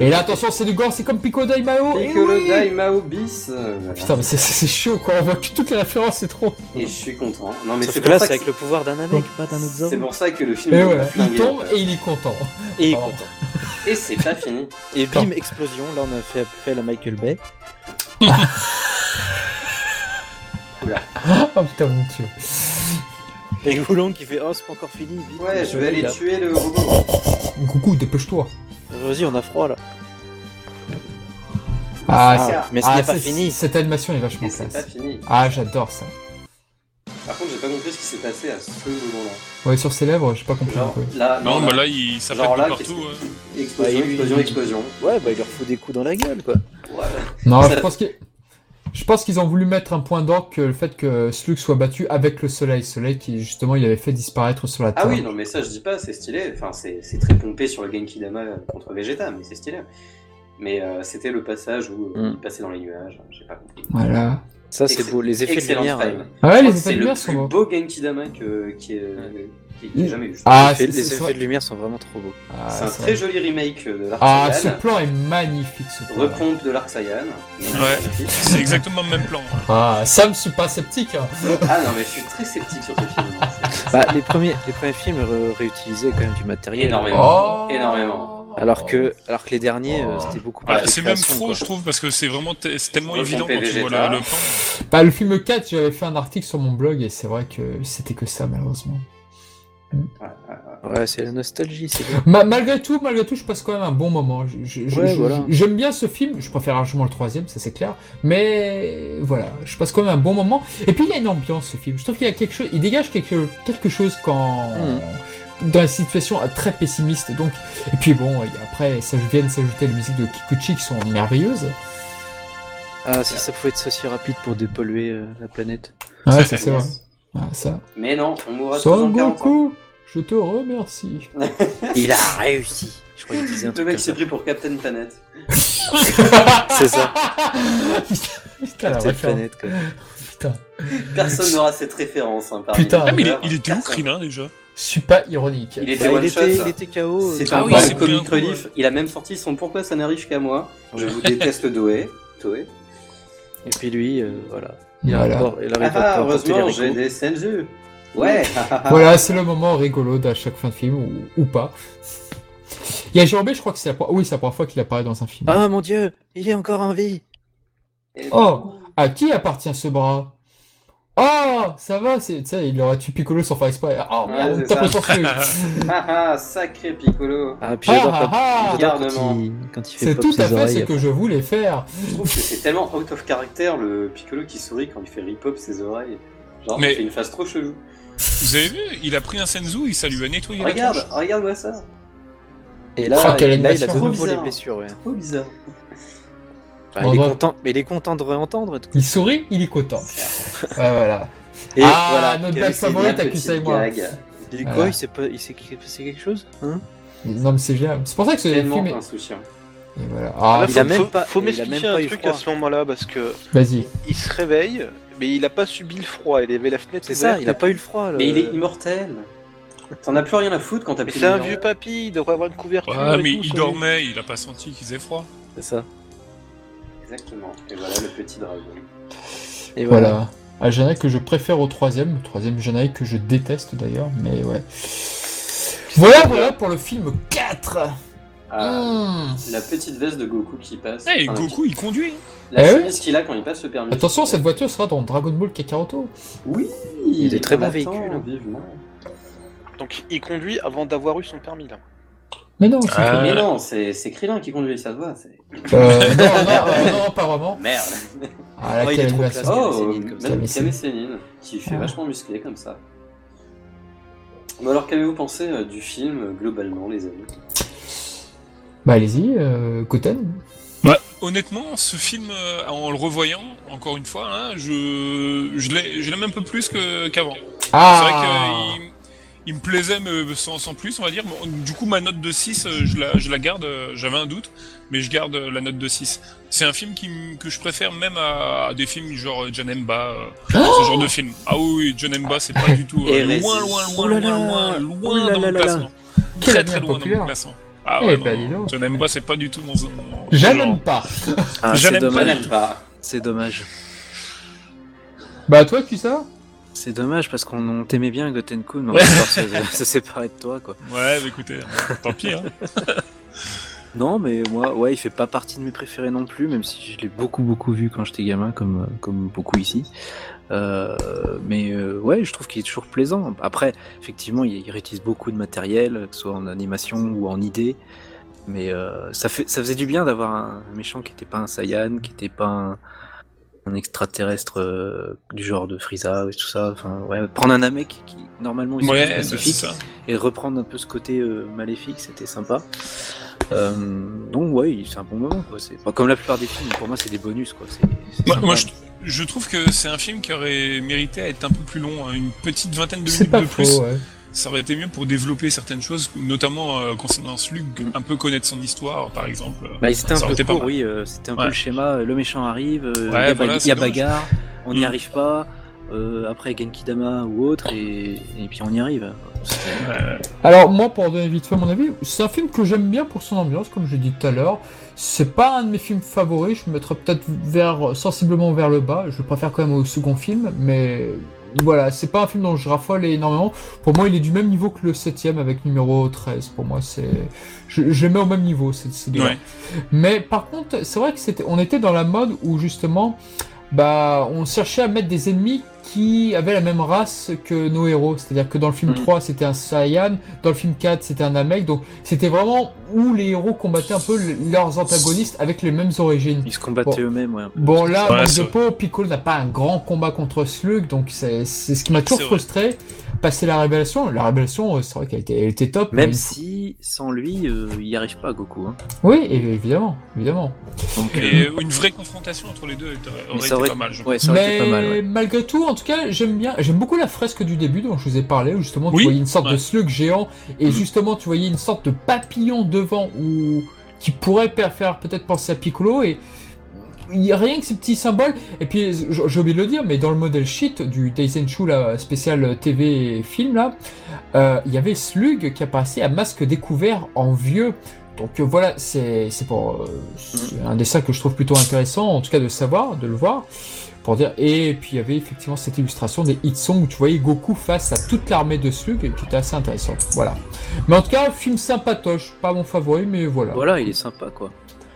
[SPEAKER 2] Et là, attention, c'est du gore, c'est comme Pico Daimao. eh
[SPEAKER 4] Piccolo
[SPEAKER 2] oui
[SPEAKER 4] Daimao bis. euh, voilà.
[SPEAKER 2] Putain, mais c'est- c'est c'est chaud quoi, on voit que toutes les références, c'est trop.
[SPEAKER 4] Et je suis content. Non, mais
[SPEAKER 3] Sauf
[SPEAKER 4] c'est
[SPEAKER 3] que
[SPEAKER 4] pour
[SPEAKER 3] là,
[SPEAKER 4] ça
[SPEAKER 3] c'est
[SPEAKER 4] que
[SPEAKER 3] avec le pouvoir d'un Namek, pas d'un autre
[SPEAKER 4] C'est
[SPEAKER 3] Zoro.
[SPEAKER 4] pour ça que le film
[SPEAKER 2] Et
[SPEAKER 4] est
[SPEAKER 2] Eh ouais, il
[SPEAKER 4] flingué, en
[SPEAKER 2] tombe
[SPEAKER 4] fait.
[SPEAKER 2] et hein. il est content.
[SPEAKER 3] Et il
[SPEAKER 2] Pardon.
[SPEAKER 3] compte.
[SPEAKER 4] Et c'est pas fini.
[SPEAKER 3] Et bim, explosion. Là, on a fait, fait la Michael Bay.
[SPEAKER 2] Ah putain, mon dieu.
[SPEAKER 3] Et Goulon qui fait Oh, c'est pas encore fini. Vite,
[SPEAKER 4] Ouais, je vais aller
[SPEAKER 3] là.
[SPEAKER 4] tuer le robot.
[SPEAKER 2] Coucou, dépêche-toi.
[SPEAKER 3] Vas-y, on a froid là.
[SPEAKER 2] Ah,
[SPEAKER 4] Ah,
[SPEAKER 3] mais ce
[SPEAKER 2] ah,
[SPEAKER 3] n'est pas
[SPEAKER 2] c'est-
[SPEAKER 3] fini.
[SPEAKER 2] Cette animation est vachement
[SPEAKER 4] Et c'est pas
[SPEAKER 2] classe.
[SPEAKER 4] fini.
[SPEAKER 2] Ah, j'adore ça.
[SPEAKER 4] Par contre, j'ai pas compris ce qui s'est passé à ce moment-là.
[SPEAKER 2] Ouais, sur ses lèvres, j'ai pas compris non
[SPEAKER 4] Genre,
[SPEAKER 2] plus.
[SPEAKER 4] là,
[SPEAKER 1] non,
[SPEAKER 4] là,
[SPEAKER 1] bah là, il, ça
[SPEAKER 4] Genre
[SPEAKER 1] pète de
[SPEAKER 4] là,
[SPEAKER 1] partout. euh.
[SPEAKER 4] qu'est-ce
[SPEAKER 1] ouais.
[SPEAKER 4] explosion,
[SPEAKER 3] Bah, il-
[SPEAKER 4] explosion,
[SPEAKER 3] il-
[SPEAKER 4] explosion.
[SPEAKER 3] Ouais, bah il leur fout des coups dans la gueule quoi.
[SPEAKER 4] Voilà.
[SPEAKER 2] Non,
[SPEAKER 4] ça-
[SPEAKER 2] je pense qu'ils. Je pense qu'ils ont voulu mettre un point d'orgue que le fait que Slug soit battu avec le soleil. Soleil qui, justement, il avait fait disparaître sur la Terre.
[SPEAKER 4] Ah oui, non, mais ça, je dis pas, c'est stylé. Enfin, c'est c'est très pompé sur le Genki Dama contre Vegeta, mais c'est stylé. Mais euh, c'était le passage où euh,
[SPEAKER 3] Mm.
[SPEAKER 4] il passait dans les nuages, j'ai pas compris.
[SPEAKER 2] Voilà.
[SPEAKER 3] Ça, c'est
[SPEAKER 4] Excellent-
[SPEAKER 3] beau. Les effets de
[SPEAKER 4] excellent
[SPEAKER 3] lumière.
[SPEAKER 4] frame.
[SPEAKER 3] euh,
[SPEAKER 2] Ah ouais, les
[SPEAKER 4] Je crois que
[SPEAKER 2] effets de lumière
[SPEAKER 4] C'est
[SPEAKER 2] sont
[SPEAKER 4] le
[SPEAKER 2] beaux.
[SPEAKER 4] plus beau Genkidama que, qui est, qui, qui ait jamais eu. je trouve.
[SPEAKER 2] Ah,
[SPEAKER 3] les
[SPEAKER 2] c'est
[SPEAKER 3] effets- les
[SPEAKER 2] c'est-
[SPEAKER 3] effets de lumière sont vraiment trop beaux.
[SPEAKER 2] Ah,
[SPEAKER 4] c'est un
[SPEAKER 2] c'est
[SPEAKER 4] très
[SPEAKER 2] vrai.
[SPEAKER 4] joli remake euh, de l'Arc
[SPEAKER 2] Ah, ce
[SPEAKER 4] Saiyan,
[SPEAKER 2] plan est magnifique, ce plan.
[SPEAKER 4] repompe de l'Arc Saiyan.
[SPEAKER 1] Ouais. C'est exactement le même plan. ouais.
[SPEAKER 2] Ah, Sam, je suis pas sceptique. hein.
[SPEAKER 4] Ah non, mais je suis très sceptique sur ce film. hein, C'est-
[SPEAKER 3] Bah, les premiers, les premiers films euh, réutilisaient quand même du matériel.
[SPEAKER 4] Énormément.
[SPEAKER 2] Oh.
[SPEAKER 4] Ah Énormément.
[SPEAKER 3] Alors que, alors que les derniers, euh, c'était beaucoup plus.
[SPEAKER 1] Ah,
[SPEAKER 3] de
[SPEAKER 1] c'est même
[SPEAKER 3] création,
[SPEAKER 1] trop,
[SPEAKER 3] quoi.
[SPEAKER 1] je trouve, parce que c'est vraiment te- c'est tellement
[SPEAKER 4] Refonte
[SPEAKER 1] évident quand tu vois
[SPEAKER 4] Vegeta.
[SPEAKER 1] le, le plan.
[SPEAKER 2] Bah, le film 4, j'avais fait un article sur mon blog et c'est vrai que c'était que ça, malheureusement.
[SPEAKER 3] Ouais, c'est la nostalgie, c'est bien.
[SPEAKER 2] Ma- malgré tout, malgré tout, je passe quand même un bon moment. Je- je- je-
[SPEAKER 3] Ouais,
[SPEAKER 2] je-
[SPEAKER 3] voilà.
[SPEAKER 2] J'aime bien ce film, je préfère largement le troisième, ça c'est clair. Mais voilà, je passe quand même un bon moment. Et puis il y a une ambiance ce film. Je trouve qu'il y a quelque chose, il dégage quelque, quelque chose quand dans une situation très pessimiste. Donc et puis bon, et après ça viennent s'ajouter les musiques de Kikuchi qui sont merveilleuses.
[SPEAKER 3] Ah, si ça pouvait être aussi rapide pour dépolluer euh, la planète.
[SPEAKER 2] Ouais,
[SPEAKER 1] Ça,
[SPEAKER 2] ça c'est vrai. Ah, ça.
[SPEAKER 4] Mais non, on mourra tous
[SPEAKER 2] Son
[SPEAKER 4] en 40 ans.
[SPEAKER 2] Goku, je te remercie.
[SPEAKER 3] Il a réussi. Je crois qu'il disait un
[SPEAKER 4] Le
[SPEAKER 3] truc
[SPEAKER 4] mec
[SPEAKER 3] comme
[SPEAKER 4] s'est
[SPEAKER 3] ça.
[SPEAKER 4] pris pour Captain Planet.
[SPEAKER 3] C'est
[SPEAKER 4] Ah,
[SPEAKER 3] ça.
[SPEAKER 2] Putain, la
[SPEAKER 4] hein.
[SPEAKER 3] Cette
[SPEAKER 2] référence.
[SPEAKER 3] planète, quoi. Bah,
[SPEAKER 2] Putain.
[SPEAKER 4] Personne n'aura cette référence. Hein, parmi
[SPEAKER 2] Putain.
[SPEAKER 4] les
[SPEAKER 1] Ah, mais il, est-
[SPEAKER 4] auteurs.
[SPEAKER 1] il était où,
[SPEAKER 4] Personne.
[SPEAKER 1] Krillin, déjà
[SPEAKER 2] Super ironique.
[SPEAKER 4] Il
[SPEAKER 3] Bah,
[SPEAKER 4] était
[SPEAKER 3] il,
[SPEAKER 4] one shot.
[SPEAKER 3] était,
[SPEAKER 4] ça.
[SPEAKER 3] il était KO.
[SPEAKER 4] C'est
[SPEAKER 3] euh,
[SPEAKER 4] un
[SPEAKER 1] Ah oui,
[SPEAKER 4] vrai
[SPEAKER 1] c'est plus un
[SPEAKER 4] comic
[SPEAKER 1] coup,
[SPEAKER 4] relief. Il a même sorti son Pourquoi ça n'arrive qu'à moi. Je vous déteste Doé. Doé.
[SPEAKER 3] Et puis lui, euh, voilà. Il, a
[SPEAKER 2] Voilà.
[SPEAKER 3] rapport- il
[SPEAKER 4] Ah,
[SPEAKER 3] arrive à
[SPEAKER 4] ah,
[SPEAKER 3] rapporter les
[SPEAKER 4] heureusement, j'ai
[SPEAKER 3] rigots.
[SPEAKER 4] des Senju. Ouais. Ah,
[SPEAKER 2] Voilà, c'est le moment rigolo d'à chaque fin de film, ou, ou pas. Il y a Jérôme, je crois que c'est la, pro- oui, c'est la première fois qu'il apparaît dans un film.
[SPEAKER 3] Ah mon dieu, il est encore en vie.
[SPEAKER 4] Et-
[SPEAKER 2] Oh, à qui appartient ce bras Ah, ça va, c'est, tu sais, il aurait tué Piccolo sans faire exprès. Ah,
[SPEAKER 4] Ouais,
[SPEAKER 2] on
[SPEAKER 4] c'est
[SPEAKER 2] tape
[SPEAKER 4] ça.
[SPEAKER 2] sur feu.
[SPEAKER 4] Ah ah, sacré Piccolo.
[SPEAKER 3] Ah, puis j'adore
[SPEAKER 2] Ah, ah, ah.
[SPEAKER 4] Regarde,
[SPEAKER 3] quand, quand, il, quand il fait
[SPEAKER 2] C'est
[SPEAKER 3] pop
[SPEAKER 2] tout
[SPEAKER 3] ses
[SPEAKER 2] à fait ce
[SPEAKER 3] oreilles.
[SPEAKER 2] que je voulais faire.
[SPEAKER 4] Je trouve que c'est tellement out of character le Piccolo qui sourit quand il fait rip-hop ses oreilles. Genre,
[SPEAKER 1] Mais-
[SPEAKER 4] il fait une face trop chelou.
[SPEAKER 1] Vous avez vu Il a pris un senzu et ça lui a nettoyé
[SPEAKER 4] Regarde,
[SPEAKER 1] la tronche.
[SPEAKER 4] regarde moi ça.
[SPEAKER 3] Et
[SPEAKER 2] Oh,
[SPEAKER 3] là,
[SPEAKER 2] quelle
[SPEAKER 3] et là, il a de
[SPEAKER 2] animation.
[SPEAKER 3] nouveau les
[SPEAKER 4] Bizarre.
[SPEAKER 3] blessures. Ouais.
[SPEAKER 4] Trop bizarre.
[SPEAKER 3] Enfin,
[SPEAKER 2] On
[SPEAKER 3] il est
[SPEAKER 2] va-
[SPEAKER 3] content, mais il est content de réentendre. tout.
[SPEAKER 2] Il sourit, il est content. Ah, voilà.
[SPEAKER 3] Et
[SPEAKER 2] ah,
[SPEAKER 3] voilà.
[SPEAKER 2] notre blague
[SPEAKER 4] Quelle était la
[SPEAKER 2] favorite avec
[SPEAKER 4] petite
[SPEAKER 2] Usain Bolt.
[SPEAKER 4] gag.
[SPEAKER 3] Il est quoi
[SPEAKER 2] Voilà.
[SPEAKER 3] Il s'est pas... il s'est cri- passé quelque chose hein
[SPEAKER 2] Non, mais c'est bien. C'est pour ça que ce
[SPEAKER 4] Tellement
[SPEAKER 2] film est...
[SPEAKER 4] insouciant.
[SPEAKER 2] Et voilà. Ah,
[SPEAKER 5] Là,
[SPEAKER 3] il
[SPEAKER 5] faut-
[SPEAKER 3] a même
[SPEAKER 5] faut-
[SPEAKER 3] pas-
[SPEAKER 5] faut
[SPEAKER 3] il a même
[SPEAKER 5] m'expliquer
[SPEAKER 3] pas
[SPEAKER 5] un
[SPEAKER 3] eu
[SPEAKER 5] truc
[SPEAKER 3] froid.
[SPEAKER 5] à ce moment-là parce que
[SPEAKER 2] vas-y.
[SPEAKER 5] il se réveille, mais il a pas subi le froid. Il avait la fenêtre.
[SPEAKER 3] C'est ça,
[SPEAKER 5] ouverte.
[SPEAKER 3] il a pas eu le froid. Là.
[SPEAKER 4] Mais il est immortel. T'en as plus rien à foutre quand t'as
[SPEAKER 5] Mais
[SPEAKER 4] plus
[SPEAKER 5] c'est un
[SPEAKER 4] de
[SPEAKER 5] vieux
[SPEAKER 4] nerfs.
[SPEAKER 5] papy. Il devrait avoir une couverture.
[SPEAKER 1] Ouais,
[SPEAKER 5] et
[SPEAKER 1] mais
[SPEAKER 5] tout,
[SPEAKER 1] il
[SPEAKER 5] son-
[SPEAKER 1] dormait, il a pas senti qu'il faisait froid.
[SPEAKER 3] C'est ça.
[SPEAKER 4] Exactement. Et voilà le petit dragon.
[SPEAKER 3] Et voilà.
[SPEAKER 2] Voilà. Un générique que je préfère au troisième. Troisième générique que je déteste d'ailleurs, mais ouais. Voilà, voilà pour le film 4.
[SPEAKER 4] Ah,
[SPEAKER 2] Hmm.
[SPEAKER 4] La petite veste de Goku qui passe.
[SPEAKER 1] Eh,
[SPEAKER 4] Enfin,
[SPEAKER 1] Goku, il conduit.
[SPEAKER 4] La
[SPEAKER 2] Eh oui.
[SPEAKER 4] chemise qu'il a quand il passe le permis.
[SPEAKER 2] Attention, cette voiture sera dans Dragon Ball Kakaroto.
[SPEAKER 4] Oui
[SPEAKER 3] Il est très
[SPEAKER 4] on
[SPEAKER 3] bon
[SPEAKER 4] l'attend
[SPEAKER 3] véhicule.
[SPEAKER 4] vivement.
[SPEAKER 5] Donc il conduit avant d'avoir eu son permis là.
[SPEAKER 2] Mais non, c'est
[SPEAKER 1] Ah.
[SPEAKER 4] Mais
[SPEAKER 1] Euh.
[SPEAKER 4] non, c'est c'est Krillin qui conduit, ça se voit. c'est-
[SPEAKER 2] Euh, non, non, euh, non, pas vraiment.
[SPEAKER 4] Merde.
[SPEAKER 2] Ah, la
[SPEAKER 3] Oh, il est
[SPEAKER 2] quelle
[SPEAKER 3] trop
[SPEAKER 2] animation.
[SPEAKER 3] classe.
[SPEAKER 4] Oh,
[SPEAKER 3] Sénine, comme ça.
[SPEAKER 4] même
[SPEAKER 2] Kamé
[SPEAKER 4] Kamé Sénine, qui fait
[SPEAKER 2] Ah.
[SPEAKER 4] vachement musclé comme ça. Bon alors, qu'avez-vous pensé euh, du film euh, globalement, les amis
[SPEAKER 2] Bah allez-y, euh, Goten.
[SPEAKER 1] Honnêtement, ce film, euh, en le revoyant, encore une fois, hein, je, je l'ai- je l'aime un peu plus que- qu'avant. C'est vrai
[SPEAKER 2] Ah
[SPEAKER 1] qu'il il me plaisait mais sans, sans plus, on va dire. Bon, du coup, ma note de 6, euh, je la, je la garde. euh, J'avais un doute, mais je garde euh, la note de 6. C'est un film qui, m- que je préfère même à, à des films genre euh, John Emba, euh, ce genre de film. Ah oui, oui, John Emba, c'est pas du tout euh,
[SPEAKER 4] Hérésie.
[SPEAKER 1] loin, loin,
[SPEAKER 3] Oh
[SPEAKER 1] loin,
[SPEAKER 3] là
[SPEAKER 1] loin,
[SPEAKER 3] là.
[SPEAKER 1] loin,
[SPEAKER 3] Oh là
[SPEAKER 1] loin dans
[SPEAKER 3] là
[SPEAKER 1] mon
[SPEAKER 3] là là.
[SPEAKER 1] classement.
[SPEAKER 2] Quel
[SPEAKER 1] Très, très
[SPEAKER 2] avenir
[SPEAKER 1] loin dans
[SPEAKER 2] populaire.
[SPEAKER 1] mon classement. Ah
[SPEAKER 2] Eh
[SPEAKER 1] ouais,
[SPEAKER 2] ben,
[SPEAKER 1] non,
[SPEAKER 2] dis donc.
[SPEAKER 1] John Emba, c'est pas du tout mon. mon genre.
[SPEAKER 2] J'aime pas.
[SPEAKER 3] Ah,
[SPEAKER 1] J'aime
[SPEAKER 3] c'est
[SPEAKER 1] pas
[SPEAKER 3] dommage.
[SPEAKER 4] n'aime pas.
[SPEAKER 3] C'est dommage.
[SPEAKER 2] Bah toi, ça
[SPEAKER 3] C'est dommage parce qu'on on t'aimait bien, Gotenku, mais on
[SPEAKER 1] Ouais.
[SPEAKER 3] va devoir se, se séparer de toi, quoi.
[SPEAKER 1] Ouais, bah, écoutez, euh, tant pis. Hein.
[SPEAKER 3] Non, mais moi, ouais, il fait pas partie de mes préférés non plus, même si je l'ai beaucoup, beaucoup vu quand j'étais gamin, comme, euh, comme beaucoup ici. Euh, mais euh, ouais, je trouve qu'il est toujours plaisant. Après, effectivement, il, il réutilise beaucoup de matériel, que ce soit en animation ou en idée. Mais euh, ça, fait, ça faisait du bien d'avoir un méchant qui n'était pas un Saiyan, qui n'était pas un, un extraterrestre euh, du genre de Frieza et tout ça. Enfin, ouais, prendre un Namek qui, normalement, ils sont
[SPEAKER 1] Ouais,
[SPEAKER 3] tous
[SPEAKER 1] bah, c'est
[SPEAKER 3] pacifiques
[SPEAKER 1] ça.
[SPEAKER 3] et reprendre un peu ce côté euh, maléfique, c'était sympa. Euh, donc ouais, il- c'est un bon moment quoi. C'est enfin, comme la plupart des films, pour moi c'est des bonus quoi. C'est- c'est
[SPEAKER 1] Moi,
[SPEAKER 3] sympa.
[SPEAKER 1] moi, je, je trouve que c'est un film qui aurait mérité à être un peu plus long, hein, une petite vingtaine de
[SPEAKER 2] C'est
[SPEAKER 1] minutes
[SPEAKER 2] pas
[SPEAKER 1] de
[SPEAKER 2] faux,
[SPEAKER 1] plus.
[SPEAKER 2] ouais.
[SPEAKER 1] Ça aurait été mieux pour développer certaines choses, notamment euh, concernant Slug, un peu connaître son histoire, par exemple.
[SPEAKER 3] Bah, c'était un
[SPEAKER 1] ça aurait
[SPEAKER 3] peu
[SPEAKER 1] été pas
[SPEAKER 3] court,
[SPEAKER 1] mal.
[SPEAKER 3] oui. euh, c'était un
[SPEAKER 1] Ouais.
[SPEAKER 3] peu le schéma. euh, Le méchant arrive, euh, il y
[SPEAKER 1] Ouais,
[SPEAKER 3] a,
[SPEAKER 1] voilà,
[SPEAKER 3] ba- il
[SPEAKER 1] c'est
[SPEAKER 3] y a
[SPEAKER 1] dommage.
[SPEAKER 3] bagarre, on n'y
[SPEAKER 1] Mm.
[SPEAKER 3] arrive pas. euh, après Genkidama ou autre et, et puis on y arrive.
[SPEAKER 1] Euh,
[SPEAKER 2] Alors moi, pour donner vite fait mon avis, c'est un film que j'aime bien pour son ambiance, comme je l'ai dit tout à l'heure. C'est pas un de mes films favoris, je me mettrais peut-être vers, sensiblement vers le bas, je le préfère quand même au second film, mais voilà, c'est pas un film dont je raffole énormément. Pour moi, il est du même niveau que le septième avec numéro 13, pour moi, c'est... Je, je le mets au même niveau, c'est c'est
[SPEAKER 1] ouais.
[SPEAKER 2] Mais par contre, c'est vrai que c'était, on était dans la mode où justement, bah, on cherchait à mettre des ennemis qui avaient la même race que nos héros. C'est-à-dire que dans le film
[SPEAKER 3] Mhm.
[SPEAKER 2] 3, c'était un Saiyan, dans le film 4, c'était un Namek. Donc, c'était vraiment où les héros combattaient un peu le- leurs antagonistes avec les mêmes origines.
[SPEAKER 3] Ils se combattaient
[SPEAKER 2] Bon.
[SPEAKER 3] eux-mêmes. Ouais, un peu.
[SPEAKER 2] Bon, là,
[SPEAKER 1] Ouais,
[SPEAKER 2] manque
[SPEAKER 1] c'est
[SPEAKER 2] de
[SPEAKER 1] vrai.
[SPEAKER 2] peau, Piccolo n'a pas un grand combat contre Slug, donc c'est c'est ce qui m'a toujours
[SPEAKER 1] C'est vrai.
[SPEAKER 2] frustré. Passer la révélation, la révélation, euh, c'est vrai qu'elle était, elle était top.
[SPEAKER 3] Même
[SPEAKER 2] mais-
[SPEAKER 3] si sans lui, euh, il n'y arrive pas Goku. hein.
[SPEAKER 2] Oui, évidemment, évidemment.
[SPEAKER 3] Donc,
[SPEAKER 1] Et
[SPEAKER 3] euh,
[SPEAKER 1] euh, une vraie confrontation entre les deux euh, aurait
[SPEAKER 3] mais
[SPEAKER 1] été pas mal. je
[SPEAKER 3] ouais, ça aurait
[SPEAKER 2] mais
[SPEAKER 3] été pas mal. ouais.
[SPEAKER 2] malgré tout, en tout cas, j'aime bien, j'aime beaucoup la fresque du début dont je vous ai parlé, où justement tu
[SPEAKER 1] Oui,
[SPEAKER 2] voyais une sorte de
[SPEAKER 1] ouais.
[SPEAKER 2] slug géant et
[SPEAKER 1] Mhm.
[SPEAKER 2] justement tu voyais une sorte de papillon devant ou qui pourrait per- faire peut-être penser à Piccolo et il y a rien que ces petits symboles. Et puis j- j'ai oublié de le dire, mais dans le modèle sheet du Daisenshu là spécial TV et film là, euh, il y avait Slug qui apparaissait à masque découvert en vieux. Donc euh, voilà, c'est c'est pour euh, c'est un dessin que je trouve plutôt intéressant, en tout cas de savoir, de le voir, pour dire. Et puis il y avait effectivement cette illustration des hitsongs où tu voyais Goku face à toute l'armée de Slug, et qui était assez intéressante. Voilà. Mais en tout cas, film sympatoche, pas mon favori, mais voilà.
[SPEAKER 3] Voilà, il est sympa quoi.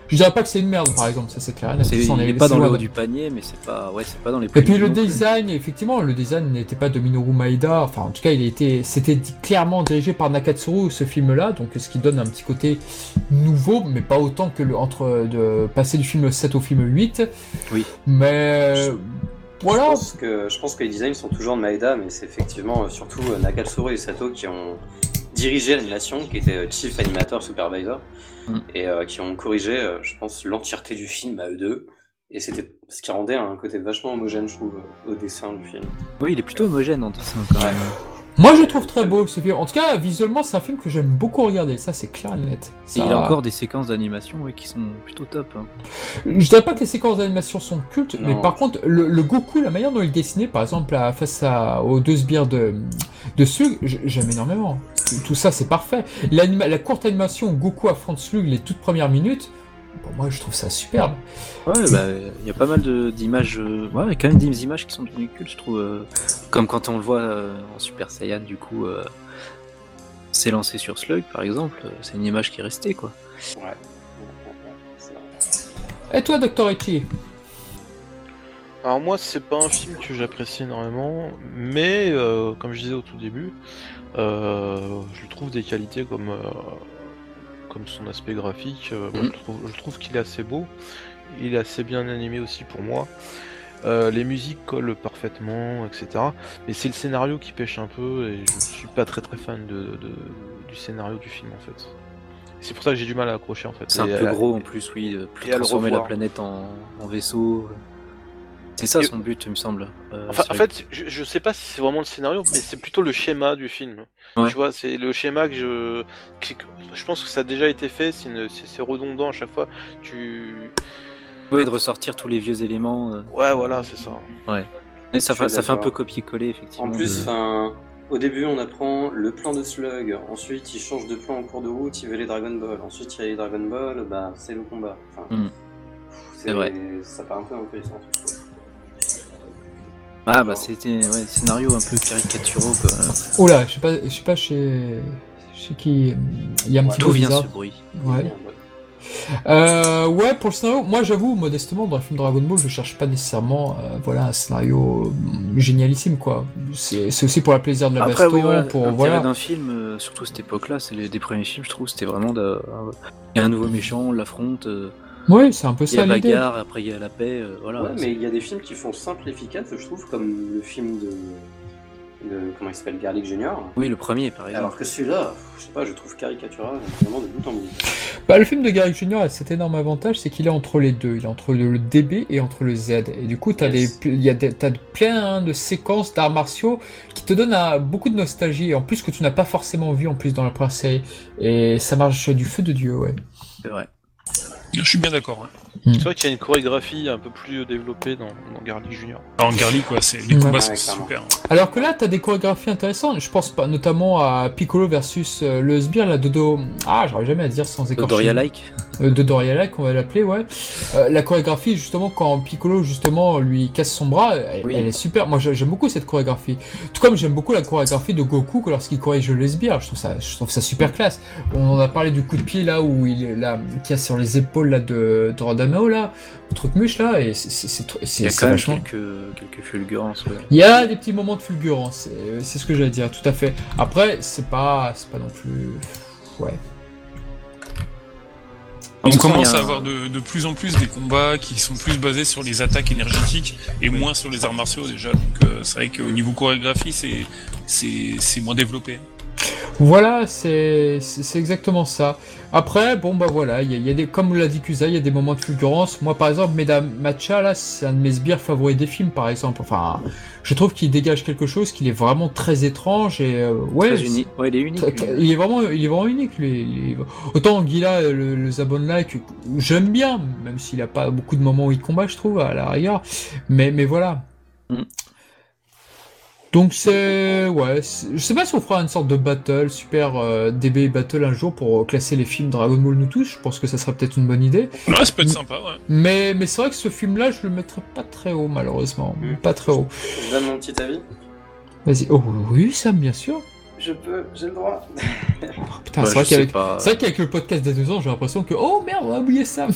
[SPEAKER 2] Je dirais pas que c'est une merde, par exemple, ça Ah, c'est clair. et net.
[SPEAKER 3] C'est-
[SPEAKER 2] Ça, on
[SPEAKER 3] il
[SPEAKER 2] est-
[SPEAKER 3] est pas
[SPEAKER 2] c'est
[SPEAKER 3] dans le
[SPEAKER 2] loin
[SPEAKER 3] haut
[SPEAKER 2] de-
[SPEAKER 3] du panier, mais c'est pas, ouais, c'est pas dans les.
[SPEAKER 2] Et puis
[SPEAKER 3] premiers
[SPEAKER 2] le
[SPEAKER 3] non plus.
[SPEAKER 2] design, effectivement, le design n'était pas de Minoru Maeda. Enfin, en tout cas, il était, c'était clairement dirigé par Nakatsuru ce film-là, donc ce qui donne un petit côté nouveau, mais pas autant que le entre de passer du film 7 au film 8.
[SPEAKER 3] Oui.
[SPEAKER 2] Mais euh,
[SPEAKER 4] Je
[SPEAKER 2] voilà.
[SPEAKER 4] pense, que, je pense que les designs sont toujours de Maeda, mais c'est effectivement euh, surtout euh, Nakatsuru et Sato qui ont dirigé l'animation, qui étaient euh, Chief Animator Supervisor,
[SPEAKER 3] Mm.
[SPEAKER 4] et euh, qui ont corrigé, euh, je pense, l'entièreté du film à eux deux. Et c'était ce qui rendait un côté vachement homogène, je trouve, euh, au dessin du film.
[SPEAKER 3] Oui, il est plutôt homogène hein, en dessin quand même.
[SPEAKER 2] Moi, je trouve très beau ce film. En tout cas, visuellement, c'est un film que j'aime beaucoup regarder. Ça, c'est clair et net.
[SPEAKER 3] Et
[SPEAKER 2] Ça-
[SPEAKER 3] il a encore des séquences d'animation ouais, qui sont plutôt top. hein.
[SPEAKER 2] Je dirais pas que les séquences d'animation sont cultes, mais
[SPEAKER 4] Non.
[SPEAKER 2] par contre, le, le Goku, la manière dont il dessinait, par exemple, à- face à, aux deux sbires de, de Slug, j- j'aime énormément. Tout- Tout ça, c'est parfait. L'anima- la courte animation où Goku affronte Slug les toutes premières minutes, pour moi, je trouve ça superbe.
[SPEAKER 3] Ouais, bah, il y a pas mal de- d'images. euh, Ouais, quand même des images qui sont devenues cultes, je trouve. euh, comme quand on le voit euh, en Super Saiyan, du coup, euh, s'élancer sur Slug, par exemple, euh, c'est une image qui est restée, quoi.
[SPEAKER 4] Ouais. Ouais, ouais, ouais, c'est vrai.
[SPEAKER 2] Et toi, Docteur Echi
[SPEAKER 5] Alors moi, c'est pas un film que j'apprécie énormément, mais euh, comme je disais au tout début, euh, je lui trouve des qualités comme euh, comme son aspect graphique. euh, moi,
[SPEAKER 3] Mhm.
[SPEAKER 5] je trouve, je trouve qu'il est assez beau, il est assez bien animé aussi pour moi. Euh, les musiques collent parfaitement, etc. Mais c'est le scénario qui pêche un peu et je suis pas très très fan de, de- du scénario du film en fait. C'est pour ça que j'ai du mal à accrocher en fait.
[SPEAKER 3] C'est un
[SPEAKER 5] Et
[SPEAKER 3] peu
[SPEAKER 5] à-
[SPEAKER 3] gros en plus, oui, de
[SPEAKER 5] et à le
[SPEAKER 3] transformer la
[SPEAKER 5] revoir.
[SPEAKER 3] planète en, en vaisseau. euh. C'est ça
[SPEAKER 5] Et-
[SPEAKER 3] son but, il me semble. Euh,
[SPEAKER 5] Enfin,
[SPEAKER 3] c'est
[SPEAKER 5] en
[SPEAKER 3] vrai
[SPEAKER 5] fait, je, je sais pas si c'est vraiment le scénario, mais c'est plutôt le schéma du film.
[SPEAKER 3] Ouais.
[SPEAKER 5] Tu vois, c'est le schéma que je. que- que- je pense que ça a déjà été fait, c'est une- c'est c'est redondant à chaque fois. Tu.
[SPEAKER 3] que- ouais, de ressortir tous les vieux éléments. euh,
[SPEAKER 5] Ouais, voilà, c'est ça.
[SPEAKER 3] mais ça,
[SPEAKER 4] Je suis
[SPEAKER 3] fait- ça fait un peu
[SPEAKER 4] d'accord.
[SPEAKER 3] copier-coller, effectivement.
[SPEAKER 4] En
[SPEAKER 3] de-
[SPEAKER 4] plus, enfin, au début, on apprend le plan de Slug, ensuite, il change de plan en cours de route, il veut les Dragon Ball, ensuite, il a les Dragon Ball, bah, c'est le combat. Enfin,
[SPEAKER 3] Mm.
[SPEAKER 4] pff,
[SPEAKER 3] C'est vrai.
[SPEAKER 4] Ça part un peu en hein, puissance. je trouve.
[SPEAKER 3] Ah, bah, c'était ouais, scénario un peu caricaturaux, quoi.
[SPEAKER 2] Oh là, je sais pas, je sais pas chez, chez qui. Il y a un petit
[SPEAKER 3] D'où
[SPEAKER 2] peu
[SPEAKER 3] vient
[SPEAKER 2] bizarre.
[SPEAKER 3] ce bruit
[SPEAKER 2] Ouais. Euh, ouais, pour le scénario, moi j'avoue, modestement, dans le film Dragon Ball, je cherche pas nécessairement euh, voilà, un scénario euh, génialissime, quoi. C'est c'est aussi pour la plaisir de la
[SPEAKER 3] Après,
[SPEAKER 2] baston,
[SPEAKER 3] oui, voilà,
[SPEAKER 2] pour...
[SPEAKER 3] l'intérêt
[SPEAKER 2] Voilà.
[SPEAKER 3] d'un film, euh, surtout à cette époque-là, c'est les des premiers films, je trouve, c'était vraiment de- il y a un nouveau méchant, on l'affronte, euh,
[SPEAKER 2] Oui, c'est un peu
[SPEAKER 3] il y a
[SPEAKER 2] ça l'idée.
[SPEAKER 3] bagarre, après il y a la paix, euh, voilà.
[SPEAKER 4] Ouais, mais il y a des films qui font simple et efficace, je trouve, comme le film de. de- comment il s'appelle Garlic Junior.
[SPEAKER 3] Oui, le premier, par exemple.
[SPEAKER 4] Alors que celui-là, pff, je sais pas, je le trouve caricatural, vraiment de bout en bout.
[SPEAKER 2] Bah, le film de Garrick Jr. a cet énorme avantage, c'est qu'il est entre les deux. Il est entre le DB et entre le Z. Et du coup, t'as
[SPEAKER 4] Yes.
[SPEAKER 2] des, il y a des- t'as de- plein de séquences d'arts martiaux qui te donnent un- beaucoup de nostalgie, en plus que tu n'as pas forcément vu en plus dans la première série. Et ça marche du feu de Dieu, ouais.
[SPEAKER 3] C'est vrai.
[SPEAKER 1] Je suis bien d'accord. hein.
[SPEAKER 5] C'est vrai qu'il y a une chorégraphie un peu plus développée dans, dans Garlic Junior.
[SPEAKER 1] En Garly, quoi, c'est les
[SPEAKER 2] Ouais.
[SPEAKER 1] combats
[SPEAKER 4] Ouais,
[SPEAKER 1] sont
[SPEAKER 4] clairement.
[SPEAKER 1] super. hein.
[SPEAKER 2] Alors que là, t'as des chorégraphies intéressantes. Je pense pas, notamment à Piccolo versus euh, le sbire, là, Dodo. Ah, j'arrive jamais à dire sans écorcher.
[SPEAKER 3] Doria Like
[SPEAKER 2] Euh, de Doriala, qu'on va l'appeler, ouais. Euh, la chorégraphie, justement, quand Piccolo, justement, lui casse son bras, elle,
[SPEAKER 3] Oui.
[SPEAKER 2] elle est super. Moi, j'a- j'aime beaucoup cette chorégraphie. Tout comme j'aime beaucoup la chorégraphie de Goku que lorsqu'il corrige le sbire. Je trouve ça, je trouve ça super classe. On en a parlé du coup de pied, là, où il est là, qui a sur les épaules, là, de, de Radamao, là. Le truc mûche, là. Et c'est- c'est- c'est
[SPEAKER 3] Il y
[SPEAKER 2] c'est-
[SPEAKER 3] a
[SPEAKER 2] c'est
[SPEAKER 3] quand même
[SPEAKER 2] vachement-
[SPEAKER 3] quelques, quelques fulgurances. ouais.
[SPEAKER 2] il y a des petits moments de fulgurance, et c'est ce que j'allais dire, tout à fait. Après, c'est pas, c'est pas non plus. Ouais.
[SPEAKER 3] En
[SPEAKER 1] On
[SPEAKER 3] tout cas, il
[SPEAKER 1] commence
[SPEAKER 3] y a
[SPEAKER 1] à
[SPEAKER 3] un-
[SPEAKER 1] avoir de, de plus en plus des combats qui sont plus basés sur les attaques énergétiques et moins sur les arts martiaux déjà. Donc euh, c'est vrai qu'au niveau chorégraphie, c'est c'est c'est moins développé.
[SPEAKER 2] Voilà, c'est c'est- c'est exactement ça. Après, bon bah voilà, il y a, il y a des, comme l'a dit Kusa, il y a des moments de fulgurance. Moi par exemple, Mesdames Matcha, là, c'est un de mes sbires favoris des films, par exemple. Enfin, je trouve qu'il dégage quelque chose, qu'il est vraiment très étrange et euh, ouais,
[SPEAKER 3] Très uni- ouais, il est unique.
[SPEAKER 2] Très-
[SPEAKER 3] lui.
[SPEAKER 2] très- Il est vraiment, il est vraiment unique. lui. Il est- Autant Gila, le, le Zabon Like, j'aime bien, même s'il a pas beaucoup de moments où il combat, je trouve, à la rigueur. Mais, mais voilà.
[SPEAKER 3] Mm.
[SPEAKER 2] Donc c'est, ouais, c'est- je sais pas si on fera une sorte de battle, super euh, DB battle un jour pour classer les films Dragon Ball nous touche. Je pense que ça serait peut-être une bonne idée.
[SPEAKER 1] Ouais, ça peut être
[SPEAKER 2] Mm.
[SPEAKER 1] sympa, ouais.
[SPEAKER 2] Mais, mais c'est vrai que ce film-là, je le mettrais pas très haut, malheureusement,
[SPEAKER 4] Mm.
[SPEAKER 2] pas très haut.
[SPEAKER 4] Je donne mon petit avis.
[SPEAKER 2] Vas-y. Oh oui, Sam, bien sûr. Ah,
[SPEAKER 4] je peux, j'ai le droit.
[SPEAKER 2] Putain,
[SPEAKER 3] Bah,
[SPEAKER 2] c'est
[SPEAKER 3] je
[SPEAKER 2] vrai
[SPEAKER 3] sais
[SPEAKER 2] qu'avec
[SPEAKER 3] pas.
[SPEAKER 2] c'est vrai qu'avec le podcast des deux ans, j'ai l'impression que oh merde, on a oublié ça.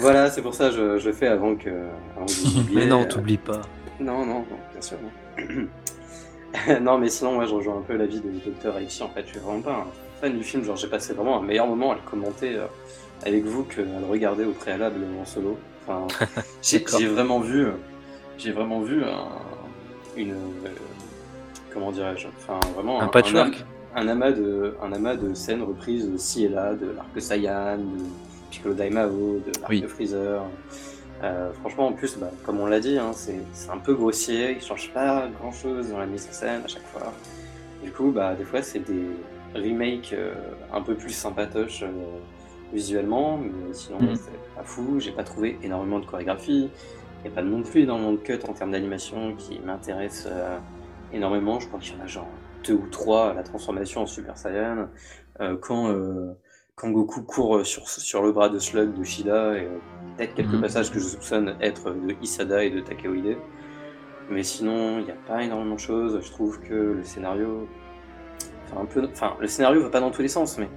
[SPEAKER 4] Voilà, c'est pour ça que je, je le fais avant que. avant que vous oubliez,
[SPEAKER 3] Mais non,
[SPEAKER 4] euh,
[SPEAKER 3] t'oublies pas.
[SPEAKER 4] Non, non, non, bien sûr. Non. non, mais sinon, moi, je rejoins un peu l'avis de Dr. Alexis. En fait, je suis vraiment pas un fan du film. Genre, j'ai passé vraiment un meilleur moment à le commenter euh, avec vous qu'à le regarder au préalable en solo. Enfin, j'ai
[SPEAKER 3] D'accord.
[SPEAKER 4] j'ai vraiment vu, euh, j'ai vraiment vu un- une, euh, comment dirais-je, enfin vraiment
[SPEAKER 3] Un patchwork.
[SPEAKER 4] arc- un amas de, un amas de scènes reprises ci et là, de l'arc de Saiyan, de Piccolo Daimao, de l'arc
[SPEAKER 3] Oui.
[SPEAKER 4] de Freezer. Euh, franchement, en plus, bah, comme on l'a dit, hein, c'est c'est un peu grossier, il change pas grand chose dans la mise en scène à chaque fois. Du coup, bah, des fois, c'est des remakes euh, un peu plus sympatoches euh, visuellement, mais sinon,
[SPEAKER 3] Mhm.
[SPEAKER 4] c'est pas fou. J'ai pas trouvé énormément de chorégraphie. Il n'y a pas non plus énormément de cuts en termes d'animation qui m'intéressent euh, énormément. Je crois qu'il y en a genre deux ou trois, la transformation en Super Saiyan, euh, quand, euh, quand Goku court euh, sur, sur le bras de Slug de Shida, et euh, peut-être quelques
[SPEAKER 3] Mhm.
[SPEAKER 4] passages que je soupçonne être de Isada et de Takeo Ide. Mais sinon, il n'y a pas énormément de choses. Je trouve que le scénario. Enfin, un peu... enfin, le scénario va pas dans tous les sens, mais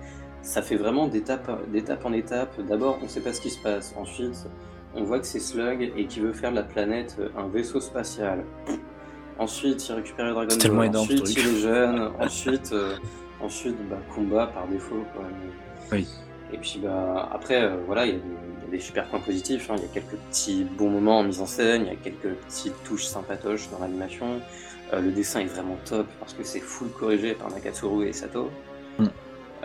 [SPEAKER 4] ça fait vraiment d'étape d'étape en étape. D'abord, on sait pas ce qui se passe. Ensuite, on voit que c'est Slug et qu'il veut faire de la planète euh, un vaisseau spatial. Ensuite, il récupère les Dragon Ball.
[SPEAKER 3] C'est tellement énorme, ce
[SPEAKER 4] ensuite,
[SPEAKER 3] truc.
[SPEAKER 4] il est jeune. ensuite, euh, ensuite bah, combat par défaut. Quoi. Mais-
[SPEAKER 3] Oui.
[SPEAKER 4] Et puis, bah, après, euh, voilà, il y, a des- il y a des super points positifs. hein. Il y a quelques petits bons moments en mise en scène. Il y a quelques petites touches sympatoches dans l'animation. Euh, le dessin est vraiment top parce que c'est full corrigé par Nakatsuru et Sato.
[SPEAKER 3] Mm.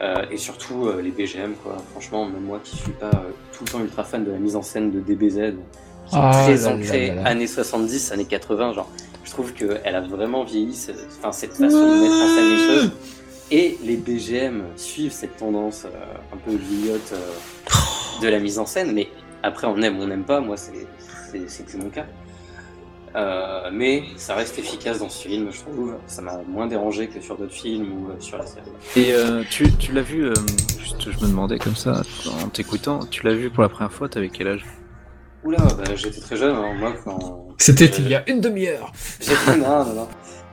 [SPEAKER 4] Euh, et surtout euh, les BGM, quoi. Franchement, même moi qui suis pas euh, tout le temps ultra fan de la mise en scène de DBZ, qui
[SPEAKER 2] Ah
[SPEAKER 4] est très
[SPEAKER 2] là là
[SPEAKER 4] ancrée
[SPEAKER 2] là là.
[SPEAKER 4] années 70, années 80, genre, je trouve qu'elle a vraiment vieilli ce- enfin, cette façon de mettre en scène
[SPEAKER 2] Mm.
[SPEAKER 4] les choses. Et les BGM suivent cette tendance euh, un peu vieillotte euh, de la mise en scène, mais après, on aime, on n'aime pas. Moi, c'est- c'est- c'était mon cas. Euh, mais ça reste efficace dans ce film, je trouve. Ça m'a moins dérangé que sur d'autres films ou euh, sur la série.
[SPEAKER 3] Et euh, tu, tu l'as vu, euh, juste, je me demandais comme ça, en t'écoutant, tu l'as vu pour la première fois, t'avais quel âge
[SPEAKER 4] Oula, bah, j'étais très jeune, hein, moi, quand.
[SPEAKER 2] C'était il y a une demi-heure.
[SPEAKER 4] J'étais- non, non, non.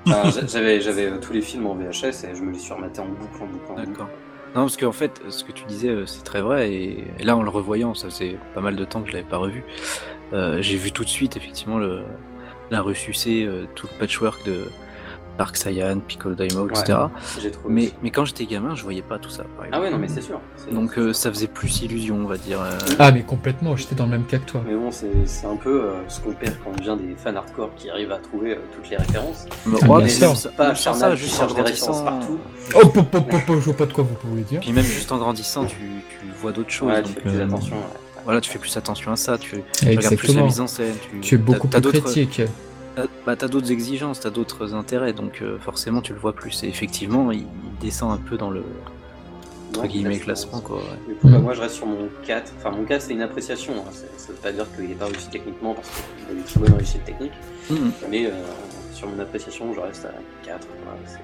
[SPEAKER 4] Enfin, j'a- j'avais, j'avais euh, tous les films en VHS et je me les surmatais en boucle, en boucle, en boucle.
[SPEAKER 3] D'accord. Non, parce qu'en fait, ce que tu disais, euh, c'est très vrai. Et et là, en le revoyant, ça faisait pas mal de temps que je l'avais pas revu. euh, j'ai vu tout de suite, effectivement, le, la ressucée, euh, tout le patchwork de Dark Saiyan, Piccolo Daimao, etc.
[SPEAKER 4] J'ai trouvé.
[SPEAKER 3] Mais,
[SPEAKER 4] aussi.
[SPEAKER 3] mais quand j'étais gamin, je voyais pas tout ça. par
[SPEAKER 4] Ah
[SPEAKER 3] exemple.
[SPEAKER 4] ouais, non, mais c'est sûr. c'est-
[SPEAKER 3] Donc euh, ça faisait plus illusion, on va dire. euh,
[SPEAKER 2] Ah mais complètement, j'étais dans le même cas que toi.
[SPEAKER 4] Mais bon, c'est, c'est un peu euh, ce qu'on perd quand on devient des fans hardcore qui arrivent à trouver euh, toutes les références.
[SPEAKER 3] mais-
[SPEAKER 2] Ah,
[SPEAKER 3] ouais,
[SPEAKER 2] bien
[SPEAKER 3] mais
[SPEAKER 2] sûr.
[SPEAKER 3] même ça-
[SPEAKER 4] Pas
[SPEAKER 3] même sans ça,
[SPEAKER 4] acharnable, qui
[SPEAKER 3] juste en
[SPEAKER 4] cherche des références
[SPEAKER 3] grandissant.
[SPEAKER 4] partout.
[SPEAKER 2] Oh pop pop pop, pop, je vois pas de quoi vous pouvez dire.
[SPEAKER 3] Puis même juste en grandissant, tu, tu vois d'autres choses.
[SPEAKER 4] Ouais, tu
[SPEAKER 3] donc,
[SPEAKER 4] fais plus
[SPEAKER 3] euh,
[SPEAKER 4] attention. ouais.
[SPEAKER 3] Voilà, tu fais plus attention à ça. Tu, tu regardes plus la
[SPEAKER 2] Exactement.
[SPEAKER 3] mise en scène. Tu,
[SPEAKER 2] Tu es beaucoup
[SPEAKER 3] t'as-
[SPEAKER 2] plus
[SPEAKER 3] t'as d'autres-
[SPEAKER 2] critique.
[SPEAKER 3] T'as- Bah, t'as d'autres exigences, t'as d'autres intérêts, donc euh, forcément tu le vois plus. Et effectivement, il, il descend un peu dans le entre
[SPEAKER 4] Ouais,
[SPEAKER 3] guillemets classement,
[SPEAKER 4] exactement.
[SPEAKER 3] quoi. ouais.
[SPEAKER 4] Du coup, bah,
[SPEAKER 2] Mm.
[SPEAKER 4] moi je reste sur mon 4. Enfin, mon 4, c'est une appréciation. hein. C'est- Ça veut pas dire qu'il est pas réussi techniquement parce qu'il a une très bonne réussite technique.
[SPEAKER 3] Mhm.
[SPEAKER 4] Mais euh, sur mon appréciation, je reste à 4. voilà, c'est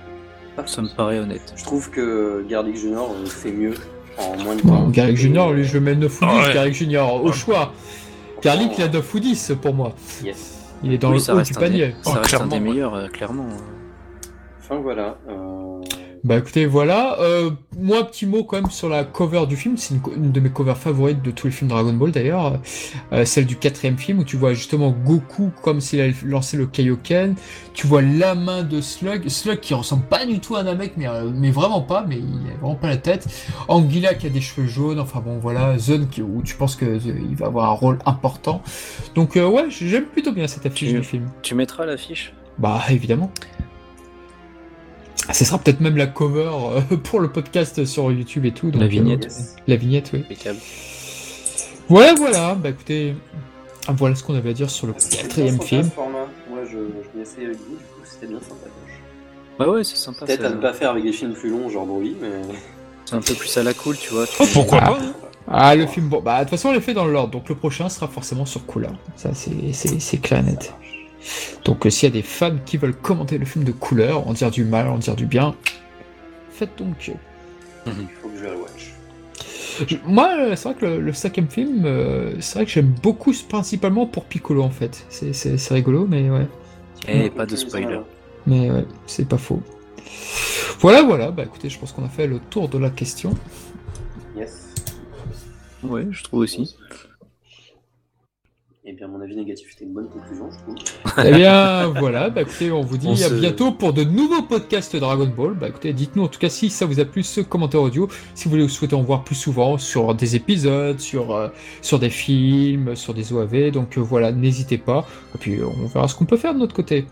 [SPEAKER 4] pas
[SPEAKER 3] Mm-hmm. Ça me paraît honnête.
[SPEAKER 4] Je trouve que Garlic Junior euh, fait mieux en moins de temps.
[SPEAKER 2] Bon, Garrick Junior, lui, je le mets 9 ou 10,
[SPEAKER 1] Ah ouais.
[SPEAKER 2] Garrick Junior, au
[SPEAKER 1] Ouais.
[SPEAKER 2] choix. Garlic, il a 9 ou 10 pour moi.
[SPEAKER 4] Yes.
[SPEAKER 2] Il est dans
[SPEAKER 3] Oui,
[SPEAKER 2] le haut du
[SPEAKER 3] un des,
[SPEAKER 2] panier.
[SPEAKER 3] ça
[SPEAKER 1] Oh,
[SPEAKER 3] reste un
[SPEAKER 1] clairement,
[SPEAKER 3] des
[SPEAKER 1] ouais.
[SPEAKER 3] meilleurs, euh, clairement.
[SPEAKER 4] Enfin voilà. euh,
[SPEAKER 2] Bah écoutez, voilà. Euh, moi, un petit mot quand même sur la cover du film. C'est une, co- une de mes covers favorites de tous les films Dragon Ball d'ailleurs. Euh, celle du quatrième film où tu vois justement Goku comme s'il allait lancer le Kaioken. Tu vois la main de Slug. Slug qui ressemble pas du tout à Namek, mais, euh, mais vraiment pas. Mais il a vraiment pas la tête. Anguilla qui a des cheveux jaunes. Enfin bon, voilà. Zone qui- où tu penses que euh, il va avoir un rôle important. Donc euh, ouais, j'aime plutôt bien cette affiche
[SPEAKER 3] Tu-
[SPEAKER 2] du film.
[SPEAKER 3] Tu mettras l'affiche
[SPEAKER 2] Bah évidemment. Ce sera peut-être même la cover euh, pour le podcast sur YouTube et tout. donc,
[SPEAKER 3] La vignette.
[SPEAKER 4] yes.
[SPEAKER 2] euh, la vignette, oui.
[SPEAKER 3] Impeccable.
[SPEAKER 2] Voilà, voilà. Bah écoutez, voilà ce qu'on avait à dire sur le quatrième
[SPEAKER 4] C'était bien
[SPEAKER 2] film.
[SPEAKER 4] sympa, ce format. Moi je, je l'ai essayé avec vous, du coup c'était bien sympa.
[SPEAKER 3] Bah ouais, c'est sympa.
[SPEAKER 4] Peut-être
[SPEAKER 3] ça-
[SPEAKER 4] à ne pas faire avec des films plus longs, genre Broly, mais.
[SPEAKER 3] C'est un peu plus à la cool, tu vois. tu-
[SPEAKER 1] Oh, pourquoi pas hein
[SPEAKER 2] Ah, le film, bon, bah de toute façon, on l'a fait dans l'ordre. Donc le prochain sera forcément sur Cooler. Ça, c'est- c'est c'est clair et net. Donc euh, s'il y a des fans qui veulent commenter le film de Cooler, en dire du mal, en dire du bien, faites donc.
[SPEAKER 4] Il faut que je le watch.
[SPEAKER 2] Je- Moi, euh, c'est vrai que le, le cinquième film, euh, c'est vrai que j'aime beaucoup principalement pour Piccolo en fait. C'est- C'est c'est rigolo, mais ouais,
[SPEAKER 3] Eh, pas de spoiler.
[SPEAKER 2] mais ouais, c'est pas faux. Voilà, voilà. Bah écoutez, je pense qu'on a fait le tour de la question.
[SPEAKER 4] Yes.
[SPEAKER 6] Ouais, je trouve aussi.
[SPEAKER 4] Eh bien, mon avis négatif était une bonne conclusion, je trouve.
[SPEAKER 2] Eh bien, voilà. Bah écoutez, on vous dit
[SPEAKER 6] On
[SPEAKER 2] à
[SPEAKER 6] se-
[SPEAKER 2] bientôt pour de nouveaux podcasts Dragon Ball. Bah écoutez, dites-nous en tout cas si ça vous a plu ce commentaire audio. Si vous voulez- souhaitez en voir plus souvent sur des épisodes, sur, euh, sur des films, sur des OAV. Donc euh, voilà, n'hésitez pas. Et puis on verra ce qu'on peut faire de notre côté.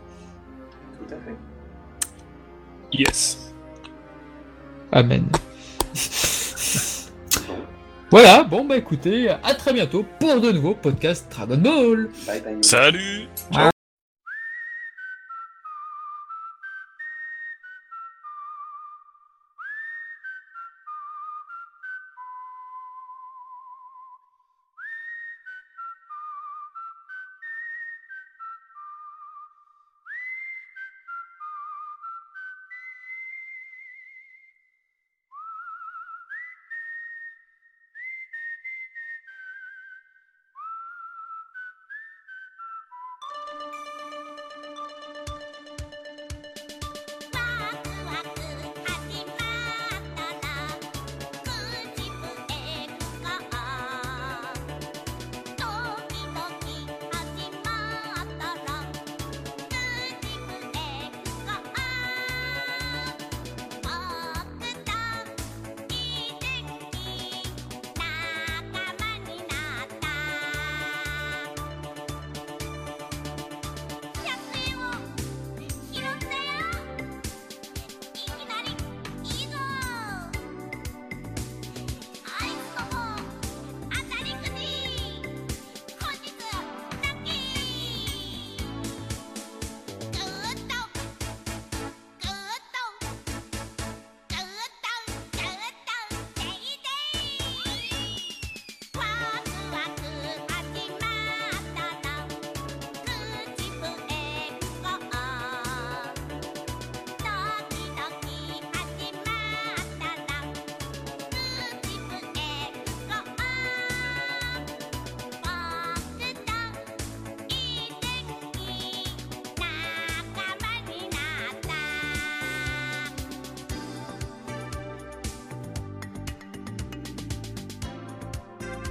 [SPEAKER 4] Tout à fait.
[SPEAKER 1] Yes.
[SPEAKER 2] Amen. Voilà, bon bah écoutez, à très bientôt pour de nouveaux podcasts Dragon Ball.
[SPEAKER 4] Bye bye.
[SPEAKER 1] Salut
[SPEAKER 2] Ciao.